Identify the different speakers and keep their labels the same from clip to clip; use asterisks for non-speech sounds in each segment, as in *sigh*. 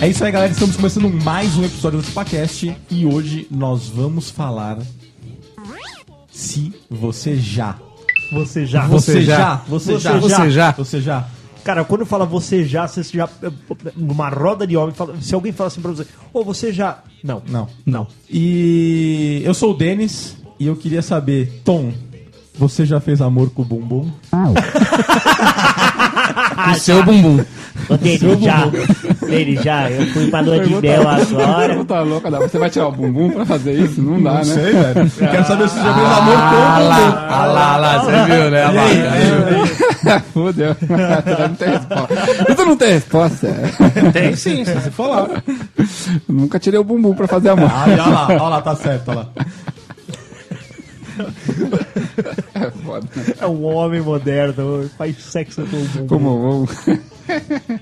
Speaker 1: É isso aí, galera. Estamos começando mais um episódio do Chupacast e hoje nós vamos falar se você já.
Speaker 2: Você já.
Speaker 1: Você já. Você já.
Speaker 2: Você já.
Speaker 1: Você já.
Speaker 2: Cara, quando fala você já, você já. Numa roda de homem, fala- se alguém fala assim pra você, ou você já. Não.
Speaker 1: Não. Não. E eu sou o Denis e eu queria saber, Tom, você já fez amor com o bumbum?
Speaker 3: O seu bumbum.
Speaker 4: Ô, Dele, já. Dele, já. Eu fui pra lua de mel agora.
Speaker 3: Pergunta louca, dá. Você vai tirar o bumbum pra fazer isso? Não dá, né?
Speaker 1: velho. Quero saber se você já fez amor
Speaker 3: Ah
Speaker 1: com o bumbum.
Speaker 3: lá, ah lá, ah lá, você viu, né? Ah lá, *laughs* né? Fudeu. Você não tem resposta. Você não tem resposta. é.
Speaker 1: Tem sim, se você falar.
Speaker 3: Nunca tirei o bumbum pra fazer a mão.
Speaker 1: Ah, olha lá, olha lá, tá certo, olha lá.
Speaker 3: Foda.
Speaker 2: É um homem moderno, faz sexo com o bumbum.
Speaker 3: Como vou? *laughs*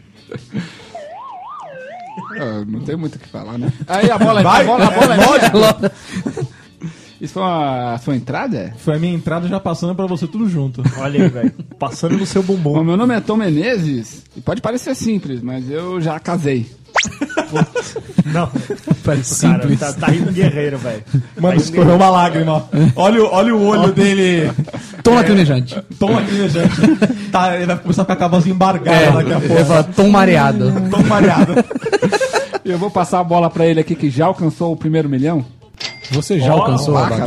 Speaker 3: Ah, Não tem muito o que falar, né? Aí a bola, a bola, a bola é minha. Isso foi uma- a sua entrada?
Speaker 1: Foi a minha entrada já passando pra você tudo junto.
Speaker 2: Olha aí, velho. Passando no seu
Speaker 3: Bom,
Speaker 2: bumbum.
Speaker 3: meu nome é Tom Menezes e pode parecer simples, mas eu já casei.
Speaker 2: Não.
Speaker 3: Parece
Speaker 2: Cara, tá, tá rindo guerreiro, velho.
Speaker 1: Mano, escorreu uma lágrima. Olha, o- olha o olho dele.
Speaker 5: Tom lacrimejante.
Speaker 6: Tá
Speaker 1: Tom aqui, né, gente? Tá, ele vai começar a ficar com a voz embargada
Speaker 2: É.
Speaker 1: daqui
Speaker 6: tá
Speaker 1: a
Speaker 5: Eu ia
Speaker 1: pouco.
Speaker 5: falar É. tom mareado.
Speaker 1: Tom mareado.
Speaker 3: Eu vou passar a bola pra ele aqui que já alcançou o primeiro milhão.
Speaker 5: Você já alcançou a vaca?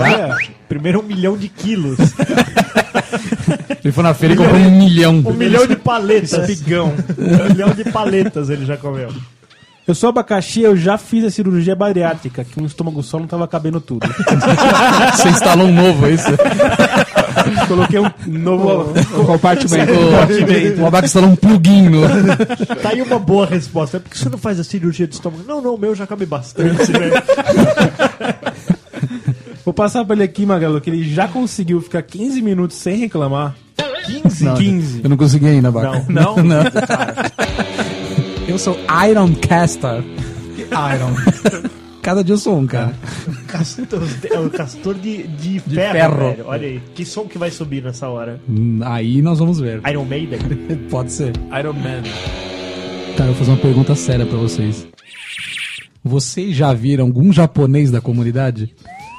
Speaker 2: Olha, primeiro um milhão de quilos.
Speaker 5: Ele foi na feira e comprou um milhão.
Speaker 2: Um milhão de paletas. Pigão. Um milhão de paletas ele já comeu.
Speaker 6: Eu sou abacaxi, eu já fiz a cirurgia bariátrica, que um estômago só não tava cabendo tudo.
Speaker 5: Você instalou um novo, é isso?
Speaker 6: *laughs* Coloquei um novo.
Speaker 3: O compartimento.
Speaker 5: O, o Abaca instalou um plugin no.
Speaker 2: Tá aí uma boa resposta. Por que você não faz a cirurgia de estômago? Não, não, o meu já cabe bastante, né? velho.
Speaker 5: *laughs*
Speaker 6: Vou passar pra ele aqui, Magalo, que ele já conseguiu ficar 15 minutos sem reclamar. 15? 15.
Speaker 5: Eu não consegui ainda, Abaca. *laughs*
Speaker 6: Não? *laughs*
Speaker 5: Eu sou Iron Caster.
Speaker 1: Iron.
Speaker 5: *laughs* Cada dia eu sou um, cara.
Speaker 2: Castor, é o castor de, de, ferro,
Speaker 5: ferro.
Speaker 2: velho. Olha aí, que som que vai subir nessa hora?
Speaker 5: Hum, Aí nós vamos ver.
Speaker 2: Iron Maiden?
Speaker 5: Pode ser.
Speaker 6: É. Iron Man.
Speaker 5: Cara, eu vou fazer uma pergunta séria pra vocês. Vocês já viram algum japonês da
Speaker 6: *laughs*
Speaker 5: comunidade?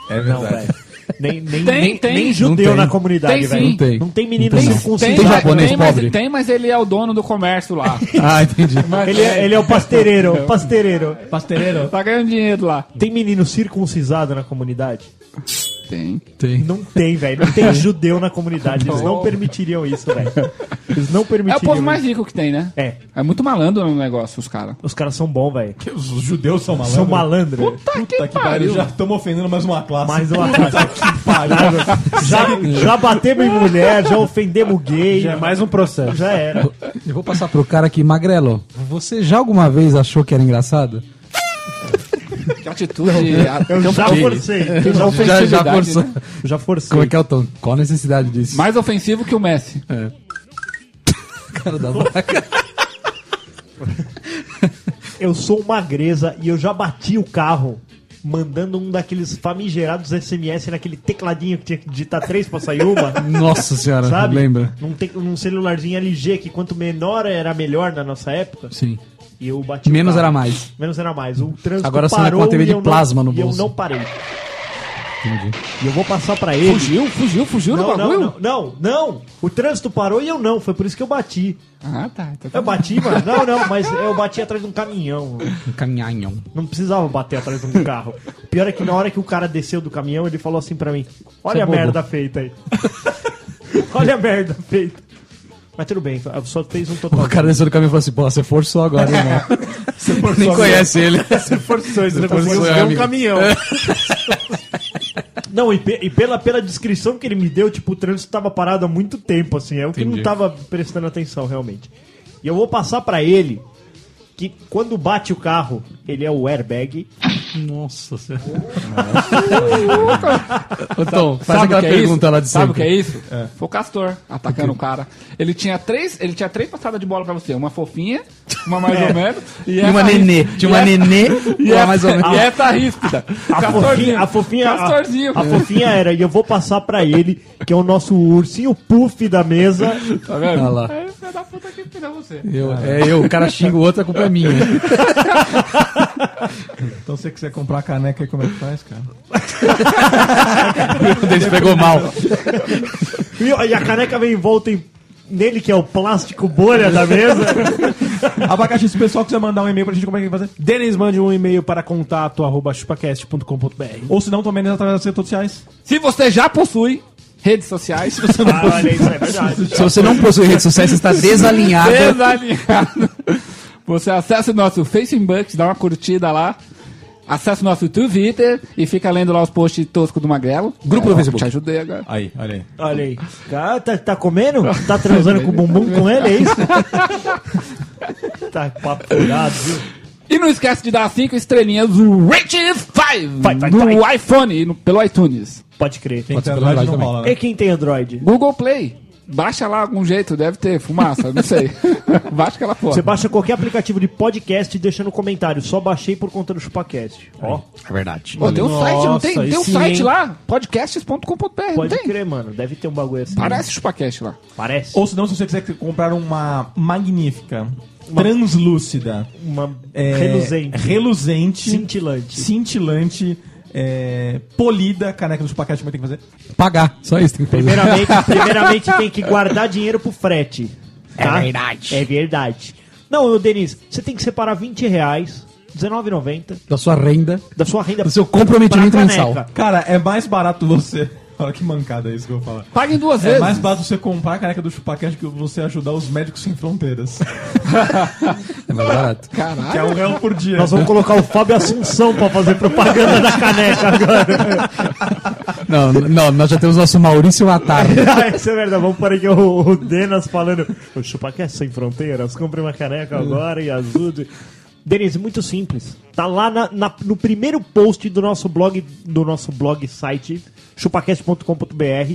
Speaker 1: É
Speaker 2: Não, velho. Nem, nem,
Speaker 3: Tem,
Speaker 2: nem,
Speaker 3: tem.
Speaker 2: nem judeu
Speaker 5: Não tem.
Speaker 2: na comunidade,
Speaker 3: Tem,
Speaker 2: velho.
Speaker 5: sim. Não tem.
Speaker 2: Não tem menino
Speaker 5: Não tem.
Speaker 2: circuncidado.
Speaker 5: Tem japonês
Speaker 3: mas,
Speaker 5: pobre?
Speaker 3: tem, mas ele é o dono do comércio lá.
Speaker 5: Ah, entendi.
Speaker 2: Ele, é- ele é
Speaker 5: *laughs*
Speaker 2: o pastereiro, É. pastereiro.
Speaker 1: Pasteleiro.
Speaker 3: Tá ganhando dinheiro lá.
Speaker 2: Tem menino circuncisado na comunidade?
Speaker 3: Tem.
Speaker 5: Tem.
Speaker 2: Não tem, velho. Não tem judeu na comunidade. Eles não permitiriam isso, velho. Eles não
Speaker 3: É
Speaker 2: permitiriam.
Speaker 3: o povo mais
Speaker 2: isso.
Speaker 3: rico que tem, né?
Speaker 2: É,
Speaker 3: É muito malandro no negócio, os caras.
Speaker 2: os caras são bons, velho.
Speaker 1: Os judeus são
Speaker 5: é
Speaker 1: malandros.
Speaker 2: São malandros.
Speaker 3: Puta,
Speaker 1: Puta que pariu. Já estamos ofendendo mais uma classe.
Speaker 2: Mais um. *laughs* uma já, já batemos em mulher, já ofendemos gay.
Speaker 6: Já é mais um processo.
Speaker 2: Já era.
Speaker 5: Eu vou passar pro cara aqui, Magrelo. Você já alguma vez achou que era engraçado?
Speaker 3: Que atitude.
Speaker 2: *laughs*
Speaker 3: Eu
Speaker 5: Então,
Speaker 2: Já forcei. Já
Speaker 5: Já,
Speaker 2: ofensividade.
Speaker 5: já forçou.
Speaker 2: Já forcei.
Speaker 5: Como é que é o tom? Qual a necessidade disso?
Speaker 3: Mais ofensivo que o Messi.
Speaker 5: Cara da vaca.
Speaker 2: Eu sou uma magreza e eu já bati o carro mandando um daqueles famigerados SMS naquele tecladinho que tinha que digitar três pra sair uma.
Speaker 5: Nossa senhora,
Speaker 2: *laughs* Sabe?
Speaker 5: lembra?
Speaker 2: Num, te- num celularzinho LG que quanto menor era melhor na nossa época.
Speaker 5: Sim.
Speaker 2: E eu bati o
Speaker 5: Menos
Speaker 2: carro.
Speaker 5: era mais.
Speaker 2: Menos era mais. O trânsito
Speaker 5: Agora você anda com
Speaker 2: parou
Speaker 5: uma TV
Speaker 2: e
Speaker 5: de
Speaker 2: eu
Speaker 5: plasma
Speaker 2: não,
Speaker 5: no
Speaker 2: e eu
Speaker 5: bolso.
Speaker 2: não parei.
Speaker 5: Entendi.
Speaker 2: E eu vou passar pra ele.
Speaker 3: Fugiu, fugiu, fugiu do
Speaker 2: Não,
Speaker 3: bagulho?
Speaker 2: não, não, não, não. O trânsito parou e eu não. Foi por isso que eu bati.
Speaker 3: Ah, tá. Então tá
Speaker 2: Eu bati,
Speaker 5: *laughs*
Speaker 2: mano. Não, não, mas eu bati atrás de um caminhão.
Speaker 5: Um caminhanhão.
Speaker 2: Não precisava bater atrás de um carro. O pior é que na hora que o cara desceu do caminhão, ele falou assim pra mim: Olha
Speaker 5: Você é
Speaker 2: a
Speaker 5: bobo."
Speaker 2: merda feita aí. *laughs* Olha a merda feita. Mas tudo bem, só fez um total.
Speaker 5: O cara desceu do caminho e falou assim: pô, você forçou agora, hein, né?" irmão. *laughs* Nem conhece *laughs* ele. Você
Speaker 6: Forções, né?
Speaker 5: forçou,
Speaker 6: Conseguiu
Speaker 5: é,
Speaker 6: ver um
Speaker 5: amigo.
Speaker 6: caminhão.
Speaker 2: Não, e, pe- e pela, pela descrição que ele me deu, tipo, o trânsito tava parado há muito tempo, assim. É o que não tava prestando atenção, realmente. E eu vou passar pra ele que quando bate o carro, ele é o airbag.
Speaker 5: Nossa senhora. Ô, Tom, faz
Speaker 3: o é
Speaker 5: aquela pergunta lá de
Speaker 3: Sabe o que
Speaker 5: sempre.
Speaker 3: é isso? Foi o Castor atacando o cara. Ele tinha três, ele tinha três passadas de bola pra você. Uma fofinha, uma mais ou menos. E,
Speaker 5: Tinha É. uma
Speaker 3: essa
Speaker 5: nenê.
Speaker 3: ris-
Speaker 5: Tinha
Speaker 3: *laughs*
Speaker 5: uma
Speaker 3: e essa-
Speaker 5: nenê.
Speaker 3: E
Speaker 5: lá
Speaker 3: essa,
Speaker 5: mais ou menos.
Speaker 3: e essa ríspida.
Speaker 2: A fofinha, a fofinha, a-
Speaker 3: Castorzinho.
Speaker 2: a fofinha era, e eu vou passar pra ele, que é o nosso ursinho puff da mesa.
Speaker 3: Tá vendo?
Speaker 5: Olha lá.
Speaker 3: É, filho da puta que fez você.
Speaker 5: Eu, é eu, o cara xinga o outro, a culpa é minha. *laughs*
Speaker 1: Então se você quiser comprar a caneca aí, como é que faz, cara?
Speaker 5: O Denis pegou mal.
Speaker 2: E, e a caneca vem envolta em- nele, que é o plástico bolha da mesa.
Speaker 1: Abacaxi, se o pessoal quiser mandar um e-mail pra gente, como é que vai fazer?
Speaker 6: Denis, mande um e-mail para contato arroba chupacast.com.br.
Speaker 1: Ou se não, também através das redes sociais.
Speaker 3: Se você já possui redes sociais, você
Speaker 2: Ah, olha, isso é verdade.
Speaker 5: Se você não possui rede social, você está desalinhado.
Speaker 3: desalinhado. tá Você acessa o nosso Facebook, dá uma curtida lá. Acessa o nosso Twitter e fica lendo lá os posts toscos do Magrelo. Grupo do Facebook. Te ajudei agora.
Speaker 1: Aí, olha aí.
Speaker 2: Olha aí. Cara, tá, tá comendo? Tá transando com o bumbum com ele, é isso? tá papo furado, viu?
Speaker 3: E não esquece de dar cinco estrelinhas do Rate 5
Speaker 2: Vai, vai,
Speaker 3: no
Speaker 2: vai.
Speaker 3: iPhone e no- pelo iTunes.
Speaker 2: Pode crer.
Speaker 1: Quem tem
Speaker 5: ser pelo
Speaker 1: Android
Speaker 5: Android
Speaker 1: não
Speaker 5: também.
Speaker 1: rola, né?
Speaker 2: E É quem tem Android?
Speaker 3: Google Play. Baixa lá algum jeito, deve ter fumaça, não
Speaker 2: *laughs*
Speaker 3: sei. Baixa aquela
Speaker 2: Você
Speaker 3: foto.
Speaker 2: baixa qualquer aplicativo de podcast e deixa no comentário. Só baixei por conta do ChupaCast. Ó,
Speaker 5: É verdade.
Speaker 3: Pô, tem um site, não tem?
Speaker 6: Nossa,
Speaker 3: Tem um
Speaker 6: aí sim,
Speaker 3: site
Speaker 6: hein?
Speaker 3: lá, podcasts.com.br, não
Speaker 2: pode
Speaker 3: tem?
Speaker 2: crer, mano. Deve ter um bagulho assim.
Speaker 3: Parece chupacast lá.
Speaker 2: Parece.
Speaker 1: Ou se não, se você quiser comprar uma magnífica, translúcida,
Speaker 2: Uma
Speaker 1: é,
Speaker 2: reluzente.
Speaker 1: reluzente,
Speaker 2: Cintilante.
Speaker 1: cintilante, é, polida, caneca do chupaquete, como é que tem que fazer?
Speaker 5: Pagar, só isso tem que fazer.
Speaker 2: Primeiramente, primeiramente tem que guardar dinheiro pro frete. É verdade. É verdade. Não, ô, Denise, você tem que separar 20 reais, R$19,90,
Speaker 5: Da sua renda.
Speaker 2: da sua renda.
Speaker 5: Do seu comprometimento
Speaker 2: pra
Speaker 5: mensal.
Speaker 2: caneca.
Speaker 1: Cara, é mais barato você... *laughs* Olha que mancada isso que eu vou falar.
Speaker 3: Paguem duas
Speaker 1: É
Speaker 3: vezes.
Speaker 1: mais barato você comprar a caneca do chupaquete que você ajudar os médicos sem fronteiras.
Speaker 5: É mais barato.
Speaker 1: que é um real por dia.
Speaker 2: Nós vamos colocar o Fábio Assunção pra fazer propaganda da caneca agora.
Speaker 5: Não, não, nós já temos nosso Maurício
Speaker 2: *laughs*
Speaker 5: Atar.
Speaker 2: Ah, Isso é verdade. Vamos parar aqui o, o Denas falando. O Chupacast sem fronteiras, compre uma
Speaker 1: É.
Speaker 2: caneca agora e ajude. Denise, muito simples. Tá lá na- na- no primeiro post do nosso blog, do nosso blog site, chupacast.com.br.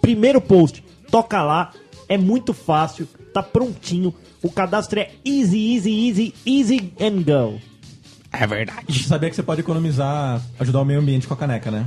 Speaker 2: Primeiro post, toca lá, é muito fácil, tá prontinho. O cadastro é easy, easy, easy, easy and go.
Speaker 1: Você sabia que você pode economizar, ajudar o meio ambiente com a caneca, né?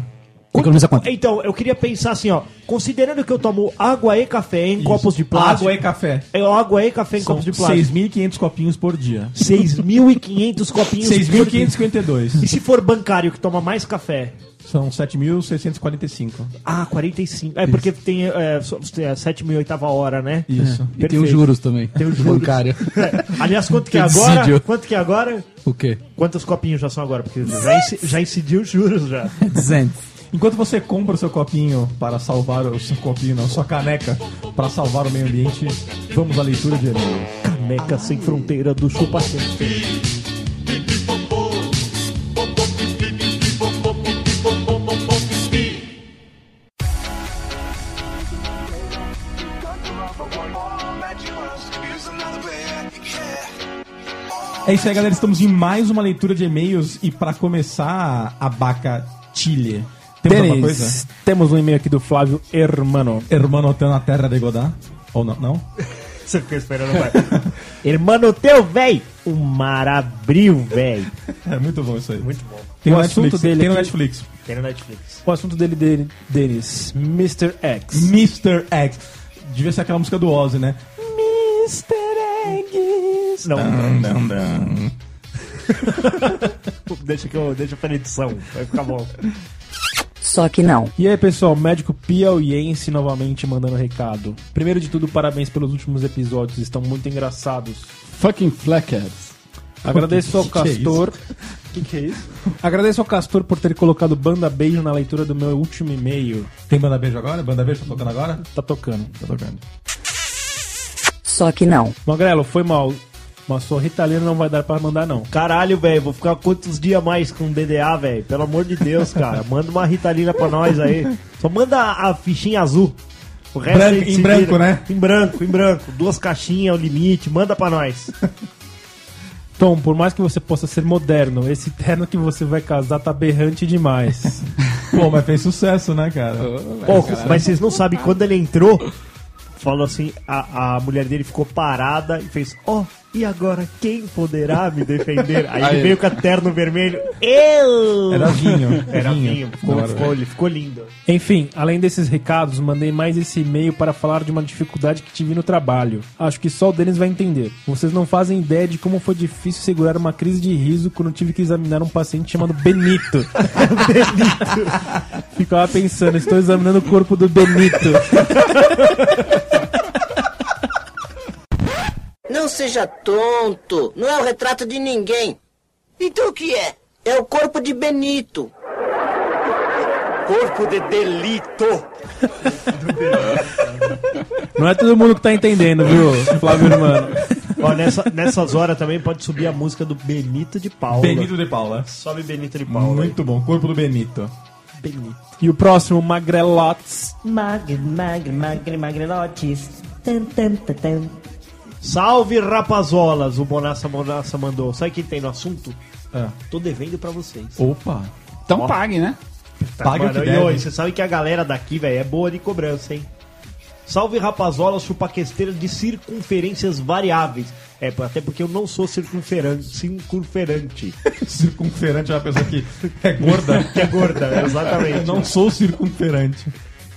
Speaker 5: Economiza quanto?
Speaker 2: Então, eu queria pensar assim, ó. Considerando que eu tomo água e café em copos de plástico.
Speaker 1: Água e café.
Speaker 2: É água e café em
Speaker 1: São
Speaker 2: copos de plástico.
Speaker 1: 6.500 copinhos por dia.
Speaker 2: 6.500 copinhos. por dia.
Speaker 1: 6.552.
Speaker 2: E se for bancário que toma mais café?
Speaker 1: São 7.645.
Speaker 2: Ah, 45. É porque tem é, so- é, 7 mil oitava hora, né?
Speaker 1: Isso.
Speaker 5: E tem os juros também. Tem
Speaker 2: os juros.
Speaker 5: Bancário.
Speaker 2: *laughs* É. Aliás, quanto que é
Speaker 5: Subsídio.
Speaker 2: agora? Quanto que é agora?
Speaker 5: O quê?
Speaker 2: Quantos copinhos já são agora? Porque já, inci- já incidiu os juros já.
Speaker 1: É
Speaker 5: 200.
Speaker 1: Enquanto você compra o seu copinho para salvar o seu copinho, não, sua caneca para salvar o meio ambiente, vamos à leitura de e-mails.
Speaker 2: Caneca sem fronteira do chupa Sempre.
Speaker 1: É isso aí, galera. Estamos em mais uma leitura de e-mails e para começar a baca Chile. Tem alguma coisa?
Speaker 6: Denis, temos um e-mail aqui do Flávio Hermano.
Speaker 1: Hermano tá na terra de Godá? Ou não? Não?
Speaker 2: Você ficou esperando,
Speaker 6: *laughs*
Speaker 2: vai. Irmão teu, véi! O mar abriu, véi.
Speaker 1: É muito bom isso aí. Muito
Speaker 2: bom.
Speaker 1: Tem no
Speaker 6: O
Speaker 1: Netflix.
Speaker 6: assunto dele
Speaker 1: Tem no
Speaker 6: aqui-
Speaker 1: Netflix.
Speaker 2: Tem no Netflix.
Speaker 6: um O assunto dele, dele Denis, Mr. X.
Speaker 1: Mr. X. Devia ser aquela música do Ozzy, né?
Speaker 2: Não, *laughs* deixa que eu deixa pra edição. Vai ficar bom.
Speaker 7: Só que não.
Speaker 6: E aí, pessoal, médico piauiense novamente mandando recado. Primeiro de tudo, parabéns pelos últimos episódios, estão muito engraçados.
Speaker 3: Fucking Flackheads.
Speaker 6: Agradeço ao
Speaker 1: Que que é
Speaker 6: Castor. que, que é isso? Agradeço ao Castor por ter colocado banda beijo na leitura do meu último e-mail.
Speaker 1: Tem banda beijo agora? Banda beijo tá tocando agora?
Speaker 6: Tá tocando.
Speaker 1: Tá tocando.
Speaker 7: Só que não.
Speaker 6: Magrelo, foi mal. Mas sua ritalina não vai dar pra mandar, não.
Speaker 2: Caralho, velho, vou ficar quantos dias mais com DDA, velho? Pelo amor de Deus, cara. Manda uma ritalina pra nós aí. Só manda a fichinha azul. O resto
Speaker 1: Branco-
Speaker 2: a gente
Speaker 1: em
Speaker 2: se
Speaker 1: branco, né?
Speaker 2: é Em branco, em branco. Duas caixinhas, o limite. Manda pra nós.
Speaker 6: Tom, por mais que você possa ser moderno, esse terno que você vai casar tá berrante demais.
Speaker 1: Pô, mas fez sucesso, né, cara?
Speaker 2: Pô, mas vocês não sabem, quando ele entrou, falou assim, a, a mulher dele ficou parada e fez, ó, e agora quem poderá me defender? Aí ele
Speaker 3: Aí.
Speaker 2: veio com a terno vermelho, eu!
Speaker 1: Era vinho.
Speaker 2: Era vinho,
Speaker 1: Da
Speaker 2: ficou,
Speaker 1: hora,
Speaker 2: ficou, ele ficou lindo.
Speaker 6: Enfim, além desses recados, mandei mais esse e-mail para falar de uma dificuldade que tive no trabalho. Acho que só o Denis vai entender. Vocês não fazem ideia de como foi difícil segurar uma crise de riso quando tive que examinar um paciente chamado Benito. Benito. Ficava pensando, estou examinando o corpo do Benito.
Speaker 8: Não seja tonto. Não é o retrato de ninguém. Então o que é? É o corpo de Benito. Corpo de delito.
Speaker 6: Não é todo mundo que tá entendendo, viu, Flávio Irmão?
Speaker 2: Ó, nessa, nessas horas também pode subir a música do Benito de Paula.
Speaker 1: Benito de Paula.
Speaker 2: Sobe Benito de Paula.
Speaker 1: Muito bom, corpo do Benito.
Speaker 6: E o próximo, Magrelotes.
Speaker 4: Magre, magre, magre, magrelotes. Tan, tan, tan, tan.
Speaker 2: Salve rapazolas, o Bonassa Bonassa mandou. Sabe o que tem no assunto?
Speaker 1: Ah.
Speaker 2: Tô devendo pra vocês.
Speaker 1: Opa.
Speaker 3: Então pague, né?
Speaker 1: Paga o que
Speaker 2: Mano,
Speaker 1: deve.
Speaker 2: Tá E hoje, você sabe que a galera daqui, velho, é boa de cobrança, hein? Salve rapazolas chupaquesteiras de circunferências variáveis. É, até porque eu não sou circunferan- circunferante.
Speaker 1: *laughs* Circunferante é uma pessoa que é gorda.
Speaker 2: *laughs* que é gorda, né? exatamente.
Speaker 1: Eu não sou circunferante.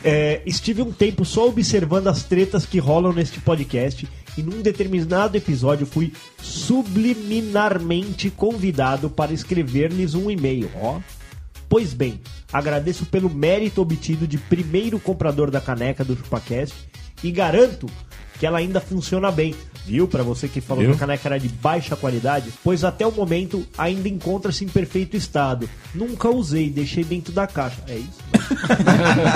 Speaker 2: É, estive um tempo só observando as tretas que rolam neste podcast e num determinado episódio fui subliminarmente convidado para escrever-lhes um e-mail. Ó. Pois bem, agradeço pelo mérito obtido de primeiro comprador da caneca do ChupaCast e garanto que ela ainda funciona bem. Viu? Para você que falou que a caneca era de baixa qualidade, pois até o momento ainda encontra-se em perfeito estado. Nunca usei, deixei dentro da caixa. É isso?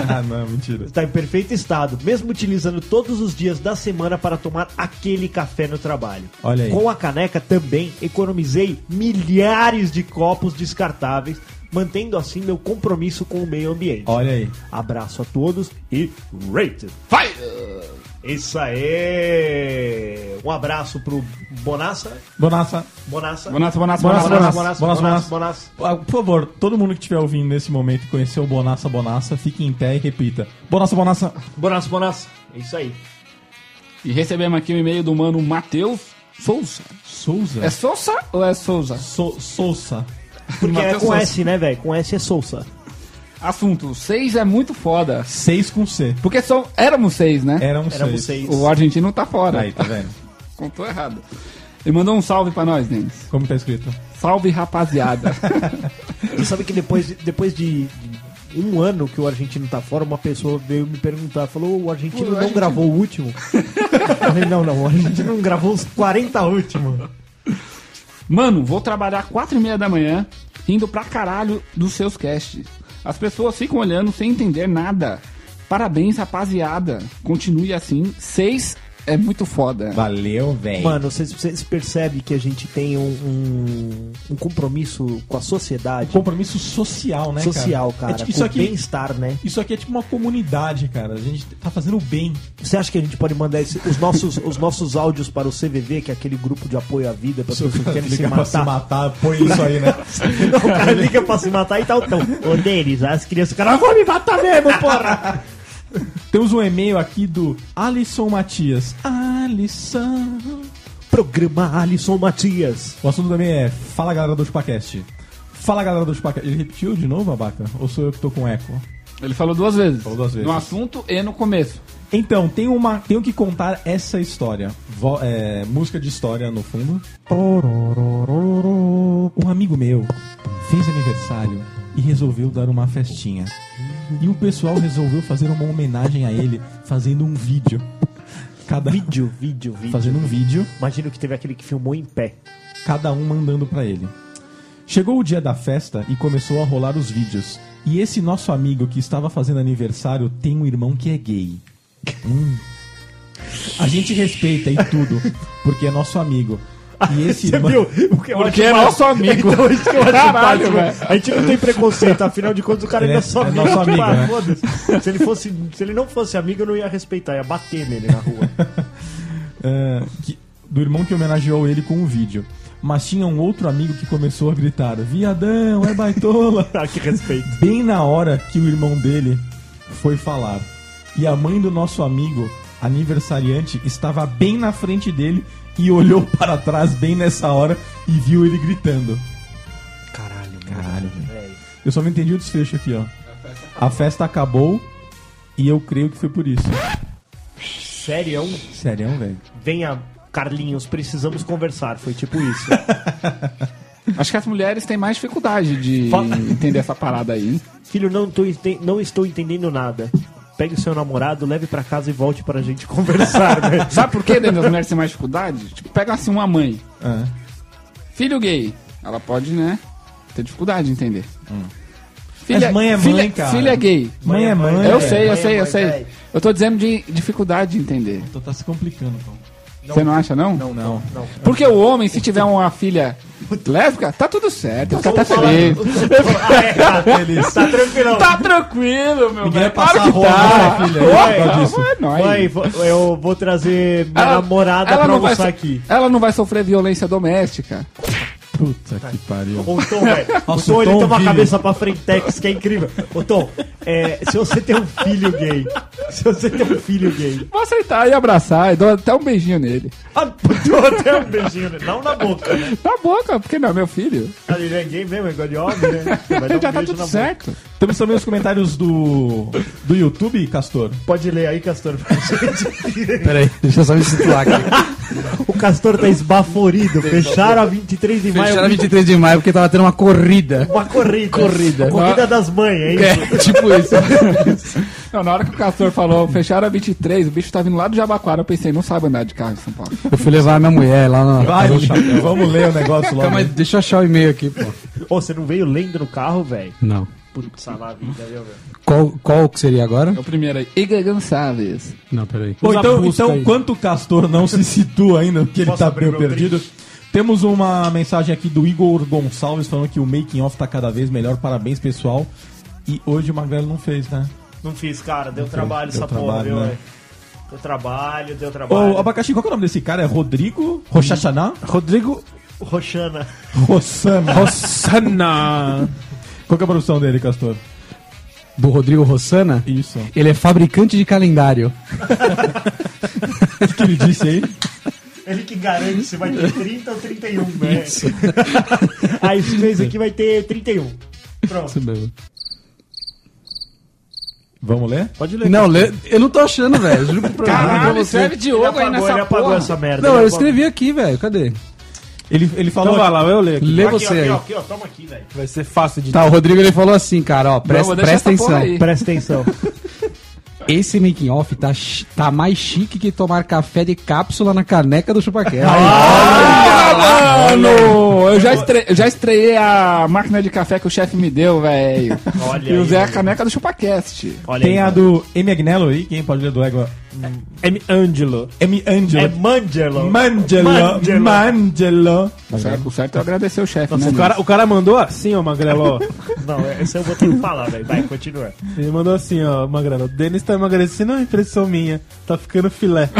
Speaker 1: Ah, não, mentira.
Speaker 2: está em perfeito estado, mesmo utilizando todos os dias da semana para tomar aquele café no trabalho.
Speaker 1: Olha aí.
Speaker 2: Com a caneca também economizei milhares de copos descartáveis, mantendo assim meu compromisso com o meio ambiente.
Speaker 1: Olha aí.
Speaker 2: Abraço a todos e rated.
Speaker 3: Vai!
Speaker 2: Isso aí! Um abraço pro Bonassa.
Speaker 1: Bonassa,
Speaker 2: Bonassa.
Speaker 3: Bonassa, bonassa,
Speaker 1: Bonassa,
Speaker 3: bonassa,
Speaker 1: bonassa,
Speaker 3: bonassa.
Speaker 1: bonassa,
Speaker 2: Bonassa,
Speaker 1: bonassa,
Speaker 2: Bonassa, Bonassa.
Speaker 1: ah, por favor, todo mundo que estiver ouvindo nesse momento e conhecer o Bonassa Bonassa, fique em pé e repita. Bonassa Bonassa.
Speaker 2: Bonassa, Bonassa. É isso aí.
Speaker 3: E recebemos aqui o e-mail do mano Matheus Souza.
Speaker 1: Souza.
Speaker 3: É Souza ou é Souza?
Speaker 1: So- Souza.
Speaker 2: Porque é
Speaker 3: Matheus
Speaker 2: com
Speaker 3: Souza.
Speaker 2: S, né, velho? Com S é Sousa.
Speaker 3: Assunto: seis é muito foda.
Speaker 1: 6 com C.
Speaker 3: Porque só éramos seis, né?
Speaker 1: Era um
Speaker 2: Era
Speaker 1: 6.
Speaker 2: vocês.
Speaker 3: O argentino tá fora.
Speaker 1: Aí, tá vendo?
Speaker 3: Contou errado. Ele mandou um salve pra nós, Denis.
Speaker 1: Como tá escrito?
Speaker 3: Salve, rapaziada.
Speaker 1: *laughs*
Speaker 2: Você sabe que depois, depois de de um ano que o argentino tá fora, uma pessoa veio me perguntar, falou, o argentino não gravou o último? Eu falei, não, não, o argentino não gravou os 40 últimos.
Speaker 3: Mano, vou trabalhar quatro e meia da manhã, indo pra caralho dos seus casts. As pessoas ficam olhando sem entender nada. Parabéns, rapaziada. Continue assim. Seis é muito foda.
Speaker 1: Valeu, velho.
Speaker 2: Mano, vocês- vocês percebem que a gente tem um, um, um compromisso com a sociedade
Speaker 1: Compromisso social, né, cara?
Speaker 2: social, cara,
Speaker 1: É tipo-
Speaker 2: com
Speaker 1: isso,
Speaker 2: o
Speaker 1: aqui,
Speaker 2: bem-estar, né?
Speaker 1: isso aqui é tipo uma comunidade, cara. A gente tá fazendo o bem.
Speaker 2: Você acha que a gente pode mandar esse- os, nossos, os nossos áudios para o CVV, que é aquele grupo de apoio à vida, para pessoas que
Speaker 1: *laughs*
Speaker 2: querem se
Speaker 1: Ligar pra se
Speaker 2: matar?
Speaker 1: matar, põe isso aí, *laughs* né?
Speaker 2: Não, Então, o cara liga pra se matar e tal. Então, ô Denis, as crianças, o cara, vou me matar mesmo, porra!
Speaker 1: Temos um e-mail aqui do Alisson Matias. Alisson.
Speaker 2: Programa Alisson Matias.
Speaker 1: O assunto também é Fala Galera do Chupacast. Fala Galera do Chupacast. Ele repetiu de novo, Abaca? Ou sou eu que tô com eco?
Speaker 3: Ele falou duas vezes.
Speaker 1: Falou duas vezes.
Speaker 3: No assunto e no começo.
Speaker 1: Então, tem uma, tenho que contar essa história. Vo- é, música de história no fundo. Um amigo meu fez aniversário e resolveu dar uma festinha. E o pessoal resolveu fazer uma homenagem a ele fazendo um vídeo. Cada
Speaker 2: Vídeo, vídeo, vídeo.
Speaker 1: fazendo um vídeo
Speaker 2: Imagino que teve aquele que filmou em pé.
Speaker 1: cada um mandando pra ele. Chegou o dia da festa e começou a rolar os vídeos. E esse nosso amigo que estava fazendo aniversário tem um irmão que é gay. Hum. A gente respeita e tudo, porque é nosso amigo.
Speaker 3: *laughs*
Speaker 1: E esse irmão.
Speaker 2: O que eu acho
Speaker 3: Porque é
Speaker 2: mais-
Speaker 1: *laughs*
Speaker 3: nosso amigo.
Speaker 2: Então, isso que eu acho
Speaker 3: Caralho,
Speaker 2: simpático.
Speaker 3: velho.
Speaker 2: A gente não tem preconceito, afinal de contas o cara
Speaker 1: Ele
Speaker 2: ainda é
Speaker 1: é-
Speaker 2: só
Speaker 1: é nosso amigo,
Speaker 2: cara,
Speaker 1: né?
Speaker 2: foda-se. Se ele, fosse, se ele não fosse amigo, eu não ia respeitar, ia bater nele na rua.
Speaker 1: é, que- do irmão que homenageou ele com um vídeo. mas tinha um outro amigo que começou a gritar: Viadão, é baitola!
Speaker 2: Ah, que respeito.
Speaker 1: bem na hora que o irmão dele foi falar. E a mãe do nosso amigo aniversariante estava bem na frente dele e olhou *laughs* para trás bem nessa hora e viu ele gritando.
Speaker 4: Caralho,
Speaker 1: Caralho, velho. Eu só não entendi o desfecho aqui, ó. A festa acabou e eu creio que foi por isso.
Speaker 2: Sério?
Speaker 1: Sério, velho?
Speaker 2: Venha, Carlinhos, precisamos conversar. Foi tipo isso.
Speaker 3: Acho que as mulheres têm mais dificuldade de entender essa parada aí. hein?
Speaker 2: *laughs* Filho, não, tô ente- não estou entendendo nada. Pegue o seu namorado, leve pra casa e volte pra gente conversar, né?
Speaker 3: Sabe por que né, as mulheres têm mais dificuldade? Tipo, pega assim uma mãe. Filho gay. Ela pode, né? Ter dificuldade de entender. Filha,
Speaker 1: Mas mãe é mãe,
Speaker 3: filha,
Speaker 1: cara.
Speaker 3: Filha é gay.
Speaker 1: Mãe é mãe.
Speaker 3: eu
Speaker 1: velho.
Speaker 3: sei, eu
Speaker 8: mãe é
Speaker 3: sei, eu
Speaker 8: mãe,
Speaker 3: sei.
Speaker 8: velho.
Speaker 3: Eu tô dizendo de dificuldade de entender.
Speaker 1: Então tá se complicando, então.
Speaker 3: Você não acha, não?
Speaker 1: Não, não.
Speaker 3: Porque o homem, se tiver uma filha lésbica, tá tudo certo. Fica até feliz.
Speaker 1: Feliz.
Speaker 2: Tá tranquilão.
Speaker 3: Tá tranquilo, meu
Speaker 1: Ninguém vai
Speaker 3: velho.
Speaker 1: passar
Speaker 3: Claro que
Speaker 1: rola,
Speaker 3: tá.
Speaker 1: né, filha?
Speaker 3: Opa,
Speaker 1: Por causa disso.
Speaker 3: é nóis.
Speaker 2: Mãe, vo- eu vou trazer minha
Speaker 3: Ela-
Speaker 2: namorada
Speaker 3: ela
Speaker 2: pra
Speaker 3: não vai
Speaker 2: almoçar
Speaker 3: so-
Speaker 2: aqui.
Speaker 3: Ela não vai sofrer violência doméstica.
Speaker 1: Puta que pariu.
Speaker 2: Ô, Tom, velho. O
Speaker 1: Nossa,
Speaker 2: Tom,
Speaker 1: o
Speaker 2: ele
Speaker 1: Tom
Speaker 2: tem uma
Speaker 1: vive.
Speaker 2: cabeça pra frentex que é incrível. Ô, Tom, é, se você tem um filho gay. Se você tem um filho gay.
Speaker 3: Vou aceitar e abraçar e dou até um beijinho nele.
Speaker 2: Ah, dou até um beijinho, né? Não na boca, né?
Speaker 3: Na boca, porque não é meu filho.
Speaker 2: Ah, Ele é gay mesmo, é igual de homem, né? Vai dar um
Speaker 3: Já tá
Speaker 2: beijo na
Speaker 3: tudo
Speaker 2: boca.
Speaker 3: certo.
Speaker 1: Temos também os comentários do, do YouTube, Castor.
Speaker 2: Pode ler aí, Castor, pra gente.
Speaker 5: Peraí, deixa eu só me
Speaker 2: *laughs*
Speaker 5: situar aqui.
Speaker 2: O Castor tá esbaforido. Fecharam a 23 de maio.
Speaker 5: Fecharam 23 de maio porque tava tendo uma corrida.
Speaker 2: Uma corrida.
Speaker 5: Corrida.
Speaker 2: Corrida das mães, *laughs* é isso?
Speaker 5: É, tipo isso.
Speaker 3: Não, na hora que o Castor falou, fecharam a 23, o bicho tá vindo lá do Jabaquara, eu pensei, não sabe andar de carro em São Paulo.
Speaker 5: *laughs* Eu fui levar a minha mulher lá na.
Speaker 1: Vai, vamos ler o negócio logo.
Speaker 5: Calma aí, deixa eu achar o e-mail aqui, pô.
Speaker 2: Ô, você não veio lendo no carro, velho?
Speaker 5: Não.
Speaker 2: Putz, lá a vida, viu, velho?
Speaker 5: Qual, qual que seria agora?
Speaker 3: É o primeiro aí, Iga Gonçalves.
Speaker 5: Não, peraí.
Speaker 1: Bom,
Speaker 6: Usa a
Speaker 1: então,
Speaker 6: busca
Speaker 1: então
Speaker 6: aí.
Speaker 1: enquanto o Castor não se situa ainda, porque ele
Speaker 2: Posso
Speaker 1: tá
Speaker 2: abrir
Speaker 1: meio
Speaker 2: meu
Speaker 1: perdido, temos uma mensagem aqui do Igor Gonçalves falando que o making off tá cada vez melhor. Parabéns, pessoal. E hoje o Magrelo não fez, né?
Speaker 2: Não fiz, cara. Deu trabalho
Speaker 1: deu
Speaker 2: essa porra,
Speaker 1: trabalho,
Speaker 2: viu,
Speaker 1: né?
Speaker 2: velho? Deu trabalho, deu trabalho.
Speaker 1: Ô, Abacaxi, qual que é o nome desse cara? É Rodrigo Rochachaná?
Speaker 6: Rodrigo
Speaker 2: Roxana.
Speaker 1: Rossana.
Speaker 6: Rossana.
Speaker 1: Qual que é a produção dele, Castor?
Speaker 5: Do Rodrigo Rossana?
Speaker 1: Isso.
Speaker 5: Ele é fabricante de calendário.
Speaker 1: O que, que ele disse aí?
Speaker 2: Ele que garante se vai ter 30 ou 31, né? *laughs* Aí esse mês aqui vai ter 31. Pronto.
Speaker 1: Vamos ler?
Speaker 2: Pode ler.
Speaker 5: Não, lê- eu não tô achando, velho. Juro pro
Speaker 3: Caralho,
Speaker 5: pra você.
Speaker 3: escreve Diogo aí
Speaker 2: Ele
Speaker 3: nessa
Speaker 2: apagou
Speaker 3: porra.
Speaker 2: essa merda.
Speaker 5: Não,
Speaker 2: Ele apagou.
Speaker 5: eu escrevi aqui, velho. Cadê?
Speaker 1: Ele, ele falou.
Speaker 6: Então vai lá, eu leio aqui.
Speaker 5: Lê
Speaker 2: Aqui,
Speaker 5: você
Speaker 2: ó, aqui,
Speaker 5: aí.
Speaker 2: ó, aqui, ó. Toma aqui, velho.
Speaker 6: Vai ser fácil de
Speaker 5: Tá, o Rodrigo ele falou assim, cara, ó,
Speaker 3: Não,
Speaker 5: presta,
Speaker 3: vou deixar
Speaker 5: presta
Speaker 3: essa porra
Speaker 5: atenção.
Speaker 3: aí.
Speaker 2: Presta atenção.
Speaker 5: Esse making off tá, chi- tá mais chique que tomar café de cápsula na caneca do Chupaquera.
Speaker 3: Ah, mano! Eu já, estre... eu já estreiei a máquina de café que o chefe me deu, velho.
Speaker 2: Olha
Speaker 3: E
Speaker 2: aí,
Speaker 3: usei a
Speaker 2: velho.
Speaker 3: caneca do ChupaCast.
Speaker 2: Olha
Speaker 1: Tem
Speaker 2: aí,
Speaker 1: a
Speaker 2: velho.
Speaker 1: do M. Agnello aí, quem pode ler do Ego?
Speaker 2: Hum.
Speaker 6: M. Angelo.
Speaker 1: M.
Speaker 2: É
Speaker 1: Angelo.
Speaker 2: Mangelo.
Speaker 1: Mangelo.
Speaker 2: Mangelo.
Speaker 1: Mangelo.
Speaker 3: O certo- O certo é eu agradecer o chefe, né?
Speaker 6: O cara, o cara mandou assim, ó, Magrelo, ó.
Speaker 2: Não, esse eu vou ter que falar, velho. Vai, continua.
Speaker 6: Ele mandou assim, ó, Magrelo. O Denis tá emagrecendo, é uma impressão minha. Tá ficando filé.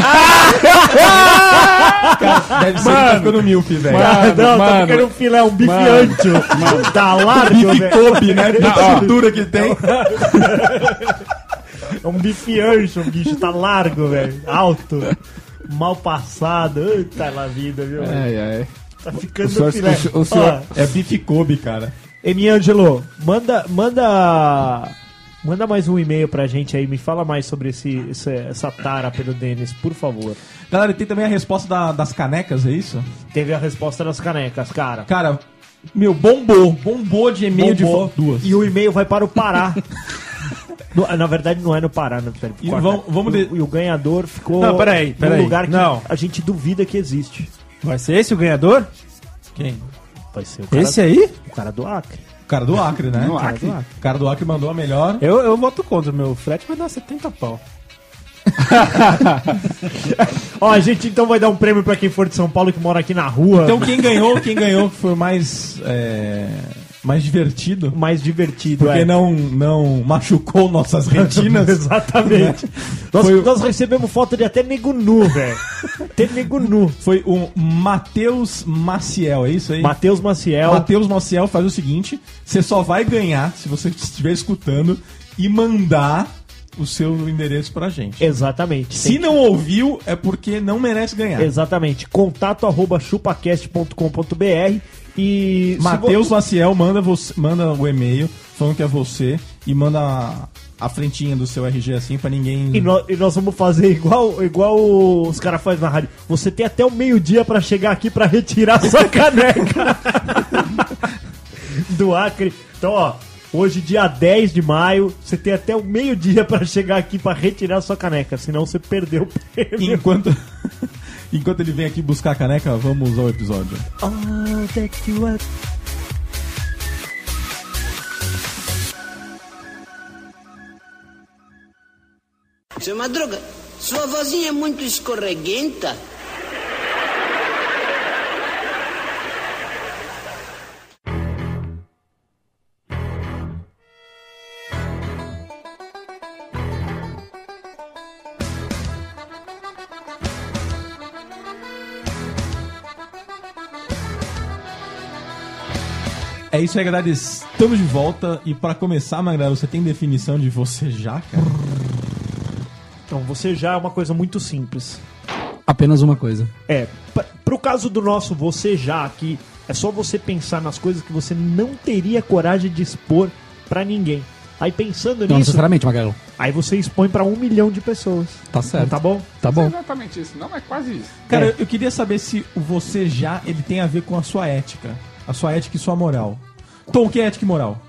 Speaker 1: Deve ser que tá ficando míope, velho.
Speaker 2: Ah, não, tá
Speaker 3: mano.
Speaker 2: ficando um filé, um bife ancho. Tá largo, velho.
Speaker 1: Kobe, né? Puta cintura que tem.
Speaker 2: É um bife ancho, o bicho tá largo, velho. Alto. Mal passado. Eita lá vida, viu?
Speaker 5: É.
Speaker 2: velho?
Speaker 3: Ai, ai.
Speaker 2: Tá
Speaker 3: O
Speaker 2: ficando
Speaker 3: senhor-
Speaker 2: filé.
Speaker 3: o senhor- o senhor-
Speaker 1: É bife Kobe, cara.
Speaker 2: Emi Angelo, manda, manda, manda mais um e-mail pra gente aí. Me fala mais sobre esse, esse- essa tara pelo Denis, por favor.
Speaker 1: Galera, e tem também a resposta da- das canecas, é isso?
Speaker 2: Teve a resposta das canecas, cara.
Speaker 1: Cara, meu, bombou. Bombou de e-mail de
Speaker 2: Bombou.
Speaker 1: fo- duas.
Speaker 2: E o e-mail vai para o Pará. *laughs* No- na verdade, não é no Pará, não. Pera,
Speaker 1: E vamos- vamos
Speaker 2: e,
Speaker 1: de-
Speaker 2: o- e o ganhador ficou
Speaker 6: Não, peraí, peraí.
Speaker 2: num lugar que
Speaker 6: Não.
Speaker 2: a gente duvida que existe.
Speaker 6: Vai ser esse o ganhador?
Speaker 1: Quem?
Speaker 2: Vai ser o cara,
Speaker 6: Esse aí?
Speaker 2: o cara do Acre.
Speaker 1: O cara do Acre, né?
Speaker 3: No
Speaker 1: O cara
Speaker 3: Acre.
Speaker 1: do O cara do Acre mandou a melhor.
Speaker 6: Eu, eu voto contra, meu frete vai dar 70 pau.
Speaker 2: Ó, a gente então vai dar um prêmio pra quem for de São Paulo que mora aqui na rua.
Speaker 1: Então quem ganhou, quem ganhou que foi o mais é, mais divertido.
Speaker 2: mais divertido.
Speaker 1: Porque
Speaker 2: é.
Speaker 1: não, não machucou *laughs* nossas retinas. *laughs*
Speaker 2: *laughs* Exatamente. Nós, nós recebemos foto de até nego nu, velho. Até nego nu.
Speaker 1: Foi o Matheus Maciel, é isso aí?
Speaker 2: Matheus Maciel.
Speaker 1: Matheus Maciel faz o seguinte: você só vai ganhar se você estiver escutando e mandar o seu endereço pra gente.
Speaker 2: Exatamente.
Speaker 1: Se não ouviu, é porque não merece ganhar.
Speaker 2: Exatamente. Contato arroba chupacast.com.br e. se
Speaker 1: Matheus
Speaker 2: vo-
Speaker 1: Maciel manda, você, manda o e-mail falando que é você e manda a, a frentinha do seu RG assim pra ninguém.
Speaker 2: E, nó- e nós vamos fazer igual, igual os caras fazem na rádio. Você tem até o meio-dia pra chegar aqui pra retirar sua caneca do Acre. Então, ó, hoje, dia 10 de maio, você tem até o meio-dia pra chegar aqui pra retirar sua caneca. Senão você perdeu o prêmio.
Speaker 1: *laughs* Enquanto, *laughs* enquanto ele vem aqui buscar a caneca, vamos ao episódio.
Speaker 8: Seu Madruga, sua vozinha é muito escorreguenta.
Speaker 1: É isso aí, galera. Estamos de volta. E pra começar, Magrelo, você tem definição de você já, cara?
Speaker 2: Então, você já é uma coisa muito simples.
Speaker 5: Apenas uma coisa.
Speaker 2: É, pa- pro caso do nosso você já aqui, é só você pensar nas coisas que você não teria coragem de expor pra ninguém. Aí pensando
Speaker 5: Não
Speaker 2: nisso,
Speaker 5: necessariamente, Magalhães.
Speaker 2: aí você expõe pra um milhão de pessoas.
Speaker 5: Tá certo.
Speaker 2: Tá bom?
Speaker 5: Tá
Speaker 3: É
Speaker 5: bom.
Speaker 3: exatamente isso. Não, é quase isso.
Speaker 1: Cara,
Speaker 2: É.
Speaker 1: eu- eu queria saber se o você já ele tem a ver com a sua ética. A sua ética e sua moral. Tom, o que é ética e moral?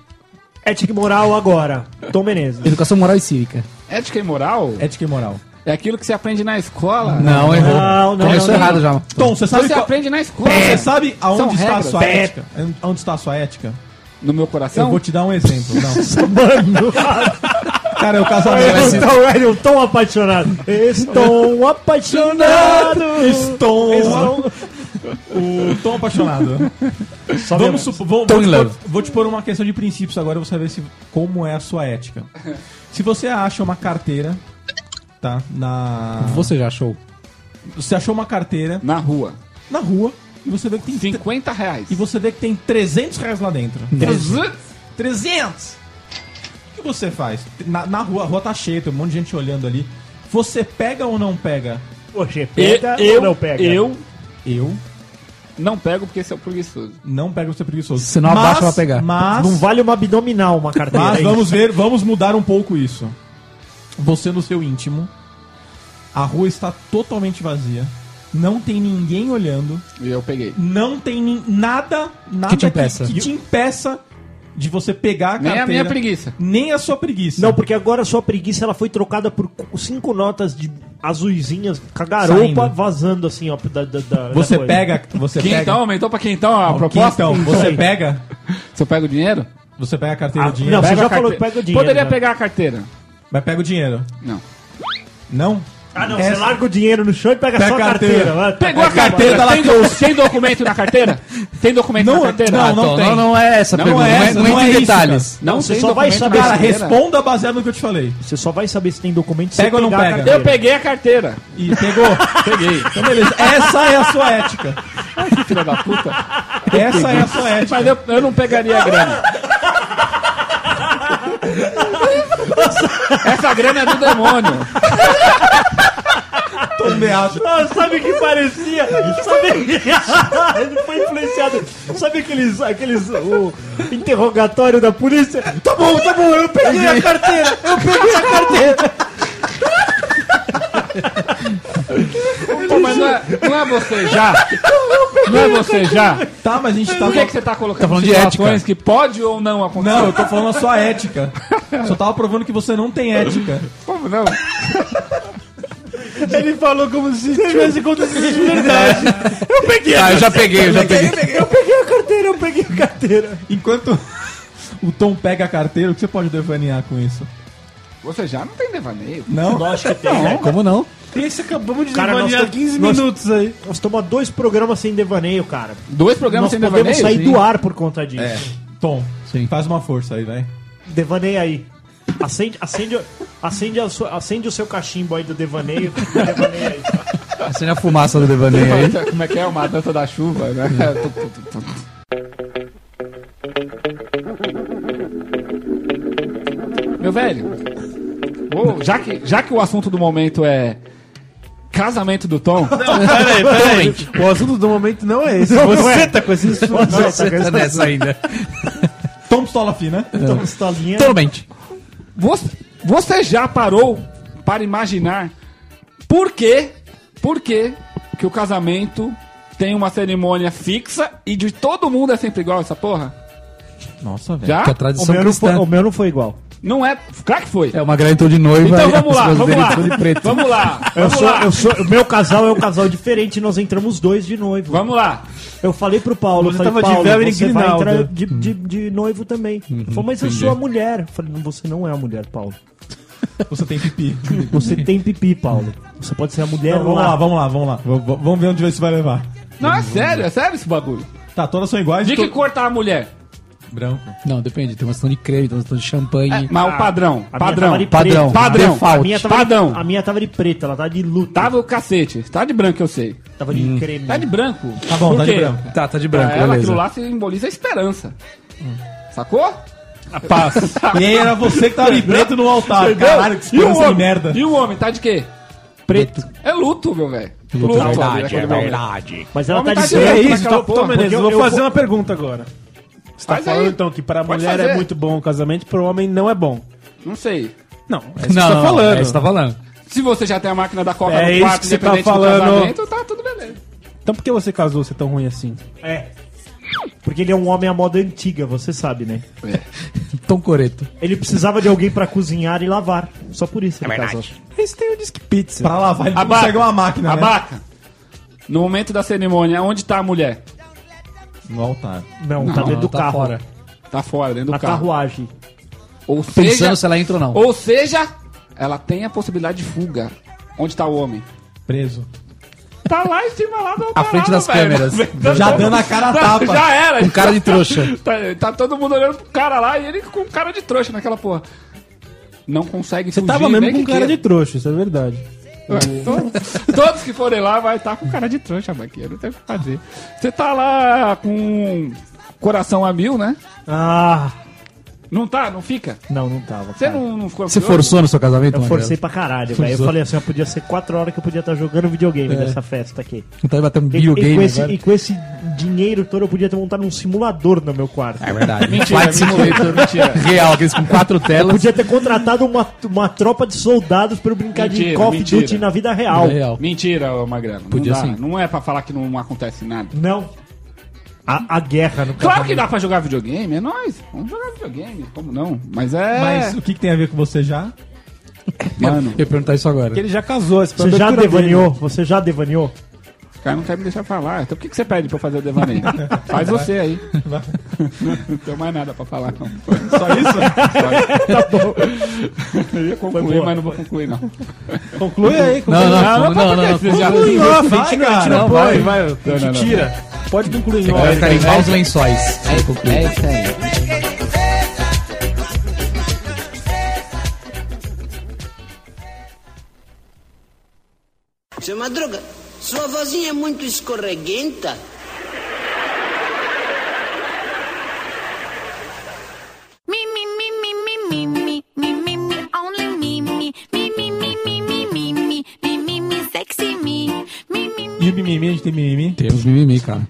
Speaker 2: Ética e moral agora. Tom Menezes.
Speaker 5: Educação moral e cívica.
Speaker 3: Ética e É moral
Speaker 1: Ética e moral.
Speaker 3: é aquilo que se aprende na escola.
Speaker 5: Não, errou.
Speaker 2: não, não,
Speaker 5: Começou
Speaker 2: não.
Speaker 5: errado já.
Speaker 1: Tom, você sabe,
Speaker 3: Você
Speaker 1: qual- É.
Speaker 3: aprende na escola.
Speaker 1: você sabe
Speaker 3: São
Speaker 1: aonde está
Speaker 3: regras.
Speaker 1: a sua
Speaker 3: Pé.
Speaker 1: ética? Aonde está a sua ética?
Speaker 3: No
Speaker 1: Eu
Speaker 3: meu
Speaker 5: Então-
Speaker 3: coração?
Speaker 1: vou te dar um exemplo.
Speaker 5: *laughs*
Speaker 1: Não. Cara, eu casamento.
Speaker 2: Então, ele é um tão apaixonado. Estou apaixonado.
Speaker 1: Estou.
Speaker 2: Estou-
Speaker 1: O Tom apaixonado. Vamos supor. Vou,
Speaker 5: Tom
Speaker 1: vou te
Speaker 5: in
Speaker 1: pôr-
Speaker 5: love.
Speaker 1: vou te pôr uma questão de princípios agora, você vai ver se, como é a sua ética. Se você acha uma carteira, tá? Na.
Speaker 5: Você já achou?
Speaker 1: Você achou uma carteira
Speaker 3: Na rua.
Speaker 1: na rua e você vê que tem.
Speaker 3: 50 reais.
Speaker 1: E você vê que tem 300 reais lá dentro.
Speaker 3: Trezentos.
Speaker 1: 300! O que você faz? Na, na rua, a rua tá cheia, tem um monte de gente olhando ali. Você pega ou não pega?
Speaker 2: Poxa, é
Speaker 3: E-
Speaker 2: pega
Speaker 3: eu,
Speaker 2: ou não pega?
Speaker 3: eu
Speaker 1: Eu
Speaker 3: não pego porque sou preguiçoso.
Speaker 1: não pego você é preguiçoso.
Speaker 5: Você não abaixa pra pegar.
Speaker 1: Mas,
Speaker 2: Não vale uma abdominal uma carteira.
Speaker 1: mas
Speaker 2: hein?
Speaker 1: vamos ver, vamos mudar um pouco isso. Você no seu íntimo, a rua está totalmente vazia, não tem ninguém olhando,
Speaker 3: E eu peguei.
Speaker 1: não tem nin- nada, nada
Speaker 5: Que te impeça.
Speaker 1: que, que te impeça de você pegar a
Speaker 3: Nem a
Speaker 1: carteira.
Speaker 3: minha preguiça.
Speaker 1: Nem a sua preguiça.
Speaker 2: Não, porque agora a sua preguiça ela foi trocada por cu- cinco notas de azuizinhas com a garopa
Speaker 1: Saindo.
Speaker 2: vazando assim, ó. Da, da, da-
Speaker 1: Você
Speaker 2: da coisa.
Speaker 1: pega, você pega.
Speaker 3: Quintão, aumentou pra quintão a proposta?
Speaker 1: Então, você
Speaker 2: Aí.
Speaker 1: pega,
Speaker 3: Se eu pego o dinheiro?
Speaker 1: você pega a carteira
Speaker 2: Ah,
Speaker 1: de dinheiro,
Speaker 2: não, você
Speaker 3: Pego
Speaker 2: já
Speaker 3: a
Speaker 2: falou que
Speaker 3: carteira.
Speaker 2: pega o dinheiro.
Speaker 3: Poderia
Speaker 2: né?
Speaker 3: pegar a carteira.
Speaker 1: mas pega o dinheiro.
Speaker 3: Não.
Speaker 1: Não?
Speaker 2: Ah, não,
Speaker 1: Essa- é
Speaker 2: você larga o dinheiro no chão e pega,
Speaker 1: Pega
Speaker 2: só a
Speaker 1: a
Speaker 2: carteira.
Speaker 1: carteira.
Speaker 2: vai, tá-
Speaker 3: Pegou a
Speaker 2: tá-
Speaker 3: carteira,
Speaker 1: tá lá
Speaker 3: tem, do- tem documento na carteira? Tem documento
Speaker 1: Não, é-
Speaker 3: na carteira?
Speaker 1: não,
Speaker 3: Ah,
Speaker 1: não
Speaker 3: então,
Speaker 1: tem.
Speaker 5: Não, não é essa a
Speaker 3: Não
Speaker 5: pergunta.
Speaker 3: é
Speaker 5: não, é,
Speaker 1: essa, não
Speaker 5: não
Speaker 1: é
Speaker 5: entra em
Speaker 1: isso,
Speaker 5: detalhes.
Speaker 3: Não
Speaker 2: Você
Speaker 3: tem
Speaker 2: só vai
Speaker 3: documento
Speaker 2: saber-
Speaker 3: na
Speaker 1: Cara,
Speaker 3: carteira.
Speaker 1: responda baseado no que eu te falei.
Speaker 2: Você só vai saber se tem documento se
Speaker 1: Pega ou não
Speaker 2: pegar a
Speaker 1: pega?
Speaker 2: carteira.
Speaker 3: Eu peguei a carteira.
Speaker 1: E pegou?
Speaker 3: Peguei.
Speaker 1: Então beleza, essa é a sua ética.
Speaker 3: Filha da puta.
Speaker 1: Essa é a sua ética.
Speaker 3: Mas eu, eu não pegaria a grana. Essa grana é do demônio.
Speaker 1: Tom Beato.
Speaker 2: Ah, sabe o que parecia? Sabe... Ele foi influenciado. Sabe aqueles. aqueles o interrogatório da polícia? Tá bom, tá bom, eu peguei a carteira! Eu peguei a carteira!
Speaker 3: Pô, mas não é, não é você já. Não é você já.
Speaker 1: Tá, mas a gente tá.
Speaker 3: Por que, que você tá colocando
Speaker 5: Tá falando de
Speaker 3: situações que pode ou não acontecer?
Speaker 1: Não, eu tô falando a sua ética. Só tava provando que você não tem ética.
Speaker 3: Como não?
Speaker 2: Ele falou como se tivesse acontecido de verdade.
Speaker 5: Ah, eu já peguei, eu já peguei.
Speaker 2: Eu peguei a carteira, eu peguei a carteira.
Speaker 1: Enquanto o Tom pega a carteira, o que você pode devanear com isso?
Speaker 3: Você já não tem devaneio.
Speaker 1: Não?
Speaker 2: Lógico que tem, né?
Speaker 5: Como não?
Speaker 6: Esse acabamos de
Speaker 2: Cara, nós to-
Speaker 6: devanear 15
Speaker 2: nós-
Speaker 6: minutos aí.
Speaker 2: Nós estamos há dois programas sem devaneio, cara.
Speaker 3: Dois programas
Speaker 2: nós
Speaker 3: sem
Speaker 2: podemos sair
Speaker 3: devaneio? sim.
Speaker 2: do ar por conta disso.
Speaker 1: É. Tom,
Speaker 5: Sim.
Speaker 1: faz uma força aí, vai.
Speaker 2: Devaneia aí. Acende, acende, acende, a sua- acende o seu cachimbo aí do devaneio. Devaneia aí.
Speaker 5: Acende a fumaça do devaneio aí.
Speaker 3: Como é que é? Uma dança da chuva, né?
Speaker 1: Hum.
Speaker 3: *laughs* Meu velho, ô, já, que, já que o assunto do momento é casamento
Speaker 1: *laughs*
Speaker 3: do Tom,
Speaker 9: Peraí, peraí.
Speaker 6: O assunto do momento não é esse. você tá com esse
Speaker 5: Não, tá nessa ainda.
Speaker 1: Tom Pistola Fina.
Speaker 2: Então, pistolinha.
Speaker 5: Totalmente.
Speaker 3: você, você já parou para imaginar por quê, por quê que o casamento tem uma cerimônia fixa e de todo mundo é sempre igual essa porra?
Speaker 1: Nossa, velho.
Speaker 3: Já?
Speaker 5: Que a
Speaker 2: o,
Speaker 5: tradição
Speaker 2: meu não foi,
Speaker 5: cristã.
Speaker 2: o meu não foi igual.
Speaker 3: Não é. Claro que foi.
Speaker 5: É uma gratidão de noiva.
Speaker 3: Então
Speaker 5: e
Speaker 3: vamos
Speaker 5: as
Speaker 3: lá,
Speaker 5: coisas
Speaker 3: vamos
Speaker 5: dele
Speaker 3: lá.
Speaker 5: tudo de preto.
Speaker 3: Vamos lá.
Speaker 2: Eu
Speaker 3: Vamos
Speaker 2: sou,
Speaker 3: lá.
Speaker 2: eu sou, o meu casal é um casal diferente, nós entramos dois de noivo.
Speaker 3: Vamos lá.
Speaker 2: Eu falei pro Paulo,
Speaker 6: Você
Speaker 2: eu falei,
Speaker 6: tava de
Speaker 2: Paulo,
Speaker 6: véu e
Speaker 2: você vai
Speaker 6: grinalda.
Speaker 2: entrar de, de, de noivo também. Ele falou, mas eu sou a mulher. Eu falei, não, você não é a mulher, Paulo.
Speaker 1: Você tem pipi.
Speaker 2: Você tem pipi, Paulo. Você pode ser a
Speaker 1: Não,
Speaker 2: mulher ou
Speaker 1: vamos lá,
Speaker 2: lá.
Speaker 1: vamos lá, vamos lá. V- v- Vamos ver onde isso vai levar.
Speaker 3: Não, é sério, é sério esse bagulho.
Speaker 1: Tá, todas são iguais.
Speaker 3: De
Speaker 1: to-
Speaker 3: que cor tá a mulher?
Speaker 1: Branco.
Speaker 5: Não, depende. Tem uma questão de creme, tem uma questão de champanhe.
Speaker 3: Mas o padrão,
Speaker 2: A minha
Speaker 3: padrão,
Speaker 2: tava de
Speaker 5: padrão,
Speaker 2: preto.
Speaker 3: É, padrão.
Speaker 2: A
Speaker 5: default.
Speaker 2: minha, tava
Speaker 3: Padrão.
Speaker 2: De, a minha tava de preta, ela tava de luto.
Speaker 3: Tava o cacete. Tá de branco, eu sei.
Speaker 2: Tava de creme.
Speaker 3: Tá de branco.
Speaker 1: Tá bom,
Speaker 3: Por
Speaker 1: tá de
Speaker 3: quê?
Speaker 1: branco.
Speaker 5: Tá, tá de
Speaker 3: Pra
Speaker 5: branco,
Speaker 3: É, ela,
Speaker 5: beleza.
Speaker 3: aquilo lá simboliza a esperança. Sacou? A paz.
Speaker 1: E aí era você que tava ali preto no altar. Caralho, que
Speaker 3: e o
Speaker 1: esperança de
Speaker 3: homem?
Speaker 1: merda.
Speaker 3: E o homem tá de quê? Preto. É luto, meu velho. Luto.
Speaker 9: Verdade, é
Speaker 3: aquele bagulho.
Speaker 9: verdade.
Speaker 2: Mas ela
Speaker 3: Homem
Speaker 2: tá de
Speaker 3: tá de
Speaker 6: E é
Speaker 2: preto.
Speaker 3: branco.
Speaker 6: isso,
Speaker 3: naquela
Speaker 6: Tom,
Speaker 3: porra,
Speaker 6: Tom Menezes,
Speaker 3: porque
Speaker 6: eu
Speaker 3: eu-
Speaker 6: vou
Speaker 3: eu
Speaker 6: fazer
Speaker 3: vou-
Speaker 6: uma pergunta agora. Você tá
Speaker 3: Faz
Speaker 6: falando
Speaker 3: aí.
Speaker 6: então que para a
Speaker 3: Pode
Speaker 6: mulher
Speaker 3: fazer.
Speaker 6: é muito bom o casamento, para o homem não é bom.
Speaker 3: Não sei.
Speaker 6: Não, é isso que
Speaker 5: Não,
Speaker 6: você tá falando.
Speaker 5: É isso que tá falando.
Speaker 3: Se você já tem a máquina da coca
Speaker 6: É
Speaker 3: no
Speaker 6: isso
Speaker 3: quarto,
Speaker 6: que você tá
Speaker 3: independente
Speaker 6: falando.
Speaker 3: do casamento, tá tudo beleza.
Speaker 6: Então por que você casou se é tão ruim assim?
Speaker 2: É. Porque ele é um homem à moda antiga, você sabe, né?
Speaker 5: Tom Coreto.
Speaker 2: Ele precisava de alguém pra cozinhar e lavar. Só por isso
Speaker 9: É
Speaker 2: ele
Speaker 9: verdade.
Speaker 2: casou.
Speaker 6: Esse tem o Disque Pizza.
Speaker 1: Pra lavar, ele não
Speaker 3: Abaca.
Speaker 1: consegue uma máquina, né?
Speaker 3: Abaca. No momento da cerimônia, onde tá a mulher?
Speaker 1: No altar.
Speaker 2: Não, tá dentro do
Speaker 5: tá
Speaker 2: carro.
Speaker 5: fora.
Speaker 3: Tá fora, dentro
Speaker 2: Na
Speaker 3: do carro.
Speaker 2: carruagem.
Speaker 3: Ou
Speaker 5: Pensando
Speaker 3: seja,
Speaker 5: se ela entra ou não.
Speaker 3: é ou seja, ela tem a possibilidade de fuga. Onde tá o homem?
Speaker 1: Preso.
Speaker 3: Tá lá em cima lá do
Speaker 5: À frente
Speaker 3: *laughs*
Speaker 5: das câmeras.
Speaker 1: Já dando a cara a tapa.
Speaker 3: Já era.
Speaker 5: Um cara de trouxa.
Speaker 3: Tá, *laughs* tá todo mundo olhando pro cara lá e ele com cara de trouxa naquela porra. Não consegue né?
Speaker 6: Você tava mesmo com cara de trouxa, isso é verdade.
Speaker 3: Todos, todos que forem lá vai estar com cara de trouxa, Baqueiro. Não tem o que fazer. Você tá lá com coração a mil, né?
Speaker 2: Ah, Tá.
Speaker 3: Não tá? Não fica?
Speaker 2: não, não tava.
Speaker 3: Você
Speaker 2: cara.
Speaker 3: não, não ficou
Speaker 5: Você
Speaker 3: curioso?
Speaker 5: forçou no seu casamento,
Speaker 2: Eu
Speaker 5: Magrelo?
Speaker 2: forcei pra caralho, velho. Eu falei assim, ó, podia ser quatro horas que eu podia estar jogando videogame nessa festa aqui.
Speaker 5: Não tá batendo um
Speaker 2: E, e, com
Speaker 5: videogame
Speaker 2: esse,
Speaker 5: agora?
Speaker 2: e com esse dinheiro todo eu podia ter montado um simulador no meu quarto.
Speaker 9: É verdade.
Speaker 3: Mentira, mentira, mentira.
Speaker 5: Real, aqueles com quatro
Speaker 2: Eu
Speaker 5: telas.
Speaker 2: podia ter contratado uma, uma tropa de soldados pra eu brincar de
Speaker 3: Mentira,
Speaker 2: Call of
Speaker 3: mentira.
Speaker 2: Duty na vida real.
Speaker 5: Real.
Speaker 3: Mentira, ô Magrelo.
Speaker 5: Podia
Speaker 3: não dá.
Speaker 5: sim.
Speaker 3: Não é pra falar que não acontece nada.
Speaker 2: Não. A, a guerra no
Speaker 3: Claro
Speaker 2: casamento.
Speaker 3: que dá pra jogar videogame, é nóis. Vamos jogar videogame, como não? Mas é.
Speaker 1: Mas o que, que tem a ver com você já?
Speaker 3: Mano,
Speaker 5: Eu ia perguntar isso agora.
Speaker 6: Porque ele já casou, esse foi a
Speaker 2: Você já
Speaker 6: abertura
Speaker 2: devaneou? Você já devaneou?
Speaker 3: o cara não quer me deixar falar. Então por que, que você pede pra eu fazer o devaneio? Faz você aí. não tenho mais nada pra falar, não.
Speaker 1: Só isso?
Speaker 3: tá bom. Eu ia concluir, mas não vou concluir, não.
Speaker 6: dele. Conclui aí, conclui.
Speaker 5: Não, não,
Speaker 3: Ah,
Speaker 5: não, não,
Speaker 3: mas por
Speaker 5: não,
Speaker 3: que
Speaker 5: não,
Speaker 3: você já-
Speaker 6: Conclui em off, a gente
Speaker 1: Vai,
Speaker 6: não
Speaker 1: cara,
Speaker 6: tira, põe, vai, a gente
Speaker 3: não, não.
Speaker 6: tira. Pode concluir em
Speaker 5: Vai
Speaker 6: off.
Speaker 5: ficar em maus lençóis.
Speaker 9: É isso aí.
Speaker 8: Seu Madruga, sua vozinha é muito escorreguenta.
Speaker 10: Me, me, me, me, me, me, me, me, me, me, only me, me, me, me, me, me, me, me, me, me, me, me, sexy me, me, me, me.
Speaker 1: E o mimimi, a gente tem mimimi?
Speaker 5: Temos mimimi, cara.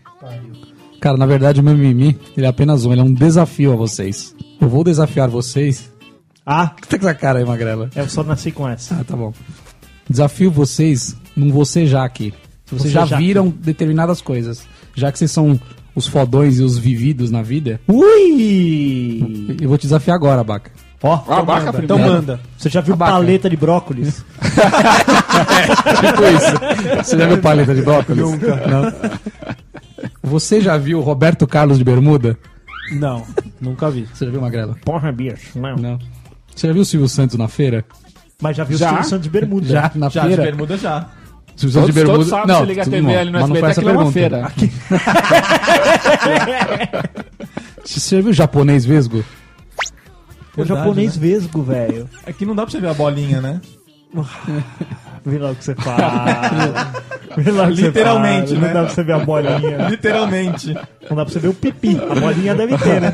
Speaker 5: Cara, na verdade, o meu mimimi, ele é apenas um, ele é um desafio a vocês. Eu vou desafiar vocês.
Speaker 2: Ah,
Speaker 5: *laughs* Tá com essa cara aí, Magrela.
Speaker 2: É, eu só nasci com essa.
Speaker 5: Ah, tá bom. Desafio vocês num você já aqui. Se vocês
Speaker 2: Você
Speaker 5: já,
Speaker 2: já
Speaker 5: viram determinadas coisas, já que vocês são os fodões e os vividos na vida,
Speaker 2: Ui!
Speaker 5: eu vou te desafiar agora, Baca.
Speaker 2: Ó,
Speaker 3: Ó, abaca
Speaker 5: manda.
Speaker 2: então
Speaker 5: Merda.
Speaker 2: manda. Você já viu
Speaker 5: Abaca.
Speaker 2: paleta de brócolis?
Speaker 5: Tipo isso. *laughs* Você já viu paleta de brócolis? Nunca. Você já viu Roberto Carlos de Bermuda?
Speaker 6: Não, nunca vi.
Speaker 5: Você já viu Magrela?
Speaker 2: Porra, bicho, não.
Speaker 5: Não. Você já viu o Silvio Santos na feira?
Speaker 2: Mas já viu
Speaker 3: Já?
Speaker 2: o Silvio Santos de bermuda.
Speaker 5: Já na
Speaker 1: Já, de
Speaker 5: feira?
Speaker 1: bermuda já.
Speaker 5: Silvio Santos de
Speaker 3: Todos,
Speaker 5: bermuda.
Speaker 3: todos sabem, se liga a
Speaker 5: tudo
Speaker 3: TV
Speaker 5: bom,
Speaker 3: ali no
Speaker 5: mas não
Speaker 3: SBT,
Speaker 5: foi essa
Speaker 3: aquilo é uma
Speaker 5: pergunta.
Speaker 3: feira.
Speaker 5: Você já viu o *laughs* japonês vesgo?
Speaker 2: O japonês vesgo, velho.
Speaker 1: É que não dá pra você ver a bolinha, né?
Speaker 2: Vê lá o que você fala. Vê lá o que você
Speaker 1: Literalmente,
Speaker 2: fala.
Speaker 1: né?
Speaker 2: Não dá pra você ver a bolinha.
Speaker 1: Literalmente.
Speaker 2: Não dá pra você ver o pipi. A bolinha deve ter, né?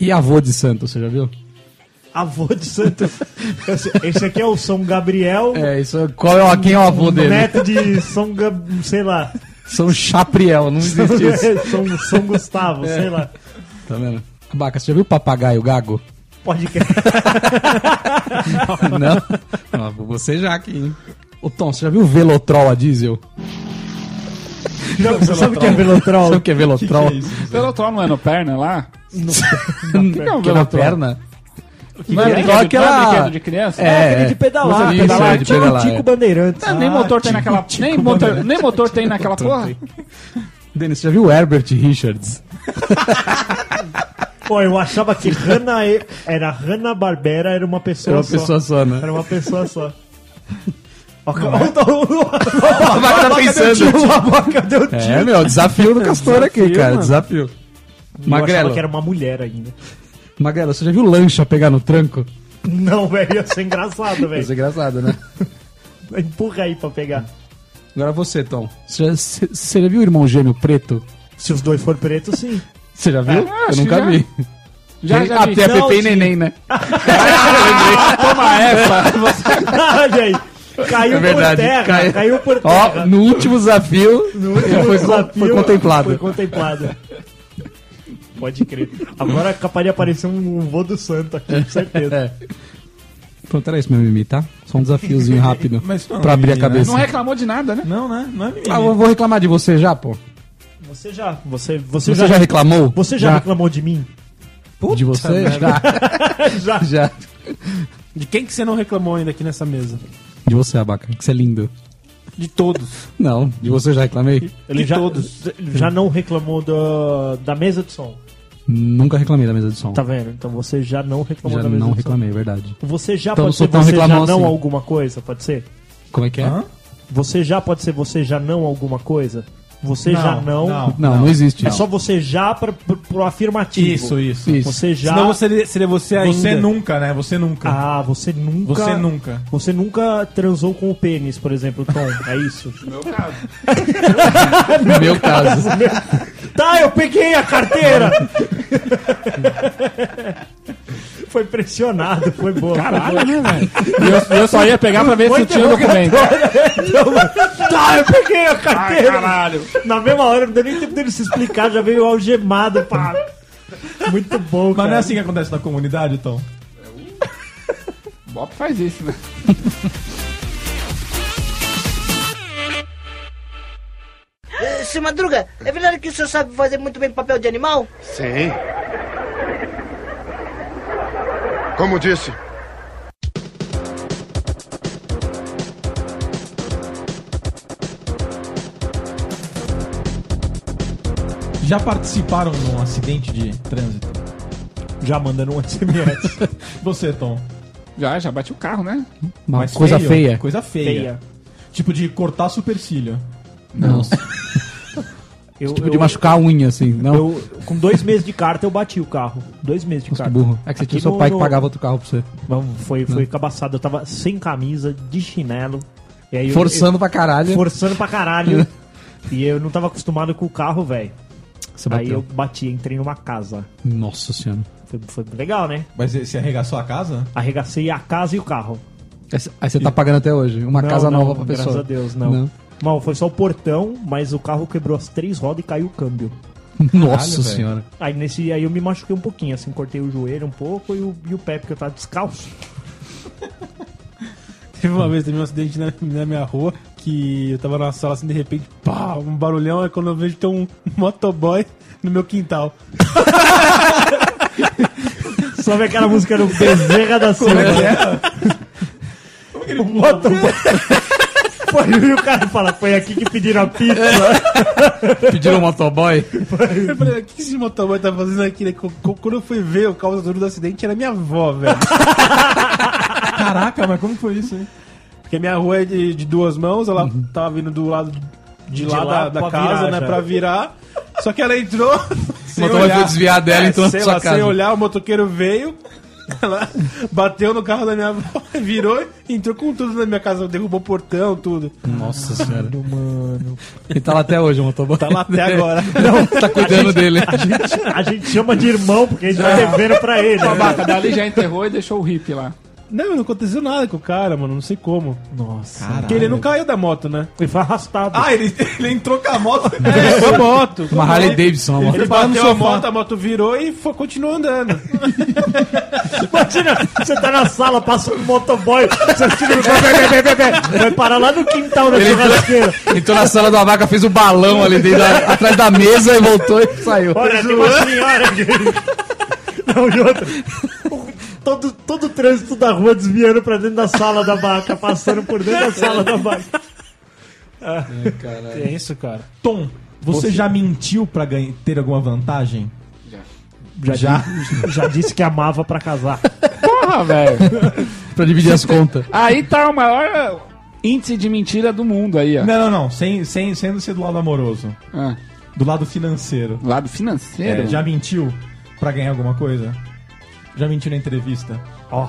Speaker 5: E avô de santo, você já viu?
Speaker 2: Avô de santo. Esse- Esse aqui é o São Gabriel.
Speaker 5: É, isso é- qual é o- quem é o avô dele?
Speaker 2: Neto de São Gab... sei lá.
Speaker 5: São Chapriel, não existe isso.
Speaker 2: *laughs* São, São Gustavo,
Speaker 5: É.
Speaker 2: sei lá.
Speaker 5: Tá vendo? Abaca, você já viu o papagaio gago?
Speaker 2: Pode que...
Speaker 5: Não. *laughs* Não, você já aqui, hein? Ô Tom, você já viu o Velotrol a diesel?
Speaker 2: Não, você sabe o que é
Speaker 5: Velotrol?
Speaker 2: Velotrol?
Speaker 5: Sabe o que é Velotrol?
Speaker 3: Que que é isso? Velotrol não é no perna lá?
Speaker 5: *laughs* Que é o na perna? Não, é igual
Speaker 3: Não é
Speaker 5: aquela...
Speaker 3: brinquedo de criança?
Speaker 5: É,
Speaker 2: aquele
Speaker 6: né?
Speaker 2: de pedalar,
Speaker 5: Isso,
Speaker 2: pedalar.
Speaker 5: é de pedalar,
Speaker 2: Tico
Speaker 5: é.
Speaker 2: Bandeirantes.
Speaker 3: Ah, nem motor tem naquela. nem, motor, nem motor tem naquela porra.
Speaker 5: Denis, você já viu o Herbert Richards?
Speaker 2: Pô, eu achava que Hanna e- era Hanna Barbera, era uma pessoa
Speaker 5: Era É uma
Speaker 2: só.
Speaker 5: pessoa só, é. né?
Speaker 2: Era uma pessoa só. Ó, o-
Speaker 5: A vaca tá pensando.
Speaker 2: A boca deu tiro.
Speaker 5: É, meu,
Speaker 2: *laughs*
Speaker 5: desafio do Castor aqui,
Speaker 2: Desafio,
Speaker 5: cara,
Speaker 2: mano.
Speaker 5: desafio.
Speaker 2: Eu
Speaker 5: Magrelo,
Speaker 2: achava que era uma mulher ainda.
Speaker 5: Magrelo, você já viu lancha pegar no tranco?
Speaker 2: Não, velho, ia ser engraçado,
Speaker 5: Isso é
Speaker 2: velho.
Speaker 5: engraçado, né?
Speaker 2: Empurra aí pra pegar.
Speaker 5: Agora você, Tom. Você já, você- você já viu o irmão gêmeo preto?
Speaker 2: Se os dois for pretos, sim.
Speaker 5: Você já
Speaker 2: É,
Speaker 5: viu?
Speaker 3: Ah,
Speaker 5: Eu
Speaker 3: acho
Speaker 5: nunca
Speaker 3: que já.
Speaker 5: vi.
Speaker 3: Já, já
Speaker 5: ah,
Speaker 3: vi.
Speaker 5: tem a
Speaker 3: Não,
Speaker 5: Pepe e
Speaker 3: sim.
Speaker 5: Neném, né?
Speaker 3: Toma
Speaker 2: Ah,
Speaker 3: essa. Você...
Speaker 2: *laughs* Olha aí. é? Caiu
Speaker 5: É
Speaker 2: por
Speaker 5: verdade.
Speaker 2: terra,
Speaker 5: Cai-
Speaker 2: caiu por
Speaker 5: Ó,
Speaker 2: terra.
Speaker 5: no último desafio,
Speaker 2: No último
Speaker 5: foi,
Speaker 2: desafio,
Speaker 5: foi contemplado.
Speaker 2: Foi contemplado. Pode crer. Agora é capaz de aparecer um vô do santo aqui, com certeza.
Speaker 5: É. Pronto, era isso, meu mimi, tá? Só um desafiozinho rápido
Speaker 1: Mas não é
Speaker 5: pra
Speaker 1: um
Speaker 5: abrir a
Speaker 1: mimimi, né?
Speaker 5: cabeça.
Speaker 3: Não reclamou de nada, né?
Speaker 1: Não, né? Não é menino.
Speaker 5: Ah, eu vou reclamar de você já, pô.
Speaker 2: Você já. Você,
Speaker 5: Você, já, reclamou?
Speaker 2: Você já, reclamou de mim?
Speaker 5: De você? Já.
Speaker 2: *laughs* já.
Speaker 5: já.
Speaker 6: De quem que você não reclamou ainda aqui nessa mesa?
Speaker 5: De você, Abaca, que você é lindo.
Speaker 6: De todos.
Speaker 5: Não, de você eu já reclamei?
Speaker 2: Ele já, ele já não reclamou do, da mesa de som.
Speaker 5: Nunca reclamei da mesa de som.
Speaker 2: Tá vendo? Então você já não reclamou
Speaker 5: já
Speaker 2: da mesa
Speaker 5: não
Speaker 2: de
Speaker 5: reclamei, é verdade.
Speaker 2: som. Você já
Speaker 5: Então não
Speaker 2: pode
Speaker 5: sou
Speaker 2: ser
Speaker 5: tão
Speaker 2: você já
Speaker 5: reclamão
Speaker 2: não
Speaker 5: assim.
Speaker 2: alguma coisa, pode ser?
Speaker 5: Como é que é?
Speaker 1: Hã?
Speaker 2: Você já pode ser você já não alguma coisa? Você já não.
Speaker 5: Não, não, existe.
Speaker 2: É só você já pra, pro, pro afirmativo.
Speaker 1: Isso, isso.
Speaker 5: Isso.
Speaker 2: Você já.
Speaker 6: Senão você seria- seria você ainda.
Speaker 1: Você nunca, né? Você nunca.
Speaker 2: Ah, você nunca.
Speaker 1: Você nunca.
Speaker 2: Você nunca transou com o pênis, por exemplo, Tom. É isso?
Speaker 5: No *laughs* meu caso.
Speaker 2: Tá, eu peguei a carteira! foi pressionado, foi boa.
Speaker 3: Caralho, né, velho? Eu, eu só ia pegar pra ver se
Speaker 2: Muito
Speaker 3: tinha o documento.
Speaker 2: Tá, eu peguei a
Speaker 3: Ai,
Speaker 2: carteira!
Speaker 3: caralho.
Speaker 2: Na mesma hora, não deu nem tempo dele se explicar, já veio algemado, pá. Muito bom,
Speaker 1: Mas
Speaker 2: cara.
Speaker 1: não é assim que acontece na comunidade, Tom?
Speaker 3: Bob faz isso, né?
Speaker 8: Eh, Seu Madruga, é verdade que o senhor sabe fazer muito bem papel de animal?
Speaker 11: Sim. Como disse,
Speaker 1: Já participaram de um acidente de trânsito?
Speaker 2: Já
Speaker 1: *laughs*
Speaker 2: mandando um SMS.
Speaker 1: Você, Tom?
Speaker 3: Já, já bati o carro, né?
Speaker 5: Uma
Speaker 1: Mas
Speaker 5: coisa
Speaker 1: feio?
Speaker 5: feia.
Speaker 1: Coisa feia.
Speaker 2: Feia.
Speaker 1: Tipo de cortar supercílio.
Speaker 5: Nossa.
Speaker 2: Eu,
Speaker 5: Tipo
Speaker 2: eu-
Speaker 5: de machucar a unha, assim. Não.
Speaker 2: eu- com dois meses de carta, eu bati o carro. Dois meses de
Speaker 5: Nossa, que
Speaker 2: carta.
Speaker 5: burro. É que você tinha
Speaker 2: Aqui
Speaker 5: seu
Speaker 2: no-
Speaker 5: pai um, né?
Speaker 2: no-
Speaker 5: que pagava outro carro pra você.
Speaker 2: Vamos, Foi, foi cabaçado. Eu tava sem camisa, de chinelo. E aí eu-
Speaker 5: Forçando pra
Speaker 2: eu-
Speaker 5: caralho.
Speaker 2: forçando pra
Speaker 5: *laughs*
Speaker 2: caralho. e eu não tava acostumado com o carro, velho.
Speaker 5: Você
Speaker 2: Aí
Speaker 5: bateu.
Speaker 2: eu bati, entrei numa casa.
Speaker 5: Nossa senhora.
Speaker 2: Foi, foi legal, né?
Speaker 1: Mas você arregaçou a casa?
Speaker 2: Arregacei a casa e o carro.
Speaker 5: Aí você- Aí você tá pagando até hoje. Uma
Speaker 2: Não,
Speaker 5: casa
Speaker 2: não,
Speaker 5: nova pra
Speaker 2: graças
Speaker 5: pessoa.
Speaker 2: a Deus, não. Mal, foi só o portão, mas o carro quebrou as três rodas e caiu o câmbio.
Speaker 5: Nossa
Speaker 1: velho.
Speaker 2: *laughs*
Speaker 5: senhora.
Speaker 2: Aí nesse aí eu me machuquei um pouquinho, assim, cortei o joelho um pouco e o, e o pé, porque eu tava descalço.
Speaker 6: Teve uma vez, teve um acidente na, na minha rua, que eu tava numa sala assim, de repente, pá, um barulhão, é quando eu vejo tem um *laughs* motoboy no meu quintal.
Speaker 2: Sobe aquela música do Bezerra da Silva.
Speaker 5: é
Speaker 2: *laughs* O motoboy. um- Foi, e o cara fala, foi aqui que pediram a pizza.
Speaker 5: Pediram um motoboy?
Speaker 6: Eu falei, o que esse motoboy tá fazendo aqui? né? Co- co- Quando eu fui ver o causador do acidente, era minha avó, velho.
Speaker 1: *laughs* Caraca, mas como foi isso, hein? Uhum.
Speaker 6: Porque minha rua é de, de duas mãos, ela tava vindo do lado de,
Speaker 2: De
Speaker 6: lá,
Speaker 2: lá
Speaker 6: da, da
Speaker 2: pra
Speaker 6: casa,
Speaker 2: virar
Speaker 6: né,
Speaker 2: já.
Speaker 6: pra virar. Só que ela entrou, *laughs*
Speaker 1: Sem
Speaker 5: motoboy
Speaker 1: olhar.
Speaker 5: foi desviar
Speaker 2: É,
Speaker 5: dela e entrou na
Speaker 1: É, sei
Speaker 5: sua
Speaker 1: lá,
Speaker 5: casa.
Speaker 1: Sem olhar, o motoqueiro veio, *laughs* ela bateu no carro da minha avó, *laughs* virou, entrou com tudo na minha casa, derrubou o portão, tudo.
Speaker 5: Nossa senhora.
Speaker 1: mano.
Speaker 5: Ele tá lá até hoje, o motoboy.
Speaker 1: Tá lá
Speaker 5: *laughs*
Speaker 1: até agora.
Speaker 5: Não, tá cuidando dele.
Speaker 2: A gente, a gente chama de irmão porque a gente tá devendo pra ele.
Speaker 3: Babaca, Então, dali já enterrou e deixou o hippie lá.
Speaker 1: Não, não aconteceu nada com o cara, mano. Não sei como. Nossa. Porque ele não caiu da moto, né?
Speaker 2: Ele foi arrastado.
Speaker 1: Ah, ele, ele entrou com a moto. *laughs* É, com a moto.
Speaker 5: Uma Harley Davidson, uma
Speaker 1: Ele,
Speaker 5: moto.
Speaker 1: ele bateu a moto, a moto virou e foi, continuou andando.
Speaker 2: Imagina, você tá na sala, passa um motoboy, você tira no pé, vai parar lá no quintal da
Speaker 5: Ele-
Speaker 2: churrasqueira.
Speaker 5: Entrou na sala da vaca, fez o balão ali dentro, da- atrás da mesa e voltou e saiu.
Speaker 2: Olha, tem uma senhora aqui. Não, e outra. Todo, todo o trânsito da rua desviando pra dentro da sala da vaca, passando por dentro da sala da vaca.
Speaker 6: É isso, cara.
Speaker 1: Tom, você, já mentiu pra ganha- ter alguma vantagem?
Speaker 2: Já,
Speaker 1: Já?
Speaker 2: di- já disse que amava pra casar.
Speaker 3: Porra, velho.
Speaker 5: Pra dividir as contas.
Speaker 3: Aí tá o maior índice de mentira do mundo aí, ó.
Speaker 1: Não, não, não. Sem, sem, sem ser do lado amoroso.
Speaker 3: Ah,
Speaker 1: Do lado financeiro.
Speaker 3: lado financeiro.
Speaker 1: É, já mentiu pra ganhar alguma coisa? Já mentiu na entrevista?
Speaker 2: Ó.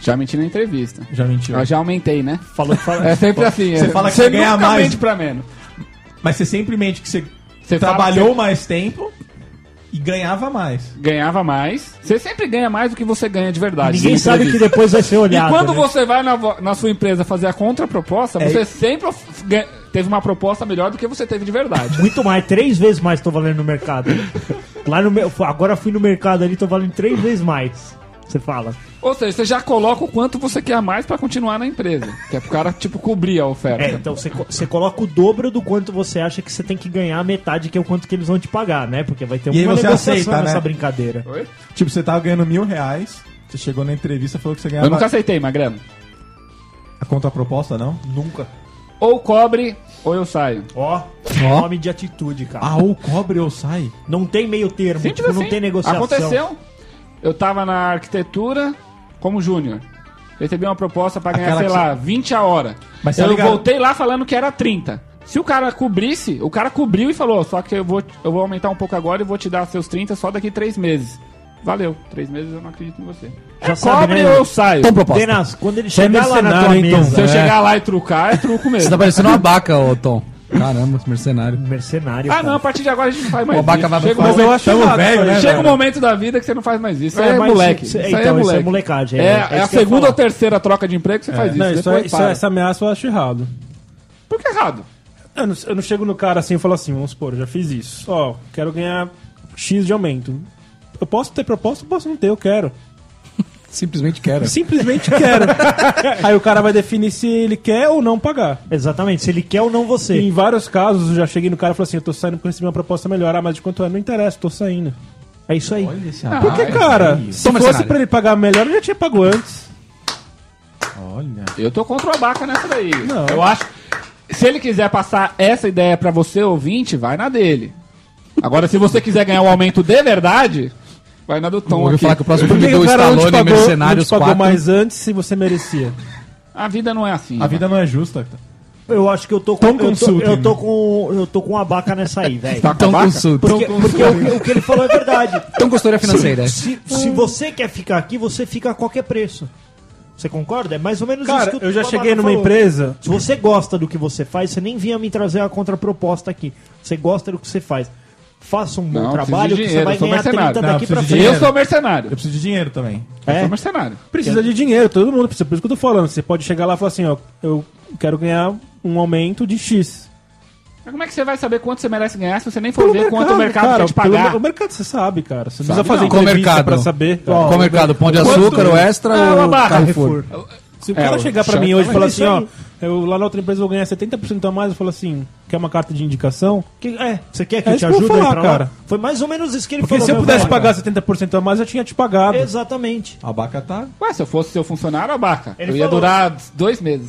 Speaker 3: Já menti na entrevista.
Speaker 1: Já mentiu.
Speaker 3: Eu já aumentei, né?
Speaker 2: Falou que fala.
Speaker 3: É sempre assim.
Speaker 1: Você
Speaker 3: é.
Speaker 1: fala que você ganha
Speaker 3: nunca
Speaker 1: mais.
Speaker 3: mente pra menos.
Speaker 1: Mas você sempre mente que você,
Speaker 3: Você
Speaker 1: trabalhou
Speaker 3: fala-
Speaker 1: mais tempo e ganhava mais.
Speaker 3: Ganhava mais. Você sempre ganha mais do que você ganha de verdade.
Speaker 2: Ninguém
Speaker 3: na
Speaker 2: sabe que
Speaker 3: entrevista.
Speaker 2: depois vai ser olhado.
Speaker 3: E quando
Speaker 2: né?
Speaker 3: você vai na, vo- na sua empresa fazer a contraproposta,
Speaker 2: É.
Speaker 3: você sempre of- ganha- teve uma proposta melhor do que você teve
Speaker 2: *laughs*
Speaker 3: de verdade.
Speaker 2: Muito mais, três vezes mais tô valendo no mercado. Lá no meu, agora fui no mercado ali, tô valendo três vezes mais. Você fala.
Speaker 3: Ou seja, você já coloca o quanto você quer a mais pra continuar na empresa. Que é pro cara, tipo, cobrir a oferta.
Speaker 2: É, então você, co- você coloca o dobro do quanto você acha que você tem que ganhar, a metade que é o quanto que eles vão te pagar, né? Porque vai ter
Speaker 1: E aí
Speaker 2: uma
Speaker 1: você
Speaker 2: negociação
Speaker 1: aceita, né?
Speaker 2: nessa brincadeira.
Speaker 3: Oi?
Speaker 1: Tipo, você tava ganhando mil reais, você chegou na entrevista e falou que você ganhava.
Speaker 3: Eu nunca aceitei, Magrano.
Speaker 1: A contraproposta, não?
Speaker 2: Nunca.
Speaker 3: Ou cobre, ou eu saio.
Speaker 2: Ó,
Speaker 1: Ó.
Speaker 2: nome de atitude, cara.
Speaker 1: Ah, ou cobre ou sai?
Speaker 2: Não tem meio termo,
Speaker 3: Simples
Speaker 2: tipo, não
Speaker 3: assim.
Speaker 2: tem negociação.
Speaker 3: Aconteceu. Eu tava na arquitetura como júnior. Recebi uma proposta pra ganhar,
Speaker 1: Aquela
Speaker 3: sei
Speaker 1: que
Speaker 3: lá, 20 a hora.
Speaker 1: Mas tá
Speaker 3: eu
Speaker 1: ligado?
Speaker 3: voltei lá falando que era 30. Se o cara cobrisse, o cara cobriu e falou, só que eu vou, eu vou aumentar um pouco agora e vou te dar seus 30 só daqui 3 meses. Valeu, 3 meses eu não acredito em você.
Speaker 2: Já
Speaker 3: é
Speaker 2: sabe,
Speaker 3: cobre
Speaker 2: né,
Speaker 3: ou
Speaker 2: Igor?
Speaker 3: eu saio.
Speaker 5: Então, proposta.
Speaker 2: Denas, quando ele
Speaker 6: Você é
Speaker 2: chegar lá na tua
Speaker 6: mercenário, hein, Tom?
Speaker 2: mesa...
Speaker 3: Se eu
Speaker 5: É.
Speaker 3: chegar lá e trucar, é truco
Speaker 5: Você
Speaker 3: mesmo.
Speaker 5: tá parecendo uma abaca, ô Tom. Caramba, esse mercenário.
Speaker 2: Mercenário,
Speaker 3: Ah
Speaker 2: cara.
Speaker 3: não, a partir de agora a gente não faz mais
Speaker 5: O abaca
Speaker 3: isso.
Speaker 5: vai pra
Speaker 3: Chega um
Speaker 5: fora.
Speaker 3: momento-
Speaker 1: acho errado, velho, né,
Speaker 3: Chega um
Speaker 1: velho?
Speaker 3: momento da vida que você não faz mais isso. Isso
Speaker 2: É,
Speaker 3: é,
Speaker 2: mas
Speaker 3: moleque.
Speaker 2: isso-
Speaker 3: Isso,
Speaker 2: é,
Speaker 3: aí
Speaker 2: então,
Speaker 3: é
Speaker 2: isso é
Speaker 3: molecagem.
Speaker 2: molecagem, é, é
Speaker 3: É,
Speaker 2: isso
Speaker 3: é
Speaker 2: que eu
Speaker 3: a
Speaker 2: ia
Speaker 3: segunda
Speaker 2: falar.
Speaker 3: ou terceira troca de emprego que você faz isso.
Speaker 6: Não, isso,
Speaker 3: depois
Speaker 6: é- isso é-
Speaker 3: para.
Speaker 6: essa ameaça eu acho errado.
Speaker 2: é
Speaker 3: Por que errado?
Speaker 6: Eu não, eu não chego no cara assim e falo assim, vamos supor, eu já fiz isso. Ó, quero ganhar X de aumento. Eu posso ter proposta, posso não ter, eu quero.
Speaker 5: Simplesmente
Speaker 2: *laughs*
Speaker 5: quero.
Speaker 6: Simplesmente quero. Aí o cara vai definir se ele quer ou não pagar.
Speaker 2: Exatamente, se ele quer ou não
Speaker 6: E
Speaker 2: você.
Speaker 6: em vários casos eu já cheguei no cara e falei assim, eu tô saindo porque eu recebi uma proposta melhor. Ah, mas de quanto é? Não interessa, tô saindo.
Speaker 2: É isso aí.
Speaker 3: Ah,
Speaker 6: Porque,
Speaker 3: é-
Speaker 6: cara, se
Speaker 5: Toma
Speaker 6: fosse
Speaker 5: cenário.
Speaker 6: pra ele pagar melhor, eu já tinha pago antes.
Speaker 3: Eu tô contra o abaca nessa daí. Eu acho. Se ele quiser passar essa ideia pra você, ouvinte, vai na dele. Agora, se você quiser ganhar um aumento de verdade, vai na do Tom
Speaker 5: Ouviu
Speaker 3: aqui.
Speaker 5: falar que o próximo
Speaker 6: Por
Speaker 5: filme
Speaker 6: que que
Speaker 5: do
Speaker 6: o cara não
Speaker 5: Stallone
Speaker 6: te
Speaker 5: e
Speaker 6: pagou, não
Speaker 5: Mercenários
Speaker 6: te pagou
Speaker 5: 4.
Speaker 6: mais antes se você merecia?
Speaker 3: A vida não é assim.
Speaker 1: A vida não é justa.
Speaker 2: Eu acho que eu tô com.
Speaker 1: Tom
Speaker 2: Eu tô,
Speaker 1: Consulting.
Speaker 2: eu tô com. Eu tô com a abaca nessa aí, velho.
Speaker 5: Tá com consulta.
Speaker 2: Porque, porque o, o que ele falou é verdade.
Speaker 5: Então consultoria financeira.
Speaker 2: Se, se você quer ficar aqui, você fica a qualquer preço. Você concorda? É mais ou menos
Speaker 6: Cara,
Speaker 2: isso que o
Speaker 6: eu já
Speaker 2: Babaca
Speaker 6: cheguei numa
Speaker 2: falou.
Speaker 6: empresa...
Speaker 2: Se você gosta do que você faz, você nem vinha me trazer a contraproposta aqui. Você gosta do que você faz. Faça um bom
Speaker 3: Não, eu preciso
Speaker 2: trabalho
Speaker 3: de
Speaker 2: que você
Speaker 3: dinheiro,
Speaker 2: vai
Speaker 3: eu sou
Speaker 2: ganhar 30
Speaker 3: mercenário.
Speaker 2: daqui
Speaker 1: Não, eu
Speaker 2: pra
Speaker 1: preciso
Speaker 2: frente.
Speaker 1: de
Speaker 3: Eu sou mercenário.
Speaker 1: Eu preciso de dinheiro também.
Speaker 3: Eu
Speaker 2: É?
Speaker 3: sou mercenário.
Speaker 6: Precisa de dinheiro, todo mundo precisa. Por isso que eu tô falando. Você pode chegar lá e falar assim, ó, eu quero ganhar um aumento de X.
Speaker 3: Mas como é que você vai saber quanto você merece ganhar se você nem for
Speaker 6: Pelo
Speaker 3: ver quanto o mercado
Speaker 6: cara,
Speaker 3: quer te pagar?
Speaker 6: pelo- o mercado você sabe, É. cara. Você
Speaker 3: Sabe
Speaker 6: não precisa fazer
Speaker 3: não.
Speaker 5: Com o
Speaker 6: entrevista
Speaker 5: mercado.
Speaker 6: pra saber.
Speaker 5: Qual o mercado? Pão de açúcar, o extra
Speaker 6: Ah,
Speaker 5: ou
Speaker 6: uma barra,
Speaker 5: Carrefour?
Speaker 6: Se o
Speaker 3: É,
Speaker 6: cara
Speaker 3: o
Speaker 6: chegar pra
Speaker 3: Chuck
Speaker 6: mim hoje e falar
Speaker 3: também.
Speaker 6: assim, ó, eu lá na outra empresa vou ganhar 70% a mais, eu falo assim, quer uma carta de indicação?
Speaker 2: Que- é, você quer que
Speaker 6: É
Speaker 2: eu te
Speaker 6: isso que eu
Speaker 2: ajude
Speaker 6: vou
Speaker 2: aí
Speaker 6: falar,
Speaker 2: pra
Speaker 6: cara.
Speaker 2: lá? Foi mais ou menos isso que ele
Speaker 6: Porque
Speaker 2: falou.
Speaker 6: se eu
Speaker 2: meu
Speaker 6: pudesse
Speaker 2: velho.
Speaker 6: pagar 70% a mais, eu tinha te pagado.
Speaker 2: Exatamente.
Speaker 1: A vaca tá.
Speaker 3: Ué, se eu fosse seu funcionário, abaca.
Speaker 2: Ele
Speaker 3: eu ia
Speaker 2: falou.
Speaker 3: durar dois meses.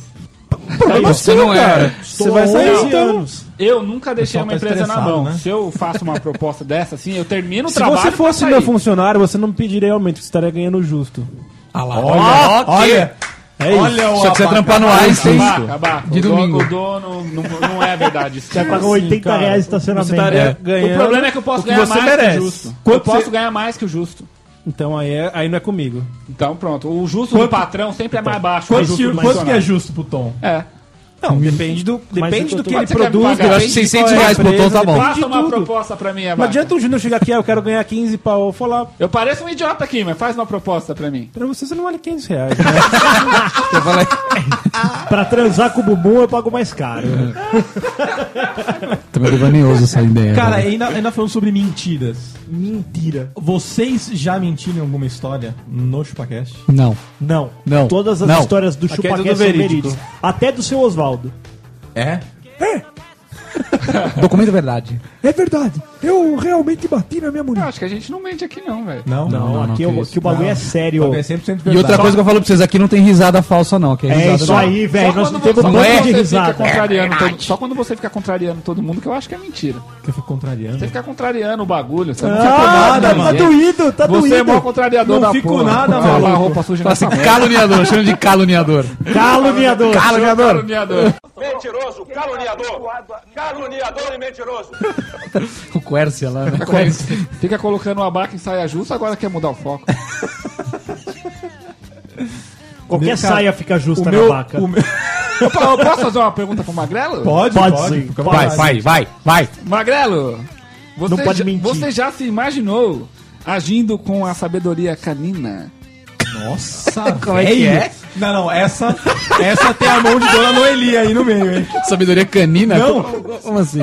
Speaker 6: Problema
Speaker 5: Você
Speaker 6: seu,
Speaker 5: não era.
Speaker 6: Você vai
Speaker 2: Estou há
Speaker 6: sair
Speaker 2: 11
Speaker 6: então.
Speaker 2: anos.
Speaker 3: Eu nunca deixei
Speaker 1: pessoal
Speaker 3: uma
Speaker 1: tá
Speaker 3: empresa na
Speaker 1: estressado,
Speaker 3: mão.
Speaker 1: né?
Speaker 3: Se eu faço uma proposta dessa, assim, eu termino o
Speaker 6: Se
Speaker 3: trabalho.
Speaker 6: você
Speaker 3: pra
Speaker 6: fosse
Speaker 3: sair.
Speaker 6: meu funcionário, você não me pediria aumento, você estaria ganhando justo.
Speaker 5: Ah lá. Olha, olha.
Speaker 6: É isso.
Speaker 3: Olha o
Speaker 5: Só que você
Speaker 3: abaca-
Speaker 5: trampar no
Speaker 3: abaca-
Speaker 5: Einstein
Speaker 3: abaca- abaca.
Speaker 5: de
Speaker 3: O dono-
Speaker 5: domingo.
Speaker 3: O dono não, não é verdade. isso.
Speaker 2: Você vai pagar 80 reais de estacionamento.
Speaker 3: Você estaria
Speaker 2: É.
Speaker 3: ganhando o problema é que eu posso
Speaker 2: o que
Speaker 3: ganhar
Speaker 2: você
Speaker 3: mais
Speaker 2: merece.
Speaker 3: que o justo.
Speaker 2: Quanto
Speaker 3: eu posso
Speaker 2: você-
Speaker 3: ganhar mais que o justo.
Speaker 6: Então aí, é- aí não é comigo.
Speaker 3: Então pronto. O justo do patrão sempre é mais baixo.
Speaker 6: Quanto
Speaker 3: o justo
Speaker 6: que-
Speaker 3: do
Speaker 6: quanto
Speaker 3: funcionário.
Speaker 6: que é justo pro Tom?
Speaker 3: É.
Speaker 6: Não, depende do,
Speaker 3: Mas
Speaker 6: depende
Speaker 3: eu
Speaker 6: do
Speaker 3: tô-
Speaker 6: que ele
Speaker 3: Mas você quer
Speaker 6: produz.
Speaker 3: pagar?
Speaker 6: depende
Speaker 3: Eu acho
Speaker 6: de
Speaker 3: 600
Speaker 6: qual é a
Speaker 3: reais pro
Speaker 6: empresa,
Speaker 3: Tom tá bom.
Speaker 6: depende
Speaker 3: Faça
Speaker 6: de
Speaker 3: uma
Speaker 6: tudo.
Speaker 3: proposta pra mim,
Speaker 6: Não
Speaker 3: Abaca.
Speaker 6: adianta o Júnior chegar aqui, ah, eu quero ganhar 15 pau. Eu falar,
Speaker 3: Eu pareço um idiota aqui, mas faz uma proposta pra mim.
Speaker 6: pra você, você não vale
Speaker 3: *laughs*
Speaker 6: 15 reais.
Speaker 2: Pra transar com o Bumbum eu pago mais caro.
Speaker 5: Também é vanioso essa ideia.
Speaker 1: Cara,
Speaker 5: velho.
Speaker 1: ainda, ainda falando sobre mentiras. Mentira. Vocês já mentiram em alguma história no ChupaCast?
Speaker 5: Não.
Speaker 2: Não.
Speaker 5: Não.
Speaker 2: Todas as
Speaker 5: Não.
Speaker 2: histórias do
Speaker 1: Aqui é
Speaker 2: Chupacast
Speaker 1: tudo
Speaker 2: são
Speaker 1: verídico.
Speaker 2: verídicas. Até do seu Oswaldo.
Speaker 1: É?
Speaker 5: Documento é verdade.
Speaker 6: É verdade. Eu realmente bati na minha mulher.
Speaker 3: Acho que a gente não mente aqui, não, velho.
Speaker 1: Não,
Speaker 2: não, aqui,
Speaker 5: que
Speaker 2: o,
Speaker 5: isso.
Speaker 2: aqui o bagulho
Speaker 1: Não.
Speaker 2: é sério.
Speaker 1: O bagulho é 100%
Speaker 5: E outra
Speaker 6: Tá
Speaker 1: verdade.
Speaker 5: coisa que eu falo pra vocês, aqui não tem risada falsa, não. Que é,
Speaker 2: É
Speaker 5: risada
Speaker 2: isso
Speaker 5: não.
Speaker 2: aí, velho. Nós não
Speaker 3: você-
Speaker 2: temos
Speaker 3: só
Speaker 2: um monte
Speaker 3: quando
Speaker 2: de
Speaker 3: você fica
Speaker 2: risada.
Speaker 3: contrariando todo- Só quando você fica contrariando todo mundo, que eu acho que é mentira.
Speaker 1: Que eu fico contrariando.
Speaker 3: Você fica contrariando o bagulho. Você não fica
Speaker 2: Ah, tá,
Speaker 3: contrariando
Speaker 2: tá
Speaker 3: ninguém.
Speaker 2: doído, tá
Speaker 3: Você é
Speaker 2: doído.
Speaker 3: mó contrariador
Speaker 1: Não
Speaker 3: da
Speaker 1: fico
Speaker 3: porra.
Speaker 1: nada,
Speaker 3: Vai lavar
Speaker 1: maluco.
Speaker 3: roupa
Speaker 2: Tá
Speaker 3: suja
Speaker 5: Fala assim,
Speaker 3: nessa merda.
Speaker 5: caluniador, chama de caluniador.
Speaker 2: Caluniador.
Speaker 5: Caluniador.
Speaker 2: *laughs*
Speaker 3: Caluniador.
Speaker 11: Mentiroso, caluniador. Caluniador e mentiroso.
Speaker 5: O Quercia lá, né?
Speaker 3: É Fica colocando o abaca em saia justa, agora quer mudar o foco.
Speaker 2: Qualquer
Speaker 1: Meu, cara,
Speaker 2: saia fica justa
Speaker 1: o meu-
Speaker 2: na vaca.
Speaker 1: o meu-
Speaker 3: Opa, eu posso fazer uma pergunta pro Magrelo?
Speaker 1: Pode,
Speaker 2: Pode
Speaker 1: pode.
Speaker 2: sim.
Speaker 1: fica à
Speaker 5: Vai,
Speaker 1: vontade.
Speaker 5: vai, vai, vai.
Speaker 3: Magrelo, você,
Speaker 2: Não pode
Speaker 3: já,
Speaker 2: mentir.
Speaker 3: você já se imaginou agindo com a sabedoria canina?
Speaker 1: Nossa, Como é que é? Não, não, essa, essa tem a mão de Dona Noeli aí no meio, hein?
Speaker 5: Sabedoria canina?
Speaker 1: Não.
Speaker 5: Como- Como assim?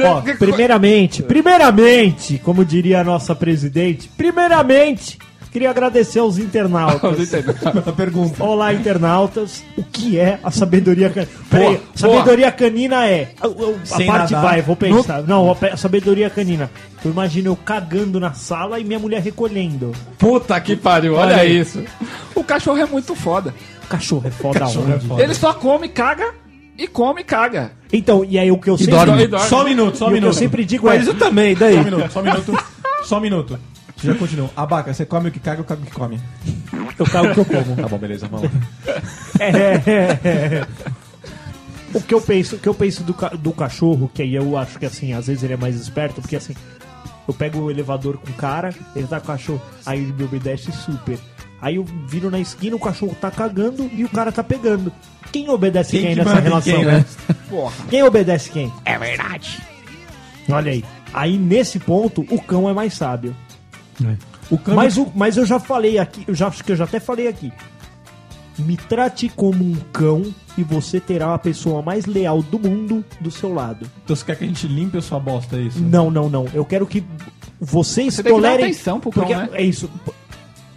Speaker 2: Ó, primeiramente, primeiramente, como diria a nossa presidente, primeiramente, queria agradecer aos internautas.
Speaker 1: Essa pergunta.
Speaker 2: Olá, internautas. O que é a sabedoria canina? Peraí, sabedoria canina é. A, a- a
Speaker 1: Sem
Speaker 2: parte
Speaker 1: nadar.
Speaker 2: vai, vou pensar. Não, a pe- a sabedoria canina. Eu imagino eu cagando na sala e minha mulher recolhendo.
Speaker 3: Puta que pariu, olha,
Speaker 2: Olha aí.
Speaker 3: isso. O cachorro é muito foda.
Speaker 2: O cachorro é foda
Speaker 1: Cachorro é
Speaker 2: onde?
Speaker 1: foda.
Speaker 3: Ele só come, caga e come, caga.
Speaker 2: Então, e aí o que eu sempre.
Speaker 5: dorme.
Speaker 3: E dorme.
Speaker 1: Só um minuto, só
Speaker 2: E o
Speaker 1: um
Speaker 2: que
Speaker 1: minuto.
Speaker 2: eu sempre digo
Speaker 1: Mas
Speaker 2: é-
Speaker 1: eu também, daí. Só um minuto, só um minuto. Só um minuto. Já continua. Abaca, você come o que caga, eu cago o que come.
Speaker 2: Eu cago o que eu
Speaker 1: *laughs*
Speaker 2: como.
Speaker 1: Tá bom, beleza, vamos.
Speaker 2: *laughs* É. O que eu penso, o que eu penso do, ca- do cachorro, que aí eu acho que assim, às vezes ele é mais esperto, porque assim, eu pego o elevador com o cara, ele tá com o cachorro, aí ele me obedece super. Aí eu viro na esquina, o cachorro tá cagando e o cara tá pegando. Quem obedece quem,
Speaker 1: Quem que
Speaker 2: nessa
Speaker 1: manda em
Speaker 2: relação?
Speaker 1: quem, né?
Speaker 2: Quem obedece quem? É verdade. Olha aí. Aí nesse ponto, o cão é mais sábio.
Speaker 1: O câmbio
Speaker 2: Mas, o- mas eu já falei aqui, eu já, acho que eu já até falei aqui. Me trate como um cão e você terá a pessoa mais leal do mundo do seu lado.
Speaker 1: Então você quer que a gente limpe a sua bosta, é isso?
Speaker 2: Não, não, não. Eu quero que vocês
Speaker 3: Você tem que dar
Speaker 2: tolerem.
Speaker 3: atenção pro cão,
Speaker 2: porque
Speaker 3: né?
Speaker 2: É isso.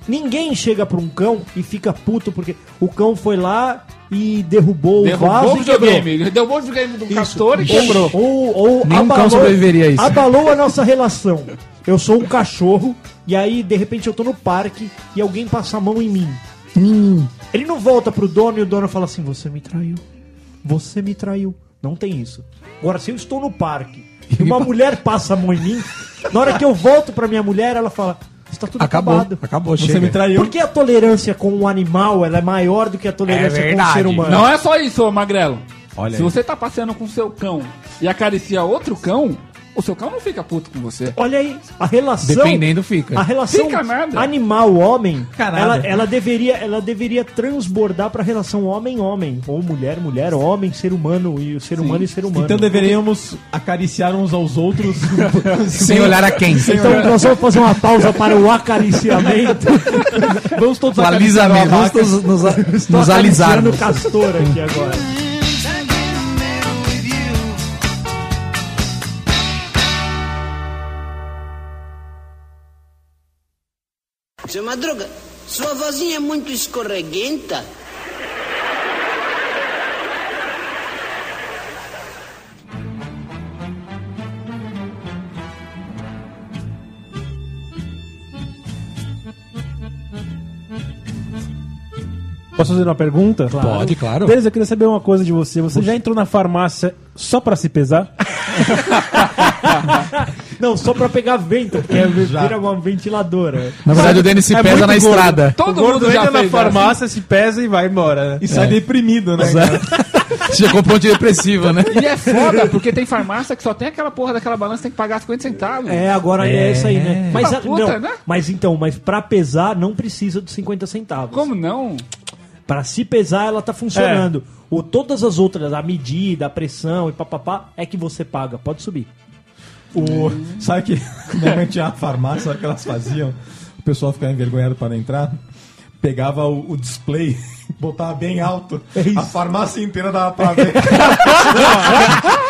Speaker 2: Ninguém chega pra um cão e fica puto porque o cão foi lá e derrubou, o vaso
Speaker 3: Derrubou o
Speaker 2: e quebrou.
Speaker 3: videogame. um Derrubou o videogame do castor e quebrou.
Speaker 2: Ou, ou
Speaker 5: Nenhum cão sobreviveria a isso.
Speaker 2: Abalou a nossa relação. Eu sou um cachorro
Speaker 1: é
Speaker 2: e aí de repente eu tô no parque e alguém passa a mão em mim.
Speaker 5: Hum.
Speaker 2: Ele não volta pro dono e o dono fala assim: Você me traiu. Você me traiu. Não tem isso. Agora, se eu estou no parque e *laughs* uma mulher passa a mão em mim, na hora que eu volto pra minha mulher, ela fala: Está tudo
Speaker 5: Acabou,
Speaker 2: acabado.
Speaker 5: acabou,
Speaker 1: Você
Speaker 5: chega.
Speaker 1: me traiu.
Speaker 2: Porque a tolerância com o animal ela é maior do que a tolerância com o ser humano.
Speaker 3: Não é só isso, ô Magrelo.
Speaker 1: Olha aí.
Speaker 3: Se você tá passeando com seu cão e acaricia outro cão, o seu cão não fica puto com você.
Speaker 2: Olha aí, a relação.
Speaker 5: Dependendo fica.
Speaker 2: A relação
Speaker 3: Fica nada.
Speaker 2: animal-homem,
Speaker 1: Fica nada.
Speaker 2: ela, ela, deveria, ela deveria transbordar pra relação homem-homem. Ou mulher-mulher, homem, ser humano e ser humano e ser humano.
Speaker 1: Então deveríamos acariciar uns aos outros.
Speaker 5: Sem olhar a quem.
Speaker 2: Então nós vamos fazer uma pausa para o acariciamento. Tá
Speaker 1: Vamos todos
Speaker 5: O alisamento. Vamos
Speaker 1: acariciar
Speaker 5: nos, nos, nos,
Speaker 2: Tô acariciando
Speaker 5: alisarmos.
Speaker 2: o castor aqui agora.
Speaker 8: Seu Madruga, sua vozinha é muito escorreguenta.
Speaker 6: Posso fazer uma pergunta?
Speaker 5: Pode, claro.
Speaker 6: Denis, eu queria saber uma coisa de você. Você já entrou na farmácia só pra se pesar?
Speaker 2: *laughs* Não, só pra pegar vento, porque é- vira uma ventiladora.
Speaker 5: Na verdade, o Denis se pesa na estrada.
Speaker 2: Todo
Speaker 12: o gordo
Speaker 2: mundo já
Speaker 12: entra na
Speaker 2: fez assim?
Speaker 12: farmácia, se pesa e vai embora. né?
Speaker 1: E sai deprimido, né?
Speaker 5: Já comprou um antidepressivo, né?
Speaker 3: E é foda, porque tem farmácia que só tem aquela porra daquela balança, tem que pagar 50 centavos.
Speaker 2: É, agora é, isso aí, né?
Speaker 3: Mas
Speaker 2: Mas, a-
Speaker 3: puta,
Speaker 2: não,
Speaker 3: né?
Speaker 2: mas então, mas pra pesar não precisa dos 50 centavos.
Speaker 3: Como não?
Speaker 2: Pra se pesar, ela tá funcionando.
Speaker 3: É.
Speaker 2: O, todas as outras, a medida, a pressão e papapá, é que você paga. Pode subir.
Speaker 1: O, sabe que *laughs* normalmente tinha uma farmácia, sabe o que elas faziam? O pessoal ficava envergonhado para entrar, pegava o, o display, *laughs* botava bem alto,
Speaker 2: É
Speaker 1: a farmácia inteira dava pra ver.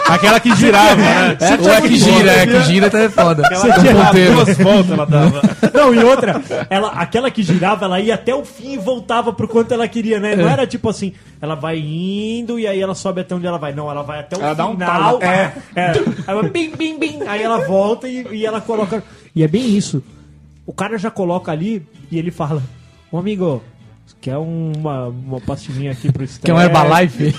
Speaker 12: Aquela que girava, né?
Speaker 1: É,
Speaker 5: Ou é que gira, é que gira, tá é foda.
Speaker 2: Ela
Speaker 5: Com
Speaker 2: dava
Speaker 5: ponteiro.
Speaker 6: né?
Speaker 2: *laughs* duas voltas, ela dava. *laughs* Não, e outra, ela, aquela que girava, ela ia até o fim e voltava pro quanto ela queria, né? Não
Speaker 5: É.
Speaker 2: era tipo assim, ela vai indo e aí ela sobe até onde ela vai. Não, ela vai até o
Speaker 3: Ela dá um
Speaker 2: final.
Speaker 3: talo.
Speaker 2: É. é. Aí vai bim, bim, bim. Aí ela volta e, e ela coloca. E é bem isso. O cara já coloca ali e ele fala: Ô amigo, quer uma, uma pastilhinha aqui pro estresse?
Speaker 5: Que é um Herbalife.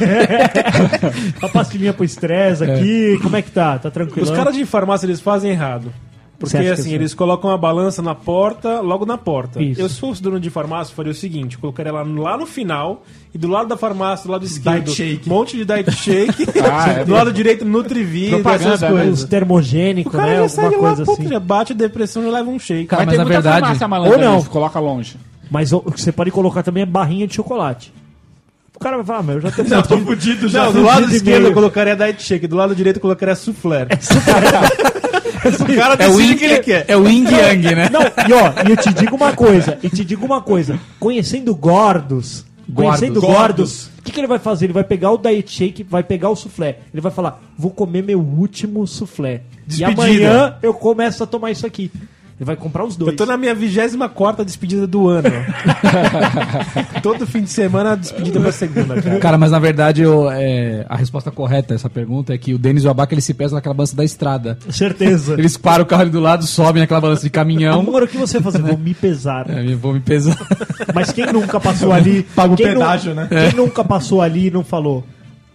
Speaker 2: uma pastilhinha pro estresse aqui. Como é que tá? Tá tranquilo?
Speaker 6: Os caras de farmácia eles fazem errado. Porque
Speaker 2: Você acha que
Speaker 6: assim,
Speaker 2: é
Speaker 6: eles colocam a balança na porta, logo na porta.
Speaker 2: Isso.
Speaker 6: Eu, se fosse dono de farmácia, faria o seguinte: eu colocaria ela lá no final, e do lado da farmácia, do lado esquerdo, um monte de diet
Speaker 2: *laughs*
Speaker 6: shake,
Speaker 12: Ah, é
Speaker 6: *laughs* do lado direito, Nutrivida,
Speaker 12: Propaganda,
Speaker 6: essas
Speaker 12: né?
Speaker 6: coisas.
Speaker 2: Os termogênicos,
Speaker 6: O cara
Speaker 2: né?
Speaker 6: já
Speaker 2: Alguma
Speaker 6: sai lá,
Speaker 2: coisa
Speaker 6: pô,
Speaker 2: assim.
Speaker 6: já bate depressão e leva um shake.
Speaker 5: Cara, Tá, mas na verdade.
Speaker 2: Ou não.
Speaker 3: coloca longe.
Speaker 2: Mas o o que você pode colocar também é barrinha de chocolate. O cara vai falar, "Ah, meu, eu já tô
Speaker 6: Não,
Speaker 2: fudido
Speaker 6: Não, do lado esquerdo eu colocaria diet shake, do lado direito eu colocaria soufflé.
Speaker 2: É
Speaker 6: *laughs*
Speaker 12: O cara
Speaker 5: É o
Speaker 12: decide o que ele
Speaker 5: yin-
Speaker 12: quer.
Speaker 5: é o yin yang, né?
Speaker 2: *laughs* Não, e ó, e eu te digo uma coisa, e te digo uma coisa, conhecendo gordos,
Speaker 5: Gordos.
Speaker 2: conhecendo gordos, o que, que ele vai fazer? Ele vai pegar o diet shake, vai pegar o soufflé, ele vai falar, vou comer meu último soufflé, e
Speaker 6: Despedida.
Speaker 2: amanhã eu começo a tomar isso aqui. Ele vai comprar os dois.
Speaker 6: Eu tô na minha 24 despedida do *laughs* ano. Todo fim de semana, despedida pra segunda, cara.
Speaker 5: Cara, mas na verdade eu, é, a resposta correta a essa pergunta é que o Denis e o Abaca eles se pesam naquela balança da estrada.
Speaker 2: *laughs*
Speaker 5: *laughs*
Speaker 2: Certeza.
Speaker 5: Eles param o carro ali do lado, sobem naquela balança
Speaker 2: *laughs*
Speaker 5: de caminhão.
Speaker 2: Amor, o que você vai fazer? Vou me pesar.
Speaker 5: É, eu vou me pesar.
Speaker 2: Mas quem nunca passou ali.
Speaker 1: Paga o
Speaker 2: quem nu-
Speaker 1: pedágio, né?
Speaker 2: Quem nunca passou ali e não falou,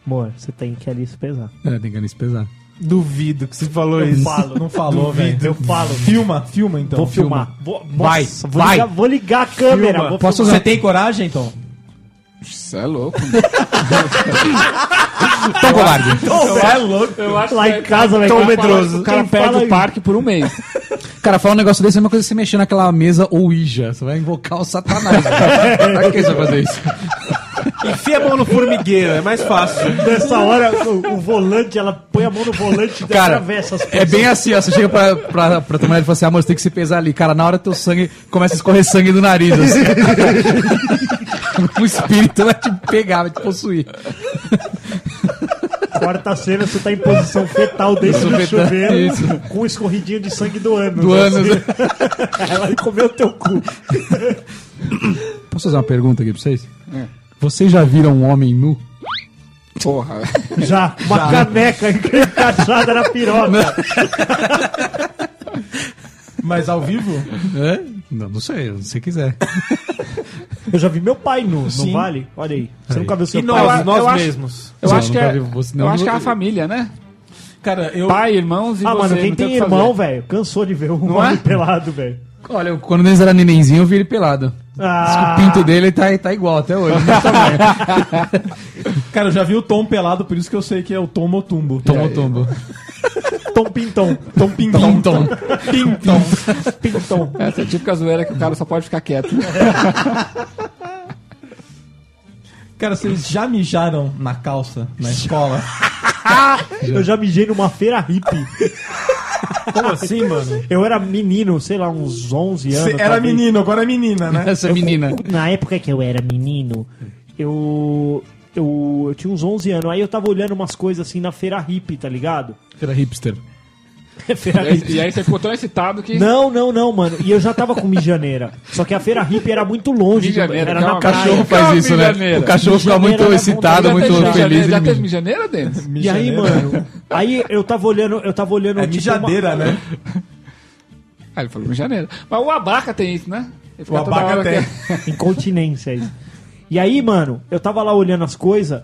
Speaker 2: amor, você tem que ali se pesar.
Speaker 5: É, tem que ali se pesar.
Speaker 6: Duvido que você falou
Speaker 2: Eu
Speaker 6: isso.
Speaker 2: falo,
Speaker 1: Não falou,
Speaker 2: duvido,
Speaker 1: velho.
Speaker 2: eu falo.
Speaker 1: Filma, filma então.
Speaker 2: Vou filmar. Vou,
Speaker 5: Vai,
Speaker 2: nossa, vou
Speaker 5: vai.
Speaker 2: Ligar, vou ligar a câmera.
Speaker 1: Filma.
Speaker 2: Vou
Speaker 5: Posso
Speaker 1: Você
Speaker 5: usar?
Speaker 1: tem coragem, então?
Speaker 3: Isso é louco.
Speaker 5: Tão covarde.
Speaker 2: *laughs*
Speaker 1: é louco.
Speaker 3: Eu acho
Speaker 2: Lá em casa, velho.
Speaker 3: Tão
Speaker 2: cara,
Speaker 3: medroso. O cara
Speaker 2: quem
Speaker 3: perde
Speaker 2: fala
Speaker 3: o parque por um mês.
Speaker 2: *laughs*
Speaker 5: Cara, falar um negócio desse é uma coisa que você mexer naquela mesa ou Ouija. Você vai invocar o satanás. cara. pra que você vai fazer isso?
Speaker 6: Enfia a mão no formigueiro, é mais fácil.
Speaker 2: Nessa hora, o, o volante, ela põe a mão no volante e
Speaker 5: Cara,
Speaker 2: atravessa as
Speaker 5: É
Speaker 2: coisas.
Speaker 5: bem assim, ó. Você chega pra, pra, pra tua mulher e fala assim, amor, você tem que se pesar ali. Cara, na hora teu sangue começa a escorrer sangue do nariz. assim. *laughs* o espírito vai te pegar, vai te possuir.
Speaker 2: Quarta cena, você tá em posição fetal dentro
Speaker 5: Isso,
Speaker 2: do
Speaker 5: fetal,
Speaker 2: chuveiro
Speaker 5: isso.
Speaker 2: com um escorridinho de sangue do ano.
Speaker 5: Do né? ano.
Speaker 2: *laughs* Ela comeu teu cu.
Speaker 5: Posso fazer uma pergunta aqui pra vocês?
Speaker 2: É.
Speaker 5: Vocês já viram um homem nu?
Speaker 3: Porra.
Speaker 2: Já, uma caneca encaixada na piroca.
Speaker 1: Mas ao vivo?
Speaker 5: É? Não, não sei, se você quiser.
Speaker 2: Eu já vi meu pai nu,
Speaker 1: Sim.
Speaker 2: não vale? Olha aí. Você
Speaker 5: Aí.
Speaker 2: nunca viu seu
Speaker 6: E
Speaker 2: pai?
Speaker 6: nós,
Speaker 3: eu
Speaker 6: nós
Speaker 3: acho-
Speaker 6: mesmos.
Speaker 3: Eu,
Speaker 5: Sim,
Speaker 3: acho,
Speaker 5: eu
Speaker 3: que
Speaker 5: nunca
Speaker 3: é,
Speaker 5: vi você,
Speaker 3: eu
Speaker 5: não.
Speaker 3: acho que é a família, né?
Speaker 1: Cara, eu.
Speaker 3: Pai, irmãos e
Speaker 2: Ah,
Speaker 3: você.
Speaker 2: mano, quem
Speaker 3: não o
Speaker 2: tem
Speaker 3: que fazer.
Speaker 2: irmão, velho, cansou de ver um
Speaker 3: Não
Speaker 2: homem
Speaker 3: é?
Speaker 2: pelado, velho.
Speaker 5: *laughs* Olha, eu- quando o Denis era nenenzinho, eu vi ele pelado.
Speaker 2: Ah,
Speaker 5: O pinto dele tá, tá igual até hoje.
Speaker 1: Cara, eu já vi o Tom pelado, por isso que eu sei que é o Tom Motumbo.
Speaker 5: *laughs* Tomou tombo.
Speaker 2: Tom Pintão.
Speaker 1: Tom Pintão.
Speaker 5: Tom, tom.
Speaker 1: Pintão.
Speaker 2: Pintão.
Speaker 3: Essa é a típica zoeira que o cara só pode ficar *laughs* quieto.
Speaker 1: Cara, vocês já mijaram na calça, na escola?
Speaker 2: Eu já mijei numa feira hippie. Como assim, mano? Eu era menino, sei lá, uns 11 anos.
Speaker 1: Você era
Speaker 2: talvez.
Speaker 1: menino, agora é menina, né?
Speaker 5: Essa menina.
Speaker 2: Na época que eu era menino, eu, eu. Eu tinha uns 11 anos. Aí eu tava olhando umas coisas assim na feira hippie, tá ligado?
Speaker 5: Era hipster.
Speaker 3: E
Speaker 2: feira
Speaker 3: aí, e aí você ficou tão excitado que.
Speaker 2: Não, não, não, mano. E eu já tava com mijaneira. Só que a feira hippie era muito longe. do-
Speaker 1: é
Speaker 3: Mijaneira,
Speaker 2: era
Speaker 3: calma,
Speaker 2: na
Speaker 5: O
Speaker 2: praia.
Speaker 5: cachorro faz
Speaker 3: Calma,
Speaker 5: isso, né?
Speaker 3: mijaneira.
Speaker 5: O cachorro fica muito
Speaker 2: Mijaneira,
Speaker 5: excitado,
Speaker 2: dá
Speaker 5: muito
Speaker 2: vontade.
Speaker 5: feliz.
Speaker 3: Já
Speaker 5: ele-
Speaker 3: teve mijaneira, *laughs* Denis?
Speaker 2: E aí, mano? Aí eu tava olhando, eu tava olhando.
Speaker 1: É
Speaker 2: tipo,
Speaker 1: mijadeira, né?
Speaker 3: Ah, ele falou mijaneira. Mas o abaca tem isso, né? Ele fica
Speaker 1: O
Speaker 3: toda
Speaker 1: abaca
Speaker 3: hora
Speaker 1: tem.
Speaker 2: *laughs*
Speaker 3: que-
Speaker 2: Incontinência, é isso. E aí, mano, eu tava lá olhando as coisas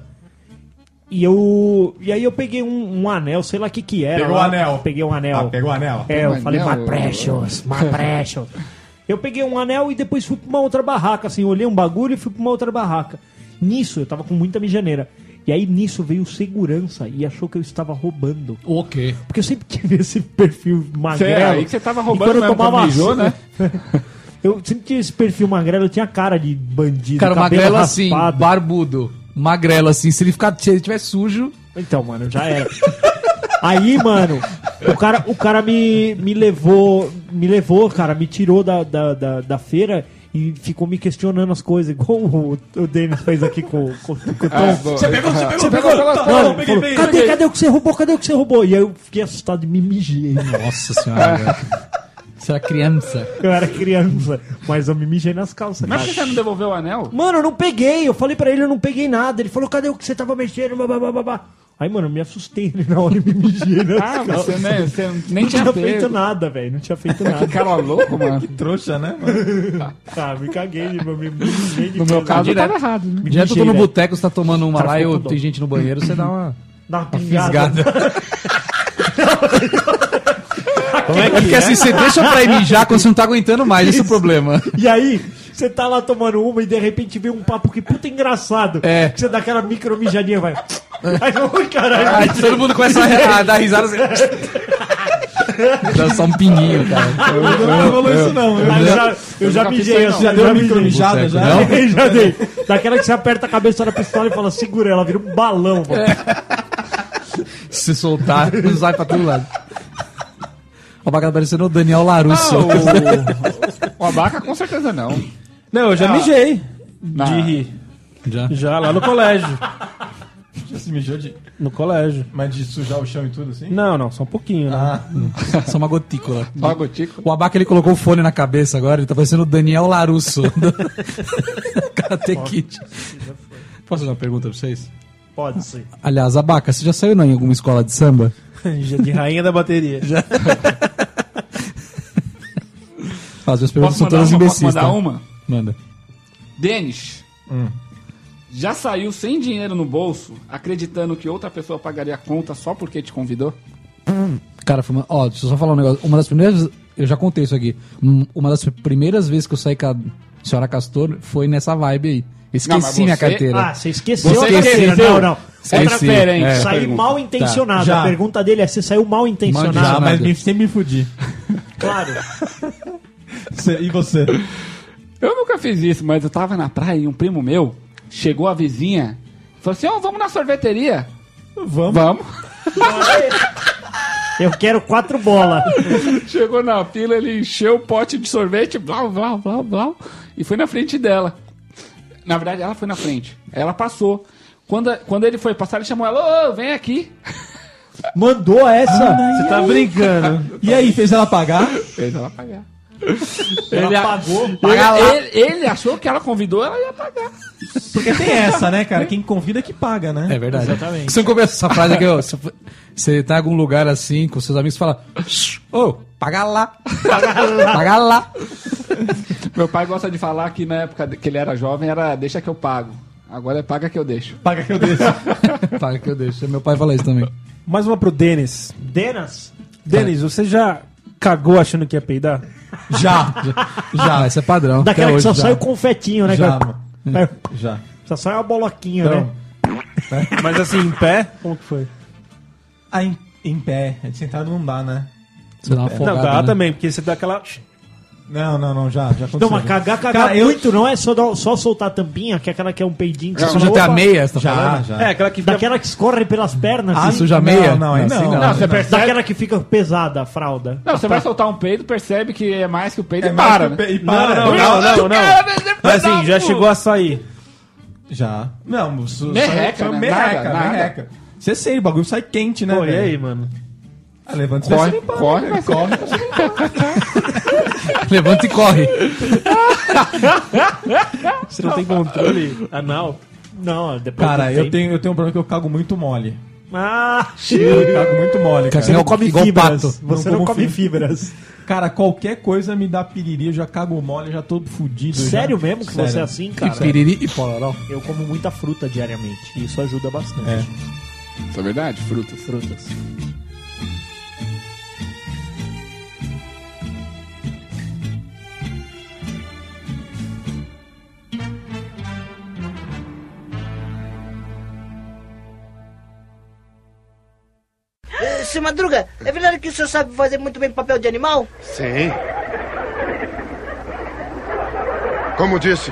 Speaker 2: E eu. E aí eu peguei um, um anel, sei lá o que que era.
Speaker 13: Pegou
Speaker 2: lá.
Speaker 13: o anel.
Speaker 2: Peguei um anel.
Speaker 13: Ah, pegou o anel.
Speaker 2: É,
Speaker 13: Pegou
Speaker 2: eu falei,
Speaker 13: o
Speaker 2: my
Speaker 13: anel.
Speaker 2: precious,
Speaker 13: *laughs*
Speaker 2: my precious. Eu peguei um anel e depois fui pra uma outra barraca, assim, olhei um bagulho e fui pra uma outra barraca. Nisso, eu tava com muita mijaneira. E aí nisso veio o segurança e achou que eu estava roubando.
Speaker 14: O quê?
Speaker 2: Porque eu sempre *laughs* tive esse perfil magrelo.
Speaker 3: Cê- aí que você tava
Speaker 2: E
Speaker 3: roubando
Speaker 2: quando eu
Speaker 3: mesmo,
Speaker 2: tomava
Speaker 3: quando mijou,
Speaker 2: né? Eu sempre tinha esse perfil magrelo, eu tinha cara de bandido,
Speaker 5: Cara,
Speaker 2: cabelo
Speaker 5: magrelo assim,
Speaker 2: raspado.
Speaker 5: barbudo. Magrelo assim, se ele ficar se ele tiver sujo.
Speaker 2: Então, mano, já era. Aí, mano, o cara, o cara me, me levou, me levou, cara, me tirou da, da, da, da feira e ficou me questionando as coisas, igual o, o Denis fez aqui com, com, com o Tom.
Speaker 3: Ah, *laughs* boa. Você pegou, você pegou, pegou,
Speaker 2: Não, ele
Speaker 3: Tá. pegou, pegou, peguei,
Speaker 2: falou,
Speaker 3: peguei,
Speaker 2: cadê,
Speaker 3: peguei.
Speaker 2: cadê o que você roubou, cadê o que você roubou? E aí eu fiquei assustado e me mijei.
Speaker 5: Nossa *laughs* senhora, velho. Você era criança.
Speaker 2: Eu era criança, mas eu me mijei nas calças,
Speaker 3: Mas por
Speaker 2: cara.
Speaker 3: que você não devolveu o anel?
Speaker 2: Mano, eu não peguei. Eu falei pra ele, eu não peguei nada. Ele falou, cadê o que você tava mexendo? Blá, blá, blá, blá, blá. Aí, mano, eu me assustei ele na hora e me mijei. nas
Speaker 3: Ah, mas
Speaker 2: calças.
Speaker 3: você, né, você nem
Speaker 2: não
Speaker 3: tinha
Speaker 2: tinha, feito
Speaker 3: pego.
Speaker 2: nada, velho. Não tinha feito nada.
Speaker 3: *laughs* Que cara é louco, mano. Que
Speaker 13: trouxa, né,
Speaker 2: mano? ah, me caguei. meu, me, me mijei de
Speaker 5: No meu
Speaker 2: coisa.
Speaker 5: caso, eu tava
Speaker 3: errado, né?
Speaker 2: Me
Speaker 5: Direto eu tô
Speaker 2: mijei,
Speaker 5: no
Speaker 2: velho.
Speaker 5: boteco, você tá tomando uma
Speaker 2: Cara,
Speaker 5: lá e
Speaker 2: ficou
Speaker 5: eu-
Speaker 2: com dó.
Speaker 5: tem gente no banheiro, você dá uma.
Speaker 2: Dá uma
Speaker 5: fisgada.
Speaker 2: pingada. Como
Speaker 5: É porque assim, você deixa pra ir mijar quando você não tá aguentando mais, esse é o problema.
Speaker 2: E aí, você tá lá tomando uma e de repente vem um papo que puta engraçado. É. Que você dá aquela micro mijadinha, vai. Aí, ô, caralho.
Speaker 5: Aí todo mundo começa a, re- a dar risada assim. Dá só um pinguinho, cara.
Speaker 2: Eu não rolou isso, não. Eu, já, eu já mijei. assim,
Speaker 1: Já
Speaker 2: eu
Speaker 1: deu uma
Speaker 2: mijei.
Speaker 1: micromijada, já?
Speaker 2: *laughs* Já dei, já dei. Daquela que você aperta a cabeça da pistola e fala, segura ela, vira um balão, mano.
Speaker 5: Se soltar, sai pra todo lado. O abaca tá parecendo o Daniel Larusso.
Speaker 3: O abaca com certeza não.
Speaker 6: Não, eu já
Speaker 3: Ah.
Speaker 6: mijei. De
Speaker 3: Ah.
Speaker 6: rir.
Speaker 5: Já?
Speaker 6: Já, lá no colégio.
Speaker 13: Já se mijou de.
Speaker 6: No colégio.
Speaker 13: Mas de sujar o chão e tudo assim?
Speaker 6: Não, não, só um pouquinho, né?
Speaker 5: *laughs* Só uma gotícula.
Speaker 3: Só uma gotícula.
Speaker 5: O abaca ele colocou o fone na cabeça agora, ele tá parecendo o Daniel Larusso. *laughs* do- Karate Kid. Posso fazer uma pergunta pra vocês?
Speaker 2: Pode ser.
Speaker 5: Aliás, abaca, você já saiu não, em alguma escola de samba?
Speaker 6: *laughs* Já de rainha da bateria.
Speaker 5: As minhas perguntas são
Speaker 3: mandar
Speaker 5: todas
Speaker 3: uma?
Speaker 5: imbecis.
Speaker 3: Posso mandar
Speaker 5: tá?
Speaker 3: uma?
Speaker 5: Manda.
Speaker 3: Denis, já saiu sem dinheiro no bolso, acreditando que outra pessoa pagaria a conta só porque te convidou?
Speaker 5: Cara, foi uma... ó, deixa eu só falar um negócio. Uma das primeiras. Eu já contei isso aqui. Um- Uma das primeiras vezes que eu saí com a senhora Castor foi nessa vibe aí.
Speaker 2: Não,
Speaker 5: Esqueci
Speaker 2: mas você-
Speaker 5: minha carteira.
Speaker 2: Ah, você esqueceu
Speaker 5: Né? Você
Speaker 2: a carteira.
Speaker 5: esqueceu.
Speaker 2: Não, não.
Speaker 5: Esqueci.
Speaker 2: Outra diferente.
Speaker 5: É.
Speaker 2: Saiu
Speaker 5: Pergunta.
Speaker 2: mal
Speaker 5: Tá.
Speaker 2: intencionado.
Speaker 5: Já.
Speaker 2: A pergunta dele é se saiu mal intencionado.
Speaker 13: Já, mas me, sempre me fudi.
Speaker 2: Claro.
Speaker 13: Cê- e você?
Speaker 3: Eu nunca fiz isso, mas eu tava na praia e um primo meu chegou a vizinha e falou assim: Ó, vamos na sorveteria.
Speaker 13: Vamos.
Speaker 3: Vamos. *laughs*
Speaker 2: Eu quero quatro bolas.
Speaker 3: Chegou na fila, ele encheu o pote de sorvete, blá, blá, blá, blá, e foi na frente dela. Na verdade, ela foi na frente. Ela passou. Quando, a- quando ele foi passar, ele chamou ela, ô, vem aqui.
Speaker 2: Mandou essa?
Speaker 3: Você tá
Speaker 1: brincando. E aí, fez ela pagar?
Speaker 3: Fez ela pagar.
Speaker 1: Ela pagou.
Speaker 3: Ele,
Speaker 1: Paga lá.
Speaker 3: ele- ele achou que ela convidou, ela ia pagar.
Speaker 1: Porque tem essa, né, cara? Quem convida que paga, né?
Speaker 5: É verdade.
Speaker 1: Exatamente.
Speaker 5: Você não começa essa frase aqui, ó. se for- Você tá em algum lugar assim com seus amigos e fala: "Shh, Ô, paga lá. Paga lá.
Speaker 3: Meu pai gosta de falar que na época que ele era jovem era deixa que eu pago. Agora é paga que eu deixo.
Speaker 13: Paga que eu deixo.
Speaker 5: Paga que eu deixo. Meu pai fala isso também.
Speaker 6: Mais uma pro Denis.
Speaker 2: Denas?
Speaker 6: Denis, você já cagou achando que ia peidar?
Speaker 13: Já.
Speaker 5: Já. Ah, isso é padrão.
Speaker 6: Daquela
Speaker 5: Até
Speaker 6: que só
Speaker 5: hoje,
Speaker 6: sai
Speaker 5: já.
Speaker 6: o
Speaker 2: confetinho, né?
Speaker 5: Já, Então,
Speaker 2: cara?
Speaker 5: mano.
Speaker 2: É.
Speaker 13: Já.
Speaker 2: Só sai uma boloquinha,
Speaker 13: Não.
Speaker 2: né?
Speaker 6: Mas assim, em pé? Como que foi?
Speaker 13: Ah, em, em pé. Sentado não dá, né?
Speaker 5: Você dá uma né?
Speaker 13: É.
Speaker 6: Não, dá também, porque você dá aquela.
Speaker 13: Não, não, não, já, já aconteceu.
Speaker 2: Não, mas cagar, cagar
Speaker 13: Cara, eu-
Speaker 2: muito não é só, dar- só soltar a tampinha, que é aquela que é um peidinho. que
Speaker 5: Já
Speaker 2: você
Speaker 5: suja até a
Speaker 2: opa.
Speaker 5: meia, você tá
Speaker 13: Já,
Speaker 5: falando?
Speaker 13: já.
Speaker 6: É, aquela que
Speaker 2: Daquela que escorre pelas pernas.
Speaker 5: Ah,
Speaker 2: assim.
Speaker 5: suja a meia? assim
Speaker 13: não, aí não.
Speaker 2: Não,
Speaker 13: Não,
Speaker 2: você percebe- Daquela que fica pesada a fralda.
Speaker 3: Não, você vai soltar um peido, percebe que é mais que o peido
Speaker 13: É
Speaker 3: e
Speaker 13: mais
Speaker 3: para.
Speaker 13: que o
Speaker 3: né?
Speaker 13: pe- e para.
Speaker 1: é
Speaker 6: Não, não, não, não. Mas assim, já chegou a sair.
Speaker 13: Já. Não, su-
Speaker 3: Merreca,
Speaker 13: saiu- saiu
Speaker 3: né?
Speaker 13: merreca,
Speaker 3: Nada, nada.
Speaker 13: merreca. Você sente, o bagulho sai quente, né?
Speaker 6: Pô, e
Speaker 13: velho?
Speaker 6: aí, mano?
Speaker 13: Ah, levanta e vai
Speaker 3: Corre,
Speaker 13: se limpar,
Speaker 3: corre,
Speaker 13: né? corre. pra se limpar.
Speaker 5: *laughs* Levanta e corre.
Speaker 6: Você não tem controle anal?
Speaker 2: Não, depois
Speaker 13: Cara,
Speaker 2: do
Speaker 13: eu
Speaker 2: tempo.
Speaker 13: tenho, eu tenho um problema que eu cago muito mole.
Speaker 2: Ah,
Speaker 13: Macaco muito mole,
Speaker 5: Tá
Speaker 13: cara.
Speaker 2: Você não come fibras. Você não,
Speaker 13: como
Speaker 2: come
Speaker 13: fibra.
Speaker 2: fibras.
Speaker 13: Cara, qualquer coisa me dá piriri, eu já cago mole, já tô fudido. já.
Speaker 2: Sério mesmo que você é
Speaker 13: Sério.
Speaker 2: assim, cara?
Speaker 5: e pororó.
Speaker 2: Eu como muita fruta diariamente. E isso ajuda bastante.
Speaker 3: Isso é verdade? Frutas.
Speaker 2: Frutas.
Speaker 8: Eh, Seu Madruga, é verdade que o senhor sabe fazer muito bem papel de animal?
Speaker 14: Sim. Como disse,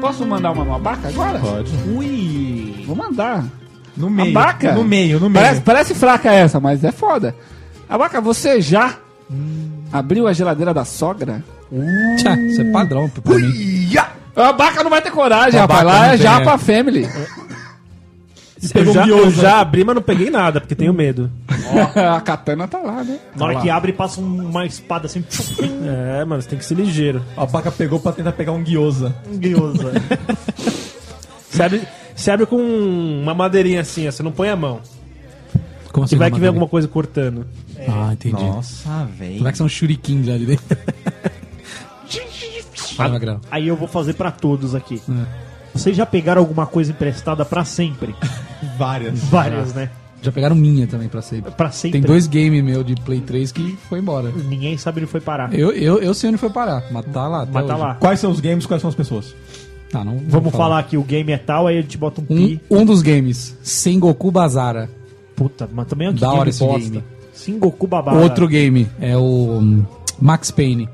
Speaker 3: Posso mandar uma abaca agora?
Speaker 13: Pode.
Speaker 3: Ui! Vou mandar.
Speaker 13: No
Speaker 3: meio. Abaca?
Speaker 13: No meio, no meio.
Speaker 3: Parece, parece fraca essa, mas é foda. Abaca, você já abriu a geladeira da sogra?
Speaker 5: Tchá, isso é padrão pra mim.
Speaker 3: Abaca não vai ter coragem, rapaz.
Speaker 6: Abaca
Speaker 3: Lá
Speaker 6: não
Speaker 3: é
Speaker 6: tem,
Speaker 3: japa
Speaker 6: é.
Speaker 3: family.
Speaker 6: Eu
Speaker 3: Pegou
Speaker 6: já,
Speaker 3: miojo,
Speaker 6: eu
Speaker 3: né?
Speaker 6: já abri, mas não peguei nada, porque tenho medo.
Speaker 3: a katana tá lá, né?
Speaker 2: Na hora
Speaker 6: Tá
Speaker 2: que
Speaker 6: lá.
Speaker 2: abre, passa um- uma espada assim.
Speaker 6: É, mano, você tem que ser ligeiro.
Speaker 13: A paca pegou pra tentar pegar um guiosa.
Speaker 2: Guiosa.
Speaker 6: Você abre, você abre com uma madeirinha assim, ó, você não põe a mão.
Speaker 5: Como assim
Speaker 6: Você vai que vem
Speaker 5: alguma
Speaker 6: alguma coisa cortando.
Speaker 5: Ah, entendi.
Speaker 13: Nossa, velho.
Speaker 5: Como é que são shurikins lá de dentro? Vai, Magrão.
Speaker 2: Aí eu vou fazer pra todos aqui.
Speaker 5: É.
Speaker 2: Vocês já pegaram alguma coisa emprestada pra
Speaker 5: *laughs*
Speaker 2: sempre?
Speaker 13: Várias.
Speaker 2: Várias, né?
Speaker 5: Já pegaram minha também pra sempre.
Speaker 2: Pra sempre.
Speaker 5: Tem dois games meu de Play 3 que foi embora.
Speaker 2: Ninguém sabe onde foi parar.
Speaker 5: Eu, eu, eu sei onde foi parar. Mas tá lá. Até
Speaker 2: Mas tá
Speaker 5: hoje.
Speaker 2: lá.
Speaker 13: Quais são os games, quais são as pessoas?
Speaker 5: Tá, não vou
Speaker 2: Vamos falar que o game é tal, aí a gente bota um
Speaker 5: Um,
Speaker 2: pi.
Speaker 5: um dos games. Sengoku Bazara.
Speaker 2: Puta, mas também é um
Speaker 5: Da hora
Speaker 2: game
Speaker 5: esse
Speaker 2: bosta.
Speaker 5: game.
Speaker 2: Singoku babada.
Speaker 5: Outro game é o hum, Max Payne.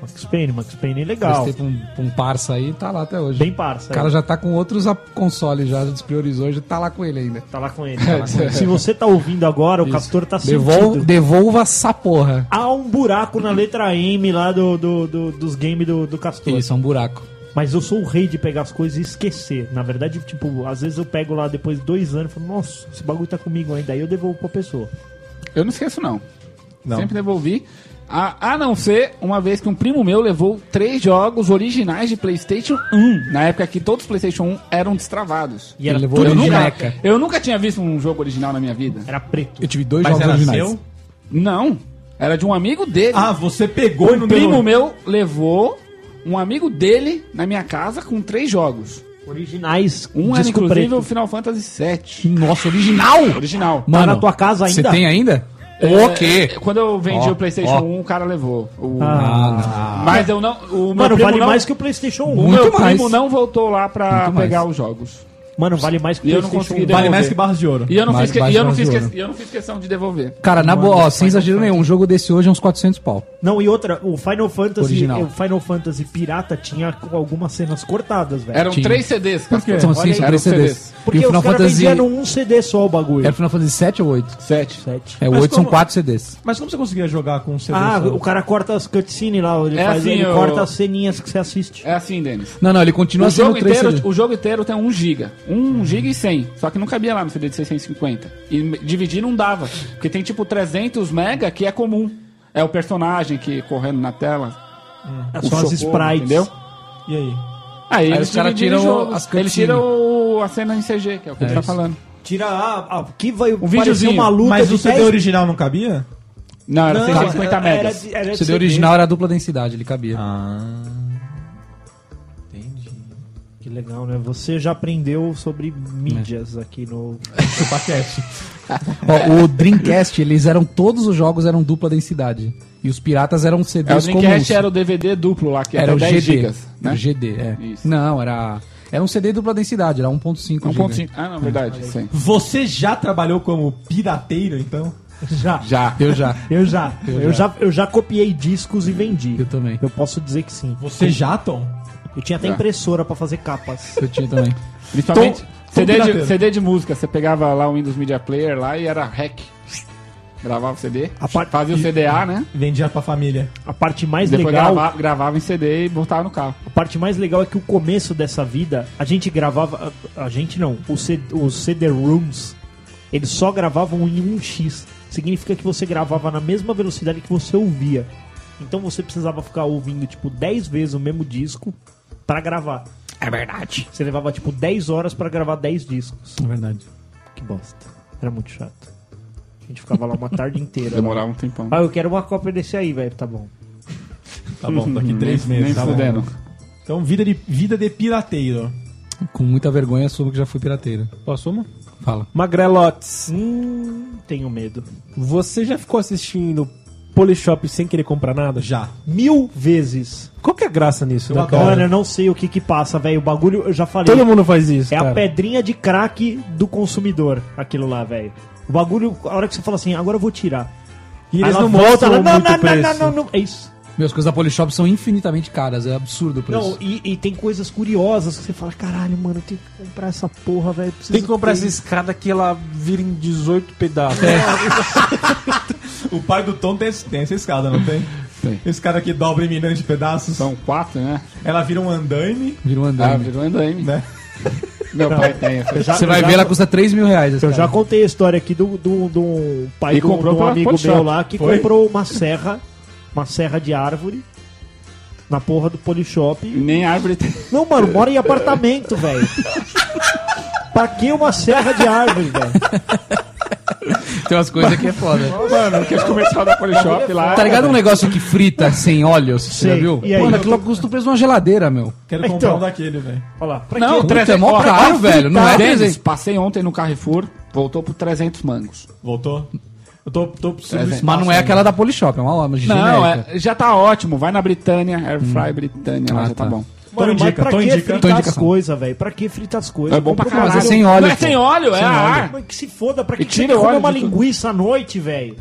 Speaker 2: Max Payne, Max Payne é legal.
Speaker 5: Prestei pra um, pra um parça aí tá lá até hoje.
Speaker 2: Bem parça.
Speaker 5: O cara
Speaker 2: é.
Speaker 5: já tá com outros ap- consoles, já já despriorizou, já tá lá com ele ainda.
Speaker 2: Tá lá com
Speaker 5: *laughs*
Speaker 2: ele.
Speaker 5: Tá lá com ele.
Speaker 2: Se você tá ouvindo agora, o Castor tá sentindo.
Speaker 5: Devol- devolva essa porra.
Speaker 2: Há um buraco na letra M lá do, do- do- dos games do, do Castor.
Speaker 5: Isso é um buraco.
Speaker 2: Mas eu sou o rei de pegar as coisas e esquecer. Na verdade, tipo, às vezes eu pego lá depois de dois anos e falo, nossa, esse bagulho tá comigo ainda. Aí eu devolvo pra pessoa.
Speaker 3: Eu não esqueço, não. Sempre devolvi. A, a não ser uma vez que um primo meu levou três jogos originais de PlayStation 1. Na época que todos os PlayStation 1 eram destravados.
Speaker 2: E era
Speaker 5: Ele
Speaker 2: tudo
Speaker 3: eu,
Speaker 2: de
Speaker 3: nunca,
Speaker 2: meca.
Speaker 3: eu nunca tinha visto um jogo original na minha vida.
Speaker 2: Era preto.
Speaker 5: Eu tive dois
Speaker 13: Mas
Speaker 5: jogos
Speaker 13: era
Speaker 5: originais.
Speaker 13: seu?
Speaker 3: Não. Era de um amigo dele.
Speaker 13: Ah, você pegou e
Speaker 3: um
Speaker 13: não
Speaker 3: primo
Speaker 13: devolveu.
Speaker 3: meu levou um amigo dele na minha casa com três jogos.
Speaker 2: Originais.
Speaker 3: Um era,
Speaker 2: disco
Speaker 3: inclusive,
Speaker 2: preto.
Speaker 3: o Final Fantasy VII.
Speaker 5: Nossa, original?
Speaker 3: Original.
Speaker 2: Tá na tua casa ainda?
Speaker 5: Você tem ainda?
Speaker 3: É,
Speaker 5: O quê?
Speaker 3: Quando eu vendi
Speaker 5: Ó,
Speaker 3: o PlayStation
Speaker 5: ó.
Speaker 3: 1, o cara levou. O-
Speaker 5: Ah,
Speaker 3: Mas eu não. O meu
Speaker 2: Mano,
Speaker 3: primo
Speaker 2: vale
Speaker 3: não,
Speaker 2: mais que o PlayStation 1.
Speaker 3: o meu
Speaker 5: Muito mais.
Speaker 3: primo não voltou lá pra
Speaker 5: Muito
Speaker 3: pegar
Speaker 5: mais.
Speaker 3: os jogos.
Speaker 2: Mano, vale mais que o
Speaker 3: E eu não
Speaker 2: PlayStation 1.
Speaker 3: consegui
Speaker 13: Vale
Speaker 3: devolver.
Speaker 13: mais que barras de ouro.
Speaker 3: E eu não,
Speaker 5: Mais né?
Speaker 3: fiz, que-
Speaker 5: baixo
Speaker 3: e eu não
Speaker 5: que
Speaker 3: fiz
Speaker 5: o
Speaker 3: que-
Speaker 5: ouro.
Speaker 3: e eu não fiz questão de devolver.
Speaker 5: Cara, na boa, ó, sem exagero nenhum, um jogo desse hoje é uns 400 pau.
Speaker 2: Não, e outra, o Final Fantasy,
Speaker 5: Original.
Speaker 2: o Final Fantasy Pirata tinha algumas cenas cortadas, velho.
Speaker 3: Eram
Speaker 5: Tinha.
Speaker 3: três CDs.
Speaker 5: Por
Speaker 3: Castor.
Speaker 5: São
Speaker 3: Olha
Speaker 5: sim,
Speaker 3: aí.
Speaker 5: são
Speaker 3: Eram
Speaker 5: três CDs.
Speaker 2: Porque
Speaker 5: e o
Speaker 2: os
Speaker 5: Final
Speaker 2: caras
Speaker 5: Fantasy. é,
Speaker 2: vendiam num CD só o bagulho.
Speaker 5: Era Final Fantasy 7 ou 8?
Speaker 3: Sete.
Speaker 2: Sete.
Speaker 5: É, o
Speaker 13: Mas
Speaker 5: 8 são
Speaker 13: como-
Speaker 5: 4 CDs.
Speaker 13: Mas como você conseguia jogar com um o seu
Speaker 2: Ah,
Speaker 13: versão?
Speaker 2: o cara corta as cutscenes lá, ele,
Speaker 3: É
Speaker 2: faz,
Speaker 3: assim,
Speaker 2: ele
Speaker 3: eu-
Speaker 2: corta as ceninhas que você assiste.
Speaker 3: É assim, Denis.
Speaker 5: Não, não, ele continua
Speaker 3: O
Speaker 5: sendo
Speaker 3: jogo,
Speaker 5: 3
Speaker 3: inteiro,
Speaker 5: CDs.
Speaker 3: o jogo inteiro tem 1 GB. 1 GB e 100. Só que não cabia lá no CD de 650. E me- dividir não dava. Porque tem tipo 300 mega que é comum. É o personagem que correndo na tela.
Speaker 2: É
Speaker 3: o
Speaker 2: só as
Speaker 3: socorro,
Speaker 2: sprites.
Speaker 3: entendeu?
Speaker 13: E aí?
Speaker 3: Aí,
Speaker 5: Aí
Speaker 3: Ah, eles
Speaker 5: os caras
Speaker 3: dividem
Speaker 5: tiram
Speaker 3: os jogos.
Speaker 5: as cutscenes.
Speaker 3: Eles tiram o- a cena em CG, que é o que ele tá falando.
Speaker 2: Tira a, a que vai um
Speaker 3: videozinho.
Speaker 2: uma luta
Speaker 13: Mas
Speaker 2: de
Speaker 13: o CD
Speaker 2: 10
Speaker 13: original não cabia?
Speaker 3: Não, era
Speaker 2: Não,
Speaker 3: 150
Speaker 2: era- era
Speaker 3: megas.
Speaker 2: de- era de
Speaker 5: O CD
Speaker 2: CD.
Speaker 5: original era a dupla densidade, ele cabia.
Speaker 2: Que legal, né? Você já aprendeu sobre
Speaker 5: É.
Speaker 2: mídias aqui no no *laughs* podcast.
Speaker 5: Ó, o Dreamcast, eles eram. Todos os jogos eram dupla densidade. E os piratas eram
Speaker 3: É, o
Speaker 5: CDs comuns.
Speaker 3: Dreamcast era o DVD duplo lá, que é
Speaker 5: Era
Speaker 3: era
Speaker 5: o
Speaker 3: 10
Speaker 5: GD.
Speaker 3: GB.
Speaker 5: Era
Speaker 3: Né?
Speaker 5: o GD, é.
Speaker 3: Isso.
Speaker 5: Não, era. Era um CD dupla densidade, era 1.5 GB.
Speaker 3: 1.5. Ah, não, verdade. sim.
Speaker 13: Você já trabalhou como pirateiro, então?
Speaker 2: já.
Speaker 3: Já.
Speaker 5: Eu já.
Speaker 2: Eu já. Eu,
Speaker 5: Eu
Speaker 2: já. eu já copiei discos e vendi.
Speaker 5: Eu também.
Speaker 2: Eu posso dizer que sim.
Speaker 13: Você já, Tom?
Speaker 2: Eu tinha até
Speaker 3: Já.
Speaker 2: impressora pra fazer capas.
Speaker 5: Eu tinha também.
Speaker 3: Principalmente CD, de,
Speaker 13: pirateiro.
Speaker 3: CD de música. Você pegava lá o Windows Media Player lá e era hack. Gravava o CD,
Speaker 2: A parte-
Speaker 3: fazia o CDA, né?
Speaker 13: Vendia pra família.
Speaker 2: A parte mais
Speaker 3: Depois
Speaker 2: legal.
Speaker 3: gravava, gravava em CD e botava no carro.
Speaker 2: A parte mais legal é que o começo dessa vida, a gente gravava. A, a gente não, os, C- os CD Rooms, eles um só gravavam em 1x. Significa que você gravava na mesma velocidade que você ouvia. Então você precisava ficar ouvindo, tipo, 10 vezes o mesmo disco pra gravar. É verdade. Você levava, tipo, 10 horas pra gravar 10 discos.
Speaker 1: É verdade.
Speaker 2: Que bosta. Era muito chato. A gente ficava lá uma tarde inteira.
Speaker 6: *laughs*
Speaker 3: Demorava
Speaker 2: lá.
Speaker 3: um tempão.
Speaker 2: Ah, eu quero uma cópia desse aí, velho. Tá bom.
Speaker 1: Tá bom, daqui
Speaker 3: Nem-
Speaker 1: três
Speaker 3: nem
Speaker 1: meses. tá bom.
Speaker 3: fudendo.
Speaker 1: Então, vida de, vida de pirateiro.
Speaker 5: Com muita vergonha, soube que já fui pirateira.
Speaker 6: Posso uma?
Speaker 5: Fala.
Speaker 6: Magrelotes.
Speaker 2: Hum, tenho medo.
Speaker 6: Você já ficou assistindo Polishop sem querer comprar nada?
Speaker 1: Já.
Speaker 2: Mil vezes.
Speaker 6: Qual que é a graça nisso, né,
Speaker 2: Mano, eu
Speaker 6: cara?
Speaker 2: não sei o que que passa, velho. O bagulho, eu já falei.
Speaker 6: Todo mundo faz isso,
Speaker 2: É
Speaker 6: cara.
Speaker 2: a pedrinha de craque do consumidor, aquilo lá, velho. O bagulho, a hora que você fala assim, agora eu vou tirar.
Speaker 5: E
Speaker 2: Aí
Speaker 5: eles
Speaker 2: ela
Speaker 5: não
Speaker 2: volta,
Speaker 5: mostram
Speaker 2: ela, não,
Speaker 5: muito
Speaker 2: não, não, não,
Speaker 5: preço.
Speaker 2: não, não, é isso.
Speaker 5: Meus coisas da Polishop são infinitamente caras, é absurdo o preço.
Speaker 2: Não, e, e tem coisas curiosas que você fala, caralho, mano, eu tenho que comprar essa porra, velho. preciso
Speaker 6: Tem que comprar
Speaker 2: ter
Speaker 6: essa
Speaker 2: isso."
Speaker 6: escada que ela vira em 18 pedaços.
Speaker 1: O pai do Tom tem, tem essa escada, não tem?
Speaker 3: Tem.
Speaker 1: Esse cara que dobra em milhões de pedaços.
Speaker 5: Então.
Speaker 3: São quatro, né?
Speaker 1: Ela vira um andaime.
Speaker 5: Vira um
Speaker 3: Ah, virou andaime.
Speaker 1: Né?
Speaker 3: Meu
Speaker 2: Não.
Speaker 3: pai tem essa.
Speaker 2: Eu já-
Speaker 5: Você
Speaker 2: eu
Speaker 5: vai
Speaker 2: já-
Speaker 5: ver, ela custa 3 mil reais. essa
Speaker 2: Eu já
Speaker 5: cara.
Speaker 2: contei a história aqui do, do, do pai
Speaker 5: E
Speaker 2: do,
Speaker 5: comprou
Speaker 2: do
Speaker 5: pela
Speaker 2: amigo
Speaker 5: Polishop.
Speaker 2: meu lá que
Speaker 5: Foi?
Speaker 2: comprou uma serra, uma serra de árvore na porra do Polishop.
Speaker 3: Nem árvore tem.
Speaker 2: Não, mano, mora em apartamento, velho. pra que uma serra de árvore, velho?
Speaker 5: Tem umas coisas que é foda.
Speaker 3: Mano, aqueles comercial da Polishop lá.
Speaker 5: Tá ligado um negócio que frita sem óleos? Você já
Speaker 3: Sei.
Speaker 5: viu?
Speaker 3: E aí?
Speaker 5: Mano, aquilo custa o preço de uma geladeira, meu.
Speaker 1: Quero
Speaker 3: Então.
Speaker 1: comprar um daquele, velho.
Speaker 2: Olha lá, pra
Speaker 3: Não,
Speaker 5: Puta,
Speaker 3: 300
Speaker 5: é mó
Speaker 3: ó,
Speaker 5: caro,
Speaker 3: pra
Speaker 5: velho, não é?
Speaker 3: Tênis,
Speaker 5: Tênis?
Speaker 3: Passei ontem no Carrefour, voltou por 300 mangos.
Speaker 1: Voltou? Eu tô, tô
Speaker 3: Mas
Speaker 1: subindo
Speaker 5: Mas não é aquela da Polishop, é uma, uma genérica.
Speaker 3: Não, é- já tá ótimo. Vai na Britânia, Air Fry Britânia, lá
Speaker 5: Ah,
Speaker 3: já tá,
Speaker 5: tá.
Speaker 3: bom.
Speaker 2: Mano, mas pra que
Speaker 5: Tô
Speaker 2: fritar
Speaker 5: indica-
Speaker 2: as coisas, velho? Pra que fritar as coisas?
Speaker 3: É bom pra
Speaker 2: Compra
Speaker 3: caralho.
Speaker 2: uma-
Speaker 3: Mas é sem óleo, Não é pô. sem óleo, é Sem ar. óleo.
Speaker 2: Ah, Mas que se foda, pra que
Speaker 3: E tira
Speaker 2: tira
Speaker 3: o óleo
Speaker 2: uma
Speaker 3: de tudo.
Speaker 2: linguiça à noite, velho?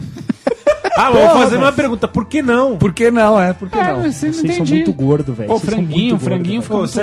Speaker 6: Ah, vou
Speaker 2: Porra,
Speaker 6: fazer
Speaker 2: velho.
Speaker 6: uma pergunta. Por que não?
Speaker 5: Por que não, é? Por que
Speaker 3: É,
Speaker 5: não?
Speaker 3: mas você não
Speaker 2: Vocês são
Speaker 3: entendi.
Speaker 2: muito gordo, velho.
Speaker 3: Pô,
Speaker 2: Vocês são
Speaker 3: franguinho,
Speaker 2: muito gordo,
Speaker 3: franguinho
Speaker 2: velho.
Speaker 3: ficou muito louco.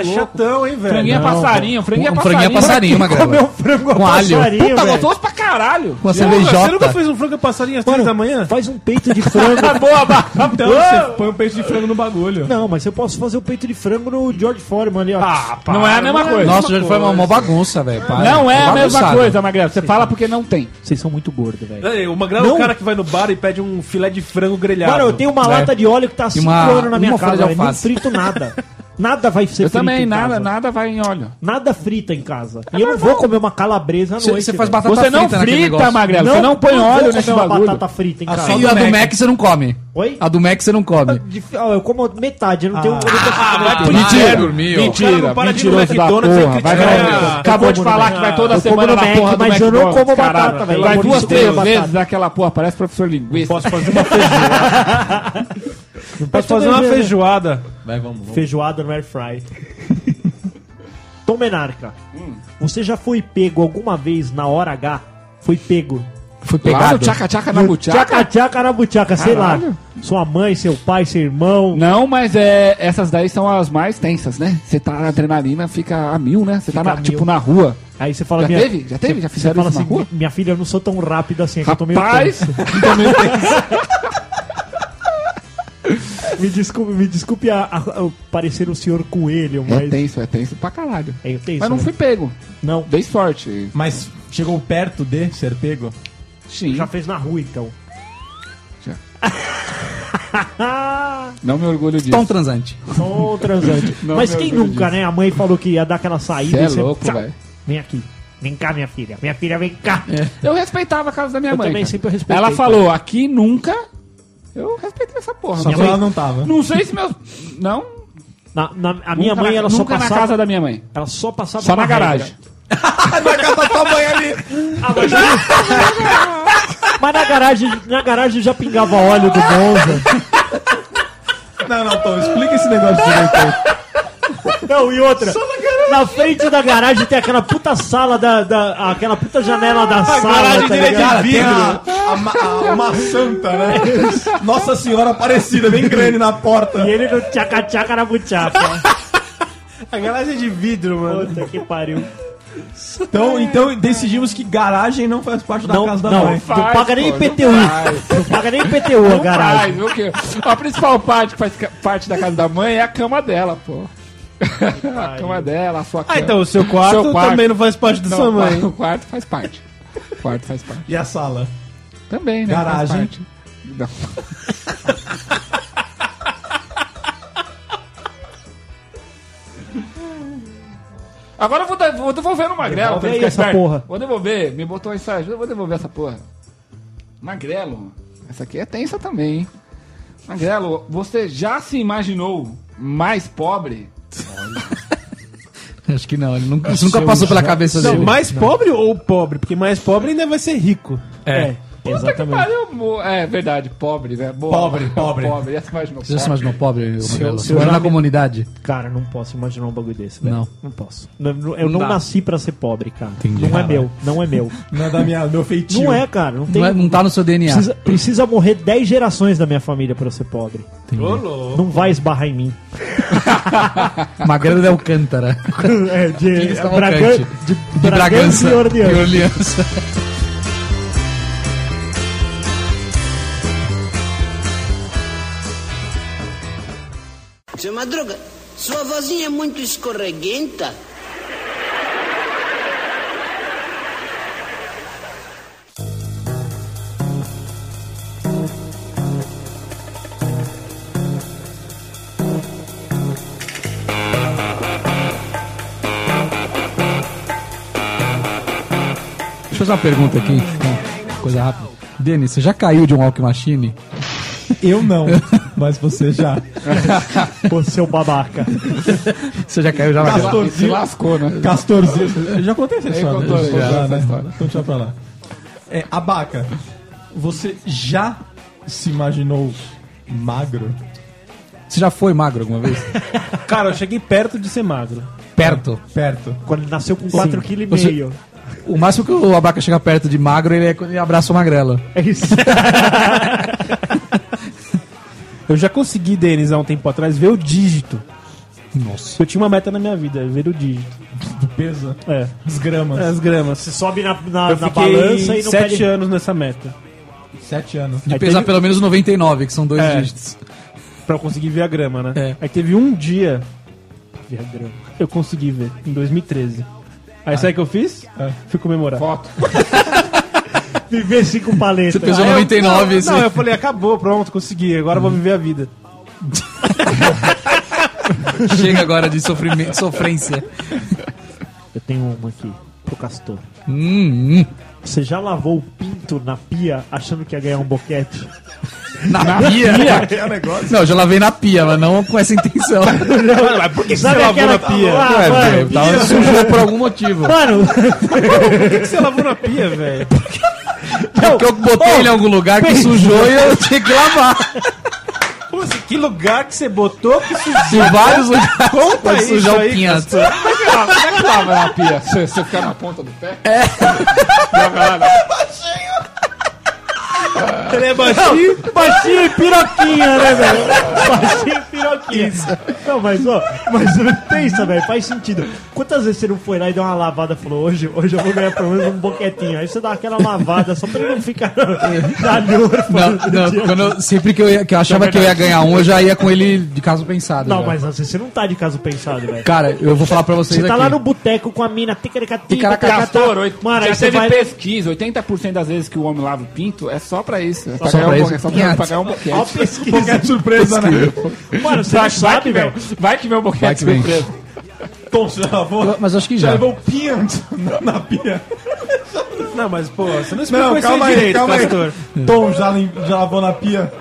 Speaker 6: é hein,
Speaker 3: Franguinho é
Speaker 2: Não,
Speaker 3: passarinho, franguinho é
Speaker 5: Um
Speaker 3: passarinho.
Speaker 5: franguinho é passarinho,
Speaker 3: Pra que
Speaker 5: magrelo.
Speaker 2: *laughs*
Speaker 3: comer um frango
Speaker 5: Com
Speaker 3: a
Speaker 5: alho.
Speaker 3: passarinho,
Speaker 6: Puta,
Speaker 3: velho?
Speaker 6: gostoso
Speaker 3: pra caralho.
Speaker 5: Com a
Speaker 2: é
Speaker 6: Você nunca
Speaker 5: cervejota.
Speaker 6: fez um frango e passarinho às
Speaker 2: Mano,
Speaker 6: 3 da manhã?
Speaker 2: Faz um peito de frango.
Speaker 3: Boa,
Speaker 5: *laughs*
Speaker 1: Então, você põe um peixe de frango no bagulho.
Speaker 2: Não, mas eu posso fazer o peito de frango no George Foreman ali, ó. Ah,
Speaker 3: Não é a mesma coisa.
Speaker 5: Nossa, já foi uma mó bagunça, velho. para.
Speaker 3: Não é a mesma
Speaker 5: Bagunçado.
Speaker 3: coisa, Magrelo. Você fala porque não tem.
Speaker 2: Vocês são muito gordos, velho.
Speaker 6: É, O Magrelo é
Speaker 2: Não.
Speaker 6: o cara que vai no bar e pede um filé de frango grelhado.
Speaker 2: Mano, eu tenho uma
Speaker 5: É.
Speaker 2: lata de óleo que tá há 5
Speaker 5: uma-
Speaker 2: anos na minha
Speaker 5: uma folha
Speaker 2: casa,
Speaker 5: de
Speaker 2: velho. Não
Speaker 5: alface.
Speaker 2: frito nada. Nada vai ser
Speaker 3: Eu
Speaker 2: frito
Speaker 3: também,
Speaker 2: em
Speaker 3: nada,
Speaker 2: casa.
Speaker 3: nada vai em óleo.
Speaker 2: Nada frita em casa. e eu não vou comer uma calabresa à
Speaker 5: Você-
Speaker 2: noite.
Speaker 5: você faz
Speaker 2: velho.
Speaker 5: batata
Speaker 3: Você não
Speaker 5: frita naquele
Speaker 3: frita,
Speaker 5: negócio.
Speaker 3: Magrelo. Você não põe
Speaker 2: eu
Speaker 3: óleo
Speaker 2: vou
Speaker 3: nesse
Speaker 2: comer uma
Speaker 3: bagulho.
Speaker 2: batata frita em
Speaker 1: Ah,
Speaker 2: casa.
Speaker 1: só
Speaker 5: E a do Mac você não come.
Speaker 2: Oi?
Speaker 5: A do Mac você não come.
Speaker 2: De- ó, eu como metade, eu não tenho. eu não tenho-
Speaker 3: Ah,
Speaker 6: vai
Speaker 5: pro Ah, é, Mentira.
Speaker 6: inferno.
Speaker 5: dormir, ó.
Speaker 6: Mentira, não para de ir no
Speaker 3: mentiroso da
Speaker 6: McDonald's e
Speaker 3: porra, vai
Speaker 6: criticar.
Speaker 3: pra-
Speaker 6: Ah,
Speaker 3: Acabou
Speaker 2: eu
Speaker 3: de
Speaker 2: como no
Speaker 3: falar
Speaker 2: Mac.
Speaker 3: que vai toda
Speaker 2: Eu como
Speaker 3: semana
Speaker 2: no
Speaker 3: na
Speaker 2: Mac,
Speaker 3: porra do
Speaker 2: mas eu não
Speaker 3: McDonald's,
Speaker 2: como batata,
Speaker 3: caralho.
Speaker 2: velho.
Speaker 3: Vai
Speaker 2: Eu
Speaker 3: duas,
Speaker 2: como
Speaker 3: três
Speaker 2: batata.
Speaker 3: vezes naquela porra, parece professor linguista.
Speaker 6: Posso fazer uma feijoada. Posso fazer uma
Speaker 2: né?
Speaker 6: feijoada.
Speaker 1: Vai, vamos, vamos.
Speaker 2: Feijoada no air fry. Tom Menarca, você já foi pego alguma vez na hora H? Foi pego.
Speaker 5: Foi
Speaker 3: Lá no
Speaker 5: pegado.
Speaker 3: tchaca-tchaca na buchaca.
Speaker 2: Tchaca, tchaca na buchaca, sei lá. Sua mãe, seu pai, seu irmão.
Speaker 3: Não, mas é, essas daí são as mais tensas, né? Você tá na adrenalina, fica a mil, né? Você tá,
Speaker 2: Fica
Speaker 3: na-
Speaker 2: a mil.
Speaker 3: tipo, na rua.
Speaker 2: Aí você fala.
Speaker 3: Já
Speaker 2: minha-
Speaker 3: teve? Já teve? Já
Speaker 2: Você
Speaker 3: fizeram
Speaker 2: fala
Speaker 3: isso na
Speaker 2: assim,
Speaker 3: rua?
Speaker 2: Minha filha, eu não sou tão rápido assim, é que eu tô meio
Speaker 3: Rapaz,
Speaker 2: tenso. Me desculpe, me desculpe a, a- a parecer o senhor coelho,
Speaker 3: é
Speaker 2: mas.
Speaker 3: tenso, é tenso pra caralho.
Speaker 2: É, eu tenho
Speaker 3: Mas não
Speaker 2: né?
Speaker 3: fui pego.
Speaker 2: Não.
Speaker 3: Dei sorte.
Speaker 1: Mas chegou perto de ser pego?
Speaker 3: Sim.
Speaker 2: Já fez na rua, então.
Speaker 3: Já.
Speaker 2: Ah,
Speaker 3: Não me orgulho disso.
Speaker 5: Tom um transante.
Speaker 2: sou um transante.
Speaker 3: *laughs* Não
Speaker 2: Mas
Speaker 3: me
Speaker 2: quem
Speaker 3: orgulho
Speaker 2: nunca,
Speaker 3: disso.
Speaker 2: né? A mãe falou que ia dar aquela
Speaker 3: Você
Speaker 2: saída.
Speaker 3: é
Speaker 2: e você-
Speaker 3: louco,
Speaker 2: Tchau.
Speaker 3: velho.
Speaker 2: Vem aqui. Vem cá, minha filha. Minha filha, vem cá.
Speaker 3: Eu respeitava a casa da minha
Speaker 2: Eu
Speaker 3: mãe.
Speaker 2: também
Speaker 3: cara.
Speaker 2: sempre respeitei, cara.
Speaker 3: Ela falou, aqui nunca. Eu respeitei essa porra.
Speaker 1: Só
Speaker 3: Minha
Speaker 1: que
Speaker 3: mãe-
Speaker 1: ela não tava.
Speaker 3: Não sei se meus. Não.
Speaker 2: Na- na- a minha
Speaker 3: nunca
Speaker 2: mãe,
Speaker 3: na-
Speaker 2: ela só
Speaker 3: nunca
Speaker 2: passava.
Speaker 3: na casa da minha mãe.
Speaker 2: Ela só passava.
Speaker 3: Só na
Speaker 2: uma
Speaker 3: garagem.
Speaker 2: regra. Ah, *laughs* Mas na garagem, na garagem já pingava óleo do Monza.
Speaker 1: Não, não, Tom, explica *laughs* esse negócio direito. aí.
Speaker 2: Não, e outra. Na frente da garagem tem aquela puta sala da. da- aquela puta janela da sala.
Speaker 1: Caralho,
Speaker 2: tá
Speaker 1: direito
Speaker 2: ligado?
Speaker 1: é de vidro. A, ma- a- uma santa, *laughs* né? Nossa Senhora Aparecida, bem grande na porta.
Speaker 2: E ele no tchaca-tchaca na buchaca.
Speaker 6: A garagem é de vidro, mano.
Speaker 2: Puta que pariu.
Speaker 1: Então, então decidimos que garagem não faz parte da
Speaker 2: Não,
Speaker 1: casa da
Speaker 2: não,
Speaker 1: mãe.
Speaker 2: não paga nem
Speaker 3: pô,
Speaker 2: IPTU.
Speaker 3: não
Speaker 2: Não, paga nem IPTU a garagem.
Speaker 3: Faz, viu, que- A principal parte que faz ca- parte da casa da mãe é a cama dela, pô. a cama dela, a sua cama.
Speaker 6: Ah, então o seu quarto,
Speaker 3: Seu quarto.
Speaker 6: também não faz parte da
Speaker 3: Não,
Speaker 6: sua
Speaker 3: o quarto-
Speaker 6: mãe.
Speaker 3: O quarto faz parte. O quarto faz parte.
Speaker 1: E a sala?
Speaker 3: Também, né?
Speaker 1: Garagem.
Speaker 3: Faz parte. Não. Agora eu vou, dar- vou devolver no Magrelo.
Speaker 2: Devolve
Speaker 3: pra
Speaker 2: aí
Speaker 3: ficar
Speaker 2: essa
Speaker 3: esperto.
Speaker 2: porra.
Speaker 3: Vou devolver. Me botou essa ajuda, eu vou devolver essa porra. Magrelo, essa aqui é tensa também, hein? Magrelo, você já se imaginou mais pobre?
Speaker 5: Acho que não, ele nunca, isso nunca passou pela cabeça
Speaker 6: Não,
Speaker 5: dele.
Speaker 6: mais pobre ou pobre? Porque mais pobre ainda vai ser rico.
Speaker 5: É.
Speaker 3: Puta que pariu, mo- é verdade, pobre, né? Boa.
Speaker 6: Pobre, pobre.
Speaker 3: pobre. Já se imaginou
Speaker 5: Você já se
Speaker 3: pobre?
Speaker 5: imaginou pobre,
Speaker 3: Se eu-
Speaker 5: Magrelo?
Speaker 3: se
Speaker 5: Você
Speaker 3: eu
Speaker 5: mora
Speaker 3: já
Speaker 5: na
Speaker 3: me-
Speaker 5: comunidade.
Speaker 2: Cara, não posso imaginar um bagulho desse, velho.
Speaker 5: Não.
Speaker 2: Não posso. Não- não- eu não,
Speaker 5: Não dá.
Speaker 2: nasci pra ser pobre, cara.
Speaker 5: Entendi.
Speaker 2: Não é
Speaker 5: Caralho.
Speaker 2: meu, não é
Speaker 6: *laughs*
Speaker 2: meu.
Speaker 1: Não é da minha, meu feitio.
Speaker 2: Não é, cara. Não, tem,
Speaker 5: Não, é- não tá no seu DNA.
Speaker 2: Precisa, precisa morrer 10 gerações da minha família pra eu ser pobre.
Speaker 5: Ô,
Speaker 2: Não vai esbarrar em
Speaker 6: *laughs*
Speaker 2: mim.
Speaker 5: Magrelo é Alcântara.
Speaker 2: *laughs* É, de,
Speaker 6: tá
Speaker 5: Feliz
Speaker 2: Bragan-
Speaker 5: Cavalcante.
Speaker 2: de
Speaker 5: De Bragança
Speaker 2: e Orleans.
Speaker 5: e Orleans.
Speaker 8: Seu Madruga, sua vozinha é muito escorreguenta.
Speaker 5: Deixa eu fazer uma pergunta aqui, então, coisa rápida. Denis, você já caiu de um walk machine?
Speaker 1: Eu
Speaker 5: *laughs*
Speaker 1: não, mas você já.
Speaker 2: Ô, seu babaca.
Speaker 5: Você já caiu já Magrelo?
Speaker 1: Castorzinho.
Speaker 3: Se lascou, né?
Speaker 1: Castorzinho. Eu já contei essa
Speaker 3: Ele
Speaker 1: história.
Speaker 3: contou,
Speaker 1: né?
Speaker 3: já,
Speaker 1: Já,
Speaker 3: essa
Speaker 1: né?
Speaker 3: história.
Speaker 1: Então deixa pra lá. É, abaca, você já se imaginou magro?
Speaker 5: Você já foi magro alguma vez?
Speaker 6: Cara, eu cheguei perto de ser magro.
Speaker 5: Perto.
Speaker 1: Perto.
Speaker 2: Quando ele nasceu com 4,5 kg.
Speaker 5: Você- O máximo que o abaca chega perto de magro, ele é quando ele abraça o magrela.
Speaker 2: É isso.
Speaker 6: Eu já consegui, Denis, há um tempo atrás, ver o dígito.
Speaker 5: Nossa.
Speaker 6: Eu tinha uma meta na minha vida, ver o dígito.
Speaker 1: Do peso?
Speaker 6: É.
Speaker 1: As gramas.
Speaker 6: As gramas.
Speaker 2: Você sobe na, na,
Speaker 6: Eu
Speaker 2: na
Speaker 6: fiquei
Speaker 2: balança e não
Speaker 6: sete
Speaker 2: pede...
Speaker 6: anos nessa meta.
Speaker 1: Sete anos.
Speaker 5: De
Speaker 6: Aí
Speaker 5: pesar
Speaker 6: teve-
Speaker 5: pelo menos 99, que são dois
Speaker 6: É.
Speaker 5: dígitos.
Speaker 6: Pra eu conseguir ver a grama, né?
Speaker 5: É.
Speaker 6: Aí teve um dia. Ver a grama. Ah. Eu consegui ver, em 2013. Aí sabe o que eu fiz? Fui comemorar.
Speaker 3: Foto.
Speaker 2: Viver cinco paletas.
Speaker 5: Você pesou
Speaker 6: Aí eu-
Speaker 5: 99,
Speaker 6: não,
Speaker 5: assim.
Speaker 6: não, eu falei, acabou, pronto, consegui. Agora eu vou viver a vida.
Speaker 5: Chega agora de sofrimento, sofrência.
Speaker 2: Eu tenho uma aqui pro Castor.
Speaker 5: Hum, hum.
Speaker 2: Você já lavou o pinto na pia achando que ia ganhar um boquete?
Speaker 5: Na, pia? Não, eu já lavei na pia, mas não com essa intenção.
Speaker 6: Mas por que você lavou na pia? é
Speaker 2: Ah,
Speaker 5: Ué,
Speaker 2: mano,
Speaker 5: velho, tava sujou por algum motivo.
Speaker 2: Mano,
Speaker 6: *laughs* Por que você lavou na pia, velho?
Speaker 5: Porque eu botei ele em algum lugar que sujou e eu tinha que lavar.
Speaker 6: Pô, assim, que lugar que você botou que
Speaker 5: De
Speaker 6: sujou?
Speaker 5: vários *laughs* lugares.
Speaker 6: Conta
Speaker 5: Vai
Speaker 6: isso
Speaker 5: sujar o
Speaker 6: aí,
Speaker 5: pinto.
Speaker 3: Como é que lava na pia? Você, você fica na ponta do pé? É.
Speaker 6: Ele é baixinho.
Speaker 2: baixinho e piroquinha, né, velho? Baixinho e piroquinha. Não, mas, ó, mas pensa, velho, faz sentido. Quantas vezes você não foi lá e deu uma lavada e falou, hoje, hoje eu vou ganhar pelo menos um boquetinho. Aí você dá aquela lavada só pra ele não ficar na lura.
Speaker 5: Não, não, quando eu- sempre que eu, ia- que eu achava que eu ia ganhar um, eu já ia com ele de caso pensado.
Speaker 2: Não,
Speaker 5: já.
Speaker 2: mas assim, você não tá de caso pensado, velho.
Speaker 5: Cara, eu vou falar pra vocês
Speaker 2: Você tá
Speaker 5: aqui.
Speaker 2: lá no boteco com a mina, ticaracatica,
Speaker 5: Ticaracatica.
Speaker 3: Castor, oito-
Speaker 2: Mano, aí
Speaker 3: já
Speaker 2: você
Speaker 3: teve
Speaker 2: vai...
Speaker 3: pesquisa, 80% das vezes que o homem lava o pinto é só pra isso. É
Speaker 5: só
Speaker 3: ganhar
Speaker 5: pra
Speaker 3: um
Speaker 5: isso?
Speaker 3: boquete, é só pra pra ganhar um
Speaker 2: Ó,
Speaker 3: boquete.
Speaker 2: pesquisa.
Speaker 1: surpresa, né?
Speaker 2: Mano, você não sabe, velho.
Speaker 3: Vai que vem o boquete é
Speaker 5: Vai que vem.
Speaker 3: surpresa.
Speaker 1: Tom, você lavou?
Speaker 5: Mas acho que
Speaker 1: Já
Speaker 5: já.
Speaker 1: levou pinto na- na pia?
Speaker 6: Não, mas pô, você não explicou
Speaker 1: Não,
Speaker 6: isso
Speaker 1: calma aí,
Speaker 6: direito,
Speaker 1: calma aí.
Speaker 6: pastor.
Speaker 1: Tom, já, lim- já lavou na pia?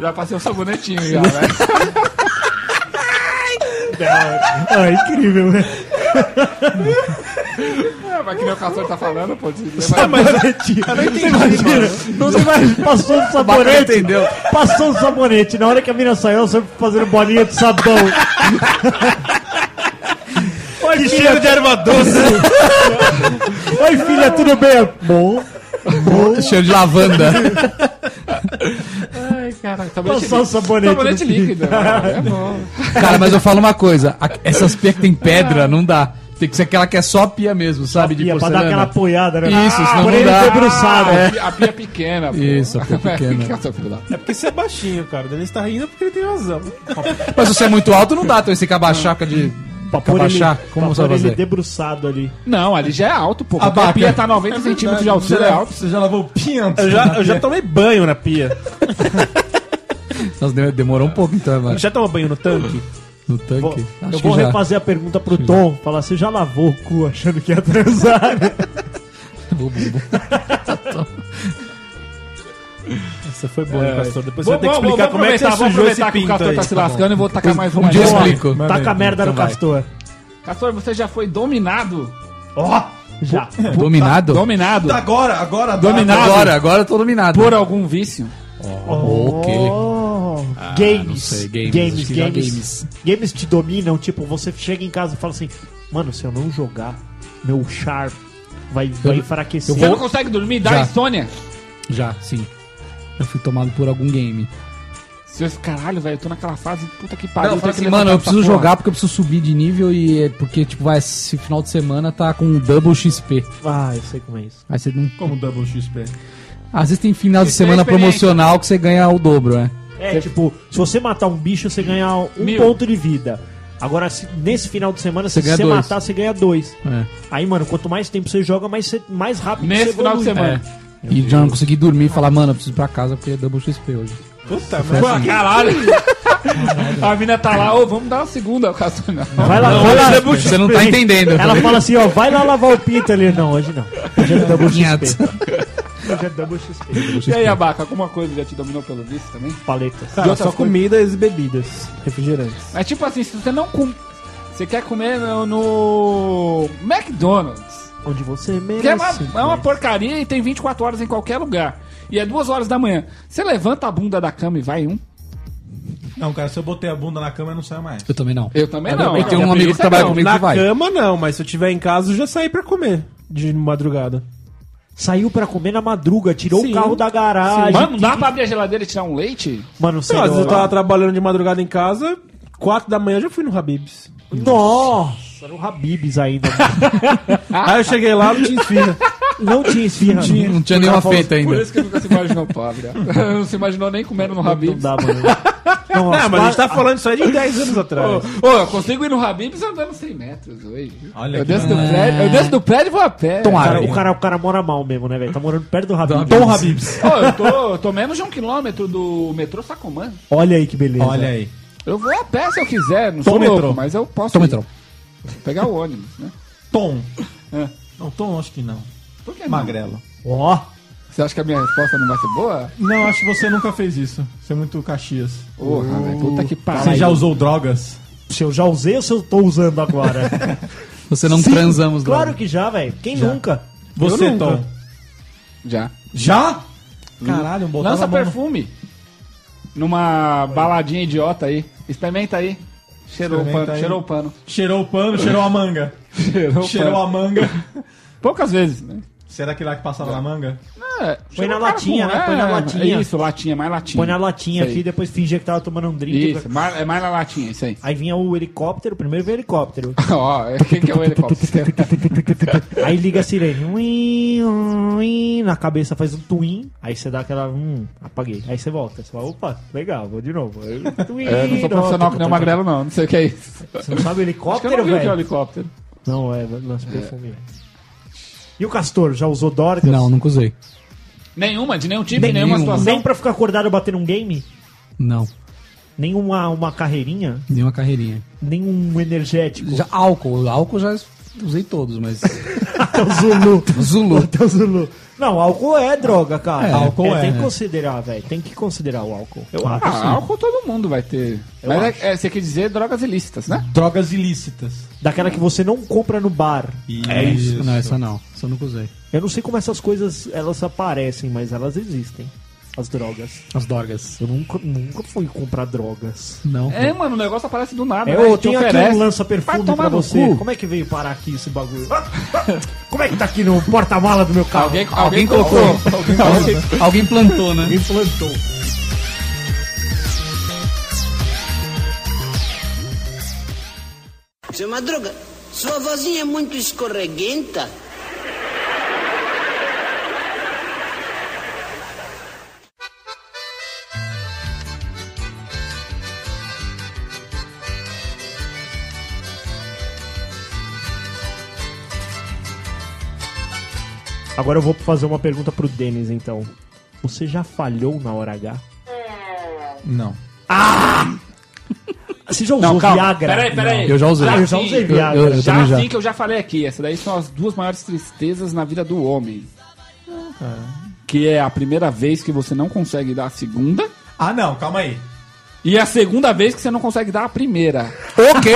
Speaker 3: Já passei o sabonetinho já, né?
Speaker 2: Ah, incrível, velho.
Speaker 3: É, Mas que nem o Castor tá falando, pô. Você
Speaker 2: Ah,
Speaker 3: vai...
Speaker 2: mas eu não entendi, imagina, não, você imagina, passou um
Speaker 5: Bacana,
Speaker 2: sabonete,
Speaker 5: entendeu?
Speaker 2: passou um sabonete, na hora que a mina saiu, você fazendo bolinha de sabão. Oi, filha, cheiro de erva doce. Oi, filha, tudo bem? Bom,
Speaker 5: Cheiro de lavanda.
Speaker 3: Ai, tá cara, sabonete
Speaker 2: passou um
Speaker 3: líquido.
Speaker 2: sabonete.
Speaker 3: Sabonete líquido. É
Speaker 6: *laughs*
Speaker 3: bom.
Speaker 5: Cara, mas eu falo uma coisa. a- Essas pias que tem pedra, não dá. Tem que ser aquela que é só pia mesmo, sabe? De
Speaker 2: Ia é pra dar aquela
Speaker 5: porcelana.
Speaker 2: apoiada, né?
Speaker 5: Isso, senão
Speaker 2: por
Speaker 5: não
Speaker 2: ele
Speaker 5: dá.
Speaker 2: debruçado.
Speaker 3: A pia- A pia é pequena, pô.
Speaker 5: Isso, a pia é
Speaker 3: *laughs*
Speaker 5: pequena.
Speaker 3: Fica, seu filho da-
Speaker 6: É porque você é baixinho, cara. O Denis tá rindo porque ele tem razão.
Speaker 5: Mas se você é muito alto, não dá. Então esse cabachaca de...
Speaker 2: Pra pôr ele,
Speaker 5: Cabachá, como
Speaker 2: pra
Speaker 5: você vai
Speaker 2: pôr ele
Speaker 5: fazer?
Speaker 2: debruçado ali.
Speaker 3: Não, ali já é alto, pô. Porque
Speaker 1: Abaca.
Speaker 3: a pia tá 90 centímetros de
Speaker 1: você,
Speaker 3: altura, é
Speaker 1: já,
Speaker 3: alto.
Speaker 1: você já lavou pinto?
Speaker 6: Eu já, eu já tomei banho na pia.
Speaker 5: Nossa, demorou um pouco então, mano.
Speaker 6: Já tomou banho no tanque?
Speaker 5: No tanque?
Speaker 2: Vou-
Speaker 5: Acho
Speaker 2: eu
Speaker 5: que
Speaker 2: vou
Speaker 5: já.
Speaker 2: refazer a pergunta pro Tom. Falar, você já lavou o cu achando que ia transar?
Speaker 6: Essa foi boa, hein, Castor? Depois
Speaker 3: Vou-
Speaker 6: você vai ter que
Speaker 3: vou-
Speaker 6: explicar
Speaker 3: vou
Speaker 6: como é que você
Speaker 3: aproveitar- vou
Speaker 6: sujou esse
Speaker 3: aproveitar que
Speaker 6: pinto
Speaker 3: o Castor
Speaker 6: aí.
Speaker 3: tá se lascando e vou tacar mais
Speaker 6: um
Speaker 3: uma
Speaker 6: dia eu
Speaker 3: nela.
Speaker 6: explico.
Speaker 3: Manda
Speaker 2: Taca
Speaker 3: aí,
Speaker 2: a merda
Speaker 3: então
Speaker 2: no
Speaker 3: vai.
Speaker 2: Castor.
Speaker 3: Castor, você já foi dominado?
Speaker 2: Ó, já.
Speaker 5: Dominado?
Speaker 3: Dominado.
Speaker 1: Agora, agora dá.
Speaker 3: Dominado.
Speaker 5: Agora, agora eu tô dominado.
Speaker 3: Por algum vício?
Speaker 5: Ok.
Speaker 2: Ah, games.
Speaker 5: não sei, games, acho
Speaker 2: Games,
Speaker 5: que já
Speaker 2: games.
Speaker 5: games.
Speaker 2: Games te dominam, tipo, você chega em casa e fala assim, mano, se eu não jogar, meu char vai, vai enfraquecer.
Speaker 3: Você não consegue dormir? Dá
Speaker 5: Já.
Speaker 3: insônia?
Speaker 5: Já, sim. Eu fui tomado por algum game.
Speaker 3: Seus caralho, velho, eu tô naquela fase, puta que
Speaker 5: Não,
Speaker 3: pariu.
Speaker 5: eu
Speaker 3: tenho
Speaker 5: falei
Speaker 3: que
Speaker 5: assim, mano,
Speaker 3: levantar
Speaker 5: eu preciso
Speaker 3: essa porra.
Speaker 5: jogar porque eu preciso subir de nível e é porque, tipo, vai, esse final de semana tá com double XP.
Speaker 2: Ah, eu sei como é isso.
Speaker 5: Aí você não.
Speaker 1: Como Double XP.
Speaker 5: Às vezes tem final de
Speaker 3: Isso é
Speaker 5: semana
Speaker 3: experiência.
Speaker 5: promocional que você ganha o dobro, né?
Speaker 2: É, tipo, se você matar um bicho, você ganha um
Speaker 3: Mil.
Speaker 2: ponto de vida. Agora, se- nesse final de semana,
Speaker 5: Você
Speaker 2: se
Speaker 5: ganha
Speaker 2: você
Speaker 5: dois.
Speaker 2: matar, você ganha dois.
Speaker 5: É.
Speaker 2: Aí, mano, quanto mais tempo você joga, mais, você- mais rápido você
Speaker 3: Nesse final de
Speaker 2: evolui.
Speaker 3: semana.
Speaker 5: E já não consegui dormir e falar, mano, eu preciso ir pra casa porque é double XP hoje. assim.
Speaker 1: Puta,
Speaker 3: Pô, *laughs* caralho. A mina tá lá, ô, vamos dar uma segunda, Castor. Não.
Speaker 2: É. Vai lá, vai lá.
Speaker 5: Você não tá entendendo.
Speaker 2: Ela fala assim, ó, vai lá lavar o pinto ali. Não, hoje não. Hoje é double XP. Hoje é double XP.
Speaker 3: E aí, Abaca, alguma coisa já te dominou pelo vício também?
Speaker 2: Paletas.
Speaker 3: De
Speaker 5: Tá.
Speaker 6: Cara,
Speaker 3: outras
Speaker 6: só comidas e bebidas, refrigerantes.
Speaker 3: Mas tipo assim, se você não come. Você quer comer no, no McDonald's.
Speaker 2: Onde você
Speaker 3: Que
Speaker 2: merece.
Speaker 3: é uma, é uma porcaria e tem 24 horas em qualquer lugar. E é duas horas da manhã. Você levanta a bunda da cama e vai em um?
Speaker 1: Não, cara, se eu botei a bunda na cama, eu não saio mais.
Speaker 5: Eu também não.
Speaker 3: Eu também é
Speaker 5: Eu
Speaker 3: não.
Speaker 5: também
Speaker 3: cara.
Speaker 5: tenho um
Speaker 3: Minha
Speaker 5: amigo que
Speaker 2: é
Speaker 3: preguiça
Speaker 5: trabalha
Speaker 3: não.
Speaker 5: comigo.
Speaker 6: Na
Speaker 5: que vai.
Speaker 6: cama não, mas se eu tiver em casa, eu já saí pra comer de madrugada.
Speaker 2: Saiu pra comer na madruga, tirou
Speaker 6: Sim.
Speaker 2: o carro da garagem.
Speaker 3: Mano, não dá pra abrir a geladeira e tirar um leite?
Speaker 2: Mano, sei
Speaker 6: Não, às
Speaker 2: lá.
Speaker 6: vezes eu tava trabalhando de madrugada em casa, quatro da manhã eu já fui no Habibs.
Speaker 2: Nossa, no Habibs ainda.
Speaker 6: Aí eu cheguei lá, não *laughs* tinha esfirra.
Speaker 2: não tinha esfirra.
Speaker 5: Não tinha né? nenhuma
Speaker 2: é
Speaker 5: feita
Speaker 3: Por
Speaker 5: ainda.
Speaker 3: isso que nunca se imaginou pobre. *laughs* não se imaginou nem comendo no
Speaker 2: Não
Speaker 3: Habib's.
Speaker 2: dá, mano. Não,
Speaker 6: Ah,
Speaker 2: as
Speaker 6: mas a gente
Speaker 2: qua-
Speaker 6: tá falando isso aí de 10 anos atrás.
Speaker 3: Ô, ô, eu consigo ir no Habib's andando 100 metros hoje.
Speaker 1: Olha
Speaker 3: eu,
Speaker 1: que
Speaker 3: desço do prédio, eu desço do prédio e vou a pé.
Speaker 2: o cara-
Speaker 5: Cara,
Speaker 2: o, cara, o cara mora mal mesmo, né, velho? Tá morando perto do Habibs.
Speaker 1: Tom Habibs.
Speaker 3: Ô, eu, tô, eu tô menos de um quilômetro do metrô Sacomã.
Speaker 2: Olha aí que beleza.
Speaker 1: Olha aí.
Speaker 3: Eu vou a pé se eu quiser, não sou
Speaker 1: Tom
Speaker 3: louco,
Speaker 1: metrô.
Speaker 3: mas eu posso
Speaker 5: Toma,
Speaker 3: ir.
Speaker 5: então.
Speaker 3: pegar o ônibus, né?
Speaker 1: Tom.
Speaker 3: É.
Speaker 1: Não, Tom, acho que não.
Speaker 3: Por que não?
Speaker 1: Magrelo.
Speaker 2: Ó.
Speaker 3: Você acha que a minha resposta não vai ser boa?
Speaker 1: Não, acho que você nunca fez isso. Você é muito Caxias.
Speaker 3: Porra, velho, puta que
Speaker 1: Você
Speaker 3: pariu.
Speaker 1: já usou drogas?
Speaker 2: Se eu já usei ou se eu tô usando agora?
Speaker 5: Você não transamos logo.
Speaker 2: claro que já, velho. Quem nunca?
Speaker 1: Você,
Speaker 6: nunca.
Speaker 1: Tom.
Speaker 3: Já.
Speaker 1: Já? Caralho, um botão.
Speaker 3: Lança perfume. Numa baladinha idiota aí. Experimenta aí. Cheirou o
Speaker 1: Experimenta
Speaker 3: pano,
Speaker 1: aí.
Speaker 3: cheirou o pano.
Speaker 1: Cheirou o pano, cheirou a manga.
Speaker 3: Cheirou, o
Speaker 1: cheirou
Speaker 3: pano.
Speaker 1: a manga.
Speaker 3: Poucas vezes, né?
Speaker 1: Será que lá que passava na manga?
Speaker 3: É,
Speaker 2: Põe na
Speaker 3: o cara
Speaker 2: latinha,
Speaker 3: com-
Speaker 2: né? Põe na
Speaker 3: é,
Speaker 2: latinha.
Speaker 3: Isso, latinha, mais latinha.
Speaker 2: Põe na latinha
Speaker 3: Isso aí.
Speaker 2: aqui e depois fingia que tava tomando um drink.
Speaker 3: Isso, mais, é mais na latinha, isso aí.
Speaker 2: Aí vinha o helicóptero, primeiro veio o helicóptero.
Speaker 3: Ó, *laughs* quem que é o helicóptero? *laughs*
Speaker 2: *laughs* Aí liga a sirene. Uim, uim, na cabeça faz um twin. Aí você dá aquela. Hum, apaguei. Aí você volta. Você fala, opa, legal, vou de novo. Aí,
Speaker 3: *laughs*
Speaker 2: twin,
Speaker 3: É, Eu não sou profissional que nem o Magrelo, não. Não sei o que é isso.
Speaker 2: Você não sabe o
Speaker 3: Acho que eu não
Speaker 2: helicóptero,
Speaker 3: vi o que é o
Speaker 2: velho?
Speaker 3: helicóptero.
Speaker 2: Não, é, lança perfume. velho. E o Castor, já usou Dorgas?
Speaker 5: Não, nunca usei.
Speaker 3: Nenhuma, de nenhum tipo, de nenhuma
Speaker 5: nenhuma.
Speaker 3: situação.
Speaker 2: Nem pra ficar acordado batendo um game?
Speaker 5: Não,
Speaker 2: Nem uma, uma carreirinha?
Speaker 5: nenhuma carreirinha.
Speaker 2: Nem um energético?
Speaker 5: Já, álcool, álcool já usei todos, mas.
Speaker 2: *laughs* Até o Zulu.
Speaker 5: Zulu.
Speaker 2: Até o Zulu. Não, álcool é droga, cara.
Speaker 5: É,
Speaker 2: álcool
Speaker 5: é,
Speaker 2: Tem que
Speaker 5: né?
Speaker 2: considerar, velho. Tem que considerar o álcool. Eu acho.
Speaker 3: Ah, álcool todo mundo vai ter. Mas é, é, você quer dizer drogas ilícitas, né?
Speaker 1: Drogas ilícitas.
Speaker 2: Daquela que você não compra no bar.
Speaker 1: É isso.
Speaker 5: Não, essa não. Essa eu nunca usei.
Speaker 2: Eu não sei como essas coisas elas aparecem, mas elas existem. As drogas.
Speaker 5: As dorgas.
Speaker 2: Eu nunca, nunca fui comprar drogas.
Speaker 5: Não.
Speaker 3: É, mano, o negócio aparece do nada.
Speaker 2: É,
Speaker 3: né?
Speaker 2: ô,
Speaker 3: Te
Speaker 2: tem aqui
Speaker 3: oferece.
Speaker 2: um lança-perfume
Speaker 3: Vai tomar
Speaker 2: pra
Speaker 3: no
Speaker 2: você.
Speaker 3: cu.
Speaker 2: Como é que veio parar aqui esse bagulho? *laughs* Como é que tá aqui no porta-mala do meu carro?
Speaker 3: Alguém, alguém,
Speaker 5: Alguém
Speaker 3: colocou.
Speaker 2: um
Speaker 5: colocou. Alguém, alguém plantou, né?
Speaker 2: Me plantou.
Speaker 8: Seu Madruga, sua vozinha é muito escorreguenta.
Speaker 2: Agora eu vou fazer uma pergunta pro Denis, então. Você já falhou na hora H?
Speaker 1: Não.
Speaker 2: Você já
Speaker 3: Não,
Speaker 2: usou
Speaker 3: calma.
Speaker 2: Viagra?
Speaker 3: Peraí, peraí.
Speaker 2: Não. Eu já usei.
Speaker 3: Já
Speaker 2: Eu já
Speaker 3: sim,
Speaker 2: usei Viagra. Eu- eu
Speaker 3: já
Speaker 2: também já.
Speaker 3: sim que eu já falei aqui. Essa daí são as duas maiores tristezas na vida do homem. Que é a primeira vez que você não consegue dar a segunda.
Speaker 13: Ah, não, calma aí.
Speaker 3: E é a segunda vez que você não consegue dar a primeira.
Speaker 5: O quê?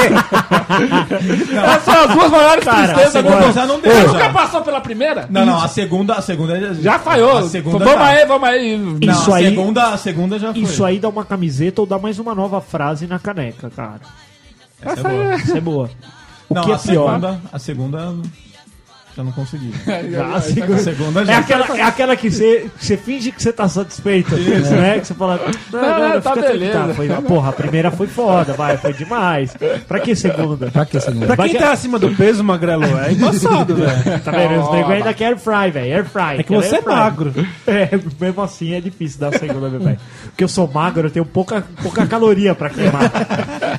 Speaker 2: *laughs*
Speaker 3: Essas são as duas maiores
Speaker 13: Cara,
Speaker 3: tristezas
Speaker 13: a
Speaker 3: do
Speaker 13: segunda
Speaker 3: mundo.
Speaker 13: já não deu,
Speaker 3: Você
Speaker 13: já.
Speaker 3: nunca passou pela primeira?
Speaker 13: Não, não, a segunda, a segunda
Speaker 3: Já falhou.
Speaker 13: A segunda
Speaker 3: vamos
Speaker 13: já.
Speaker 3: aí, vamos aí.
Speaker 13: Não,
Speaker 2: Isso
Speaker 13: a
Speaker 2: aí-
Speaker 13: segunda, a segunda já foi.
Speaker 2: Isso aí dá uma camiseta ou dá mais uma nova frase na caneca, cara.
Speaker 13: Essa é boa.
Speaker 2: Isso é boa. O
Speaker 13: não,
Speaker 2: que é
Speaker 13: a
Speaker 2: pior?
Speaker 13: segunda, a segunda já não
Speaker 6: *laughs*
Speaker 13: consegui.
Speaker 3: é
Speaker 2: Já,
Speaker 13: a segunda, já.
Speaker 2: é, aquela, é aquela que você, que você finge que você tá satisfeito, né? Que você fala, não, não, não,
Speaker 3: tá
Speaker 2: fica tranquilo.
Speaker 3: beleza.
Speaker 2: Tá, foi- ah, porra, a primeira foi foda, vai, foi demais. Pra que segunda? Pra que segunda?
Speaker 6: Pra quem tá acima do peso, magrelo,
Speaker 13: *laughs*
Speaker 6: é embaçado, velho.
Speaker 2: Tá vendo? Os negócios ainda querem fry, velho. Air fry.
Speaker 6: É que
Speaker 2: quero
Speaker 6: você
Speaker 2: air
Speaker 6: é
Speaker 2: fry.
Speaker 6: magro.
Speaker 2: É, mesmo assim é difícil dar a segunda, meu velho. Porque eu sou magro, eu tenho pouca, pouca caloria pra queimar.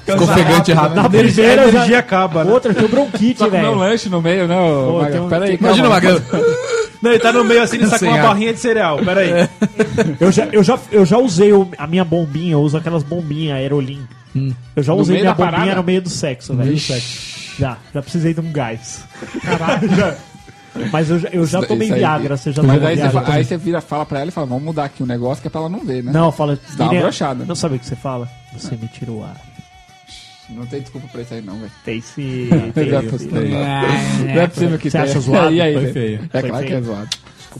Speaker 5: Ficou ofegante rápido.
Speaker 2: Na
Speaker 5: A
Speaker 2: primeira
Speaker 5: energia
Speaker 2: já...
Speaker 6: acaba, né?
Speaker 2: Outra, eu tenho bronquite,
Speaker 3: Só comer um
Speaker 2: velho.
Speaker 3: lanche no meio, né? ô, Maga?
Speaker 2: tem um-
Speaker 3: Pera aí,
Speaker 6: Imagina,
Speaker 3: calma.
Speaker 6: Magrelo. Não, ele tá no meio assim, ele saca
Speaker 5: Sem
Speaker 6: uma
Speaker 5: ar.
Speaker 6: barrinha de cereal. Pera aí.
Speaker 2: Eu já, eu já, eu já usei o- a minha bombinha, eu uso aquelas bombinhas Aerolim.
Speaker 3: Hum.
Speaker 2: Eu já
Speaker 3: No
Speaker 2: usei
Speaker 3: meio
Speaker 2: minha
Speaker 3: da parada?
Speaker 2: bombinha no meio do sexo, velho.
Speaker 3: Vixe.
Speaker 2: Já, já precisei de um gás. *laughs* Já. Mas eu, já- eu já
Speaker 3: Isso
Speaker 2: tomei
Speaker 3: aí- é-
Speaker 2: Viagra, você já
Speaker 3: Mas
Speaker 2: tomou
Speaker 3: aí você,
Speaker 2: Viagra
Speaker 3: fa-
Speaker 2: também?
Speaker 3: aí você vira, fala pra ela e fala, vamos mudar aqui o negócio que é pra ela não ver, né?
Speaker 2: Não, fala.
Speaker 3: Dá uma
Speaker 2: Guilherme,
Speaker 3: brochada.
Speaker 2: Não sabe o que você fala? Você me tira o ar.
Speaker 3: Não tem desculpa pra isso aí não, velho.
Speaker 2: Tem
Speaker 3: *laughs*
Speaker 2: sim.
Speaker 3: Eu já postei. Não é possível que
Speaker 2: Você
Speaker 3: tenha.
Speaker 2: acha zoado?
Speaker 3: E aí,
Speaker 2: Foi
Speaker 3: velho?
Speaker 2: feio.
Speaker 3: É
Speaker 2: Foi
Speaker 3: claro que é
Speaker 2: feio.
Speaker 3: zoado.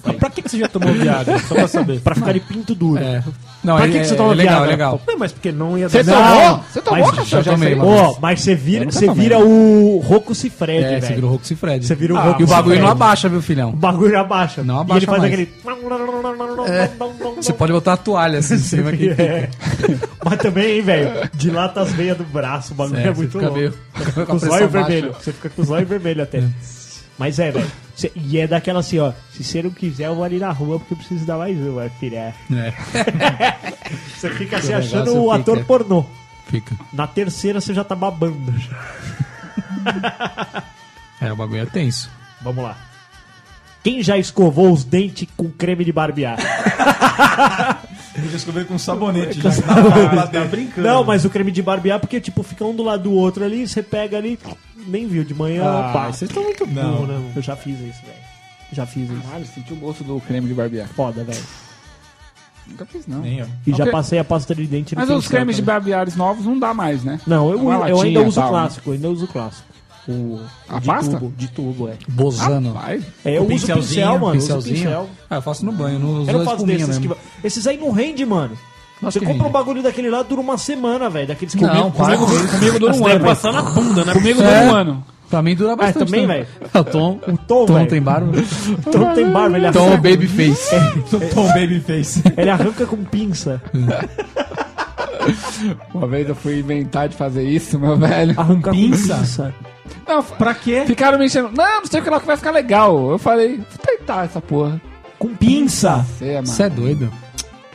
Speaker 6: Mas pra que que você já tomou Viagra? Só pra saber.
Speaker 2: Pra ficar de pinto duro.
Speaker 5: É. Não,
Speaker 2: pra
Speaker 5: é,
Speaker 2: que, que você
Speaker 5: é
Speaker 2: toma
Speaker 5: legal,
Speaker 2: Viagra?
Speaker 5: é legal.
Speaker 6: Não, mas porque não ia
Speaker 3: Você
Speaker 6: Não,
Speaker 3: tomou? Você tomou,
Speaker 2: mas-
Speaker 3: cachorro?
Speaker 5: já tomei
Speaker 3: sei.
Speaker 5: uma vez.
Speaker 2: Ó, mas você
Speaker 3: Eu
Speaker 2: vira,
Speaker 3: nunca
Speaker 2: você
Speaker 3: tomei.
Speaker 2: vira o Rocco Cifred,
Speaker 5: É, você
Speaker 2: velho.
Speaker 5: vira o Roco Cifred.
Speaker 2: Você vira o
Speaker 5: Ah, E
Speaker 2: Rocco
Speaker 5: o bagulho
Speaker 2: Cifred.
Speaker 5: não abaixa, viu, filhão?
Speaker 2: O bagulho abaixa.
Speaker 5: Não
Speaker 2: E ele
Speaker 5: abaixa
Speaker 2: faz
Speaker 5: mais. É.
Speaker 2: aquele. *laughs*
Speaker 5: Você pode botar a toalha assim em cima que
Speaker 2: É. Mas também, hein, velho, dilata as veias do braço, o bagulho
Speaker 5: É,
Speaker 2: é
Speaker 5: você
Speaker 2: muito
Speaker 5: fica
Speaker 2: louco.
Speaker 5: meio-
Speaker 2: Fica
Speaker 5: com
Speaker 2: com
Speaker 5: a
Speaker 2: os
Speaker 5: pressão
Speaker 2: olhos
Speaker 5: baixa.
Speaker 2: vermelhos, você fica com os olhos vermelhos até. Mas é, velho, você- e é daquela assim, ó, se você não quiser, eu vou ali na rua porque eu preciso dar mais uma, filha.
Speaker 5: É,
Speaker 2: Você fica se
Speaker 5: *laughs* O negócio
Speaker 2: achando o ator
Speaker 5: fica-
Speaker 2: pornô.
Speaker 5: fica.
Speaker 2: Na terceira você já tá babando. já.
Speaker 5: É, o bagulho é tenso.
Speaker 2: Vamos lá. Quem já escovou os dentes com creme de barbear?
Speaker 13: Eu descobri com um sabonete já. que *laughs* Tá, tá brincando.
Speaker 2: um Não, mas o creme de barbear, porque, tipo, fica um do lado do outro ali, você pega ali, nem viu de manhã,
Speaker 6: Ah,
Speaker 2: pá.
Speaker 6: vocês estão muito
Speaker 13: Não.
Speaker 6: burros, né? mano?
Speaker 2: Eu já fiz isso, velho. Já fiz
Speaker 3: *laughs*
Speaker 2: isso.
Speaker 3: Caralho, senti o gosto do creme de barbear.
Speaker 2: Foda, velho.
Speaker 3: Nunca fiz, não.
Speaker 13: Nem eu.
Speaker 2: E já
Speaker 3: Ok.
Speaker 2: passei a pasta de dente no
Speaker 3: Mas os
Speaker 2: pincel
Speaker 3: cremes de
Speaker 2: também.
Speaker 3: barbeares novos não dá mais, né?
Speaker 2: Não,
Speaker 3: Uma
Speaker 2: eu, eu
Speaker 3: latinha
Speaker 2: ainda
Speaker 3: e
Speaker 2: uso o
Speaker 3: tal,
Speaker 2: clássico, eu ainda uso o clássico. O,
Speaker 3: A
Speaker 2: de
Speaker 3: pasta?
Speaker 2: tubo, de tubo, é.
Speaker 5: Bozano.
Speaker 3: Rapaz,
Speaker 2: É, eu uso o pincel, mano. uso o pincel.
Speaker 5: Ah, eu faço no banho, não uso
Speaker 2: Eu não
Speaker 5: a
Speaker 2: faço
Speaker 5: espuminha
Speaker 2: desses
Speaker 5: mesmo.
Speaker 2: que. Esses aí não rende, mano.
Speaker 5: Nossa,
Speaker 2: Você
Speaker 5: que
Speaker 2: compra um
Speaker 5: rende.
Speaker 2: bagulho daquele lá, dura uma semana, velho. Daqueles que
Speaker 5: Não, para
Speaker 3: comigo,
Speaker 5: com
Speaker 3: comigo,
Speaker 5: isso.
Speaker 3: dura um
Speaker 6: Você
Speaker 3: ano.
Speaker 6: deve passar na bunda, né?
Speaker 3: Comigo dura um ano.
Speaker 5: Pra mim dura bastante.
Speaker 2: é, Ah, também,
Speaker 5: tempo. *laughs* O Tom,
Speaker 2: O Tom,
Speaker 5: Tom
Speaker 2: velho. Tá É.
Speaker 5: tem barba.
Speaker 2: Tom então tem barba, ele
Speaker 5: Tom
Speaker 2: arranca,
Speaker 5: Babyface.
Speaker 13: Tom Babyface.
Speaker 2: ele arranca com pinça.
Speaker 3: Uma vez eu fui inventar de fazer isso, meu velho.
Speaker 2: Arrancar
Speaker 13: Pinça?
Speaker 2: com pinça.
Speaker 13: *laughs*
Speaker 3: Não,
Speaker 13: Pra quê?
Speaker 3: ficaram me enchendo. Não, não sei o que lá que vai ficar legal. Eu falei, vou tentar essa porra.
Speaker 2: Com pinça?
Speaker 3: Você, mano.
Speaker 5: Você é doido.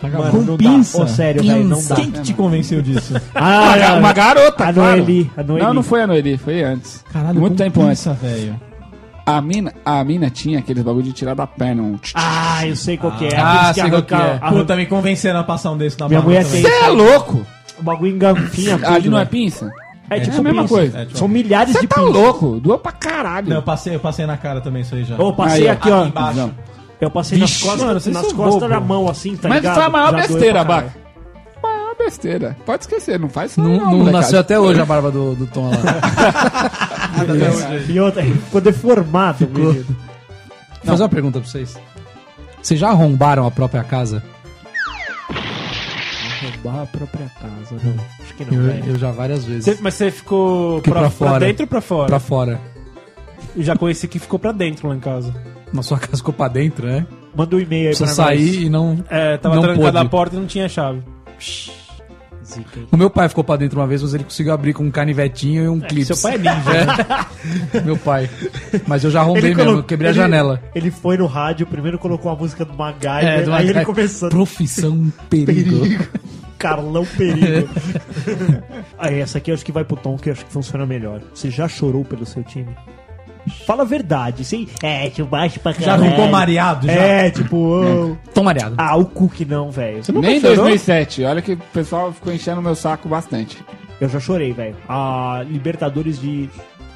Speaker 5: Tá acabado.
Speaker 2: Mano, não dá.
Speaker 13: pinça?
Speaker 2: Ô, sério, velho, não dá.
Speaker 13: Quem que te convenceu
Speaker 2: *laughs*
Speaker 13: disso?
Speaker 2: Ah,
Speaker 3: Uma, ga- uma garota,
Speaker 2: A
Speaker 3: claro.
Speaker 2: Noeli. A Noeli.
Speaker 3: Não, não foi a Noeli, foi antes.
Speaker 13: Caralho,
Speaker 3: Muito
Speaker 13: com
Speaker 3: tempo antes.
Speaker 13: pinça, velho.
Speaker 3: A mina, a mina tinha aqueles bagulho de tirar da perna. Um tch, tch.
Speaker 2: Ah, eu sei qual que é.
Speaker 5: Ah,
Speaker 2: Aqueles que
Speaker 5: sei qual que
Speaker 2: arranca-
Speaker 5: é.
Speaker 2: arranca-
Speaker 13: Puta, me convenceram a passar um desse na
Speaker 2: Minha
Speaker 13: barba
Speaker 2: mulher
Speaker 13: também.
Speaker 3: Você é louco!
Speaker 2: O bagulho engampinha. tudo,
Speaker 3: Ali não é
Speaker 2: velho.
Speaker 3: pinça?
Speaker 2: É tipo
Speaker 3: a mesma
Speaker 2: pinça.
Speaker 3: coisa.
Speaker 13: É, tipo-
Speaker 2: São milhares
Speaker 3: Você
Speaker 2: de
Speaker 3: tá
Speaker 2: pinças.
Speaker 3: louco, doa pra caralho.
Speaker 13: Não, eu passei, eu passei na cara também isso aí já.
Speaker 2: Eu passei
Speaker 3: Aí, ó,
Speaker 2: aqui, ó. tá
Speaker 13: aqui embaixo.
Speaker 3: Não.
Speaker 2: Eu passei nas costas,
Speaker 6: mano, vocês
Speaker 2: nas
Speaker 6: são
Speaker 2: costas
Speaker 6: bobo.
Speaker 2: da mão, assim, tá
Speaker 3: Mas
Speaker 2: ligado?
Speaker 3: foi a maior
Speaker 2: Já doeu
Speaker 3: besteira,
Speaker 2: pra caralho.
Speaker 3: Baca. Maior besteira. Pode esquecer, não faz isso
Speaker 5: Não, não
Speaker 3: molecada.
Speaker 2: é?
Speaker 5: nasceu até hoje a barba do, do Tom lá.
Speaker 2: E outra, ele ficou deformado, menino.
Speaker 5: Vou fazer uma pergunta pra vocês. Vocês já arrombaram a própria casa?
Speaker 2: Roubar a própria casa, não. Acho que não,
Speaker 5: Eu,
Speaker 2: velho.
Speaker 5: eu já várias vezes.
Speaker 6: Você- mas você ficou
Speaker 5: Fiquei
Speaker 6: pra,
Speaker 5: pra
Speaker 6: pra
Speaker 5: fora.
Speaker 6: dentro ou pra fora?
Speaker 5: Pra fora.
Speaker 6: Eu já conheci que ficou pra dentro lá em casa.
Speaker 5: Na sua casa ficou pra dentro, né?
Speaker 2: Manda um e-mail aí
Speaker 5: Precisa
Speaker 2: pra
Speaker 5: sair e não.
Speaker 6: É, tava
Speaker 5: Não
Speaker 6: trancada
Speaker 5: pôde.
Speaker 6: a porta e não tinha chave.
Speaker 2: nós. Zica, hein?
Speaker 5: O meu pai ficou pra dentro uma vez, mas ele conseguiu abrir com um canivetinho e um clipe.
Speaker 2: Seu pai é ninja.
Speaker 5: É. *laughs* meu pai. Mas eu já arrombei mesmo,
Speaker 2: colocou-
Speaker 5: eu quebrei
Speaker 2: ele-
Speaker 5: a janela.
Speaker 2: Ele foi no rádio, primeiro colocou a música do Magai,
Speaker 5: É, do
Speaker 2: aí ele
Speaker 5: Magai.
Speaker 2: começou.
Speaker 5: Profissão perigo.
Speaker 2: Carlão *laughs* Perigo. aí, essa aqui eu acho que vai pro Tom, que eu acho que funciona melhor. Você já chorou pelo seu time? Fala a verdade, sim. É, tipo, baixo pra
Speaker 13: Já
Speaker 2: caralho.
Speaker 13: arrumou mareado já?
Speaker 2: É, tipo, ô.
Speaker 5: Tom mareado.
Speaker 2: ah, o Cook não, velho.
Speaker 3: Nem em 2007. Olha que o pessoal ficou enchendo meu saco bastante. Ah,
Speaker 2: Eu já chorei, velho. A Libertadores de.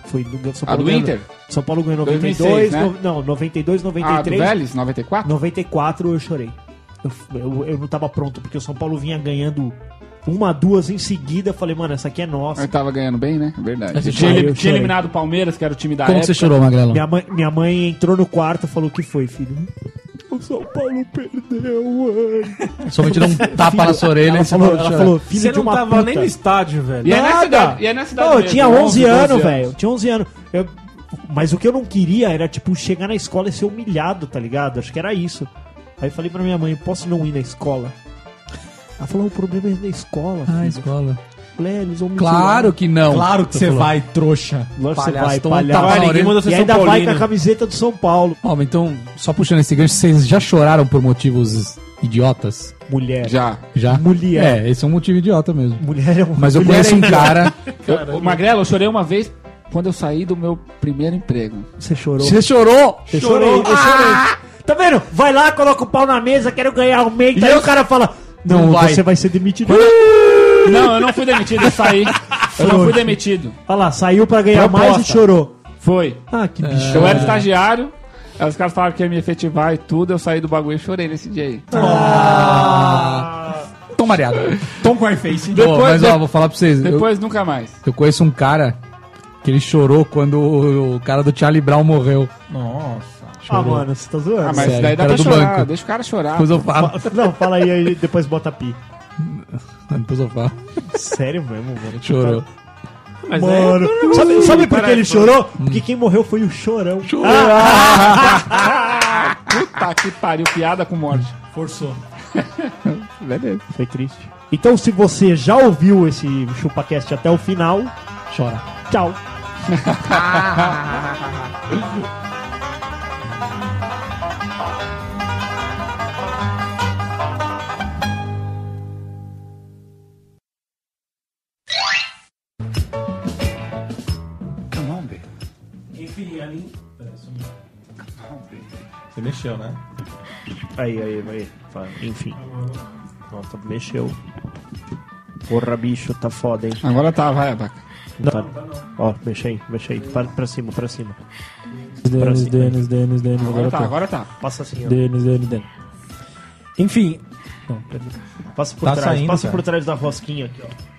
Speaker 2: Foi do São
Speaker 3: A
Speaker 2: Paulo.
Speaker 3: do
Speaker 2: ganhou-
Speaker 3: Inter?
Speaker 2: São Paulo ganhou 92,
Speaker 3: 2006, né?
Speaker 2: no- não, 92, 93.
Speaker 3: Ah, do Vélez? 94?
Speaker 2: 94 eu chorei. Eu, eu, eu não tava pronto, porque o São Paulo vinha ganhando uma, duas em seguida. Eu falei, mano, essa aqui é nossa.
Speaker 3: Ele tava ganhando bem, né? Verdade.
Speaker 2: Aí
Speaker 3: Tinha,
Speaker 2: eu
Speaker 3: ele- tinha
Speaker 2: chorei.
Speaker 3: eliminado o Palmeiras, que era o time da época.
Speaker 2: é Minha mãe, minha mãe entrou no quarto e falou: O que foi, filho? O São Paulo perdeu, mano. *laughs*
Speaker 5: Somente dá um tapa
Speaker 2: Filho,
Speaker 5: na sua orelha
Speaker 2: Ela
Speaker 5: e você
Speaker 2: falou,
Speaker 5: chora.
Speaker 2: ela falou
Speaker 5: Você
Speaker 2: filho
Speaker 6: Você
Speaker 2: de
Speaker 6: não
Speaker 2: uma
Speaker 6: tava
Speaker 2: puta.
Speaker 6: nem no estádio, né? velho.
Speaker 2: Nada.
Speaker 3: cidade- e é nessa idade
Speaker 2: Não, eu
Speaker 3: mesmo,
Speaker 2: tinha 11,
Speaker 3: 11, 12
Speaker 2: anos,
Speaker 3: anos.
Speaker 2: velho. Tinha 11 anos. Eu- mas o que eu não queria era, tipo, chegar na escola e ser humilhado, tá ligado? Acho que era isso. Aí eu falei pra minha mãe, posso não ir na escola? Ela falou, o problema é na escola.
Speaker 5: Ah,
Speaker 2: filho.
Speaker 5: escola.
Speaker 2: Falei, "É, eles vão me
Speaker 5: Claro
Speaker 2: zoar."
Speaker 5: que não.
Speaker 1: Claro que
Speaker 5: Tu
Speaker 1: você
Speaker 5: falou.
Speaker 1: vai, trouxa.
Speaker 2: Lógico que você
Speaker 5: Palhaço,
Speaker 2: vai,
Speaker 5: toma um
Speaker 2: palhaço.
Speaker 5: tapa na orelha.
Speaker 2: E ainda vai com a camiseta do São Paulo.
Speaker 5: Ó, mas então, só puxando esse gancho, vocês já choraram por motivos idiotas?
Speaker 2: Mulher.
Speaker 3: Já.
Speaker 5: Já?
Speaker 3: Mulher.
Speaker 5: É, esse é um motivo idiota mesmo.
Speaker 2: Mulher é um...
Speaker 5: Mas eu
Speaker 3: Mulher
Speaker 5: conheço um
Speaker 3: ainda.
Speaker 5: cara...
Speaker 3: Eu, ô, Magrelo, eu chorei uma vez quando eu saí do meu primeiro emprego.
Speaker 2: Você chorou?
Speaker 5: Você chorou?
Speaker 2: Eu chorei, eu chorei. Tá vendo? Vai lá, coloca o pau na mesa, quero ganhar um mês. Aí o cara fala: Não,
Speaker 3: Não vai.
Speaker 2: você vai ser demitido.
Speaker 3: Não, eu não fui demitido, eu saí. Eu não fui demitido.
Speaker 2: Olha lá, "Ah, saiu pra ganhar mais e
Speaker 3: Proposta.
Speaker 2: chorou.
Speaker 3: Foi.
Speaker 2: Ah, que bicho.
Speaker 3: Eu era estagiário, aí os caras falaram que ia me efetivar e tudo, eu saí do bagulho e chorei nesse dia aí.
Speaker 5: Tom mareado.
Speaker 1: Tom com face.
Speaker 5: Depois, mas ó, vou falar pra vocês. eu-
Speaker 3: Depois nunca mais.
Speaker 5: Eu conheço um cara que ele chorou quando o, o cara do Charlie Brown morreu.
Speaker 1: Nossa.
Speaker 2: Ah, mano, você tá zoando.
Speaker 3: Ah, mas
Speaker 5: Sério,
Speaker 3: isso daí dá
Speaker 5: cara
Speaker 3: pra
Speaker 5: do
Speaker 3: chorar,
Speaker 5: banco.
Speaker 3: deixa o cara chorar.
Speaker 5: Depois eu falo.
Speaker 2: Fa- Não, fala aí, aí depois bota pi.
Speaker 5: Depois eu falo.
Speaker 2: Sério mesmo, mano. Tipo,
Speaker 5: Chorou.
Speaker 6: Mas é,
Speaker 2: Mano,
Speaker 6: aí eu não
Speaker 2: sabe,
Speaker 6: sei,
Speaker 2: sabe por que
Speaker 6: assim, parece, né?
Speaker 2: ele
Speaker 6: mano.
Speaker 2: chorou? Porque quem morreu foi o Chorão.
Speaker 3: Puta que pariu, piada com morte.
Speaker 1: Forçou.
Speaker 3: Beleza.
Speaker 2: Foi triste. Então, se você já ouviu esse ChupaCast até o final,
Speaker 5: chora.
Speaker 2: Tchau.
Speaker 3: Come on, baby.
Speaker 1: Você mexeu, né?
Speaker 2: Aí, aí, aí. Fa- Enfim. Nossa, mexeu. Porra, bicho, tá foda, hein?
Speaker 3: Agora tá, vai, abaca.
Speaker 2: Não, Ó, mexe aí, mexe aí. Pra, pra cima, pra cima. Pra
Speaker 6: Denis,
Speaker 2: cima. né?
Speaker 6: Denis, Denis, Denis.
Speaker 3: Agora tá,
Speaker 6: foi.
Speaker 3: agora tá.
Speaker 2: Passa assim, ó.
Speaker 6: Denis, Denis, Denis. Enfim. Não, peraí.
Speaker 2: Passa por
Speaker 1: Tá
Speaker 2: trás,
Speaker 1: saindo,
Speaker 2: passa
Speaker 1: cara.
Speaker 2: por trás da rosquinha aqui, ó.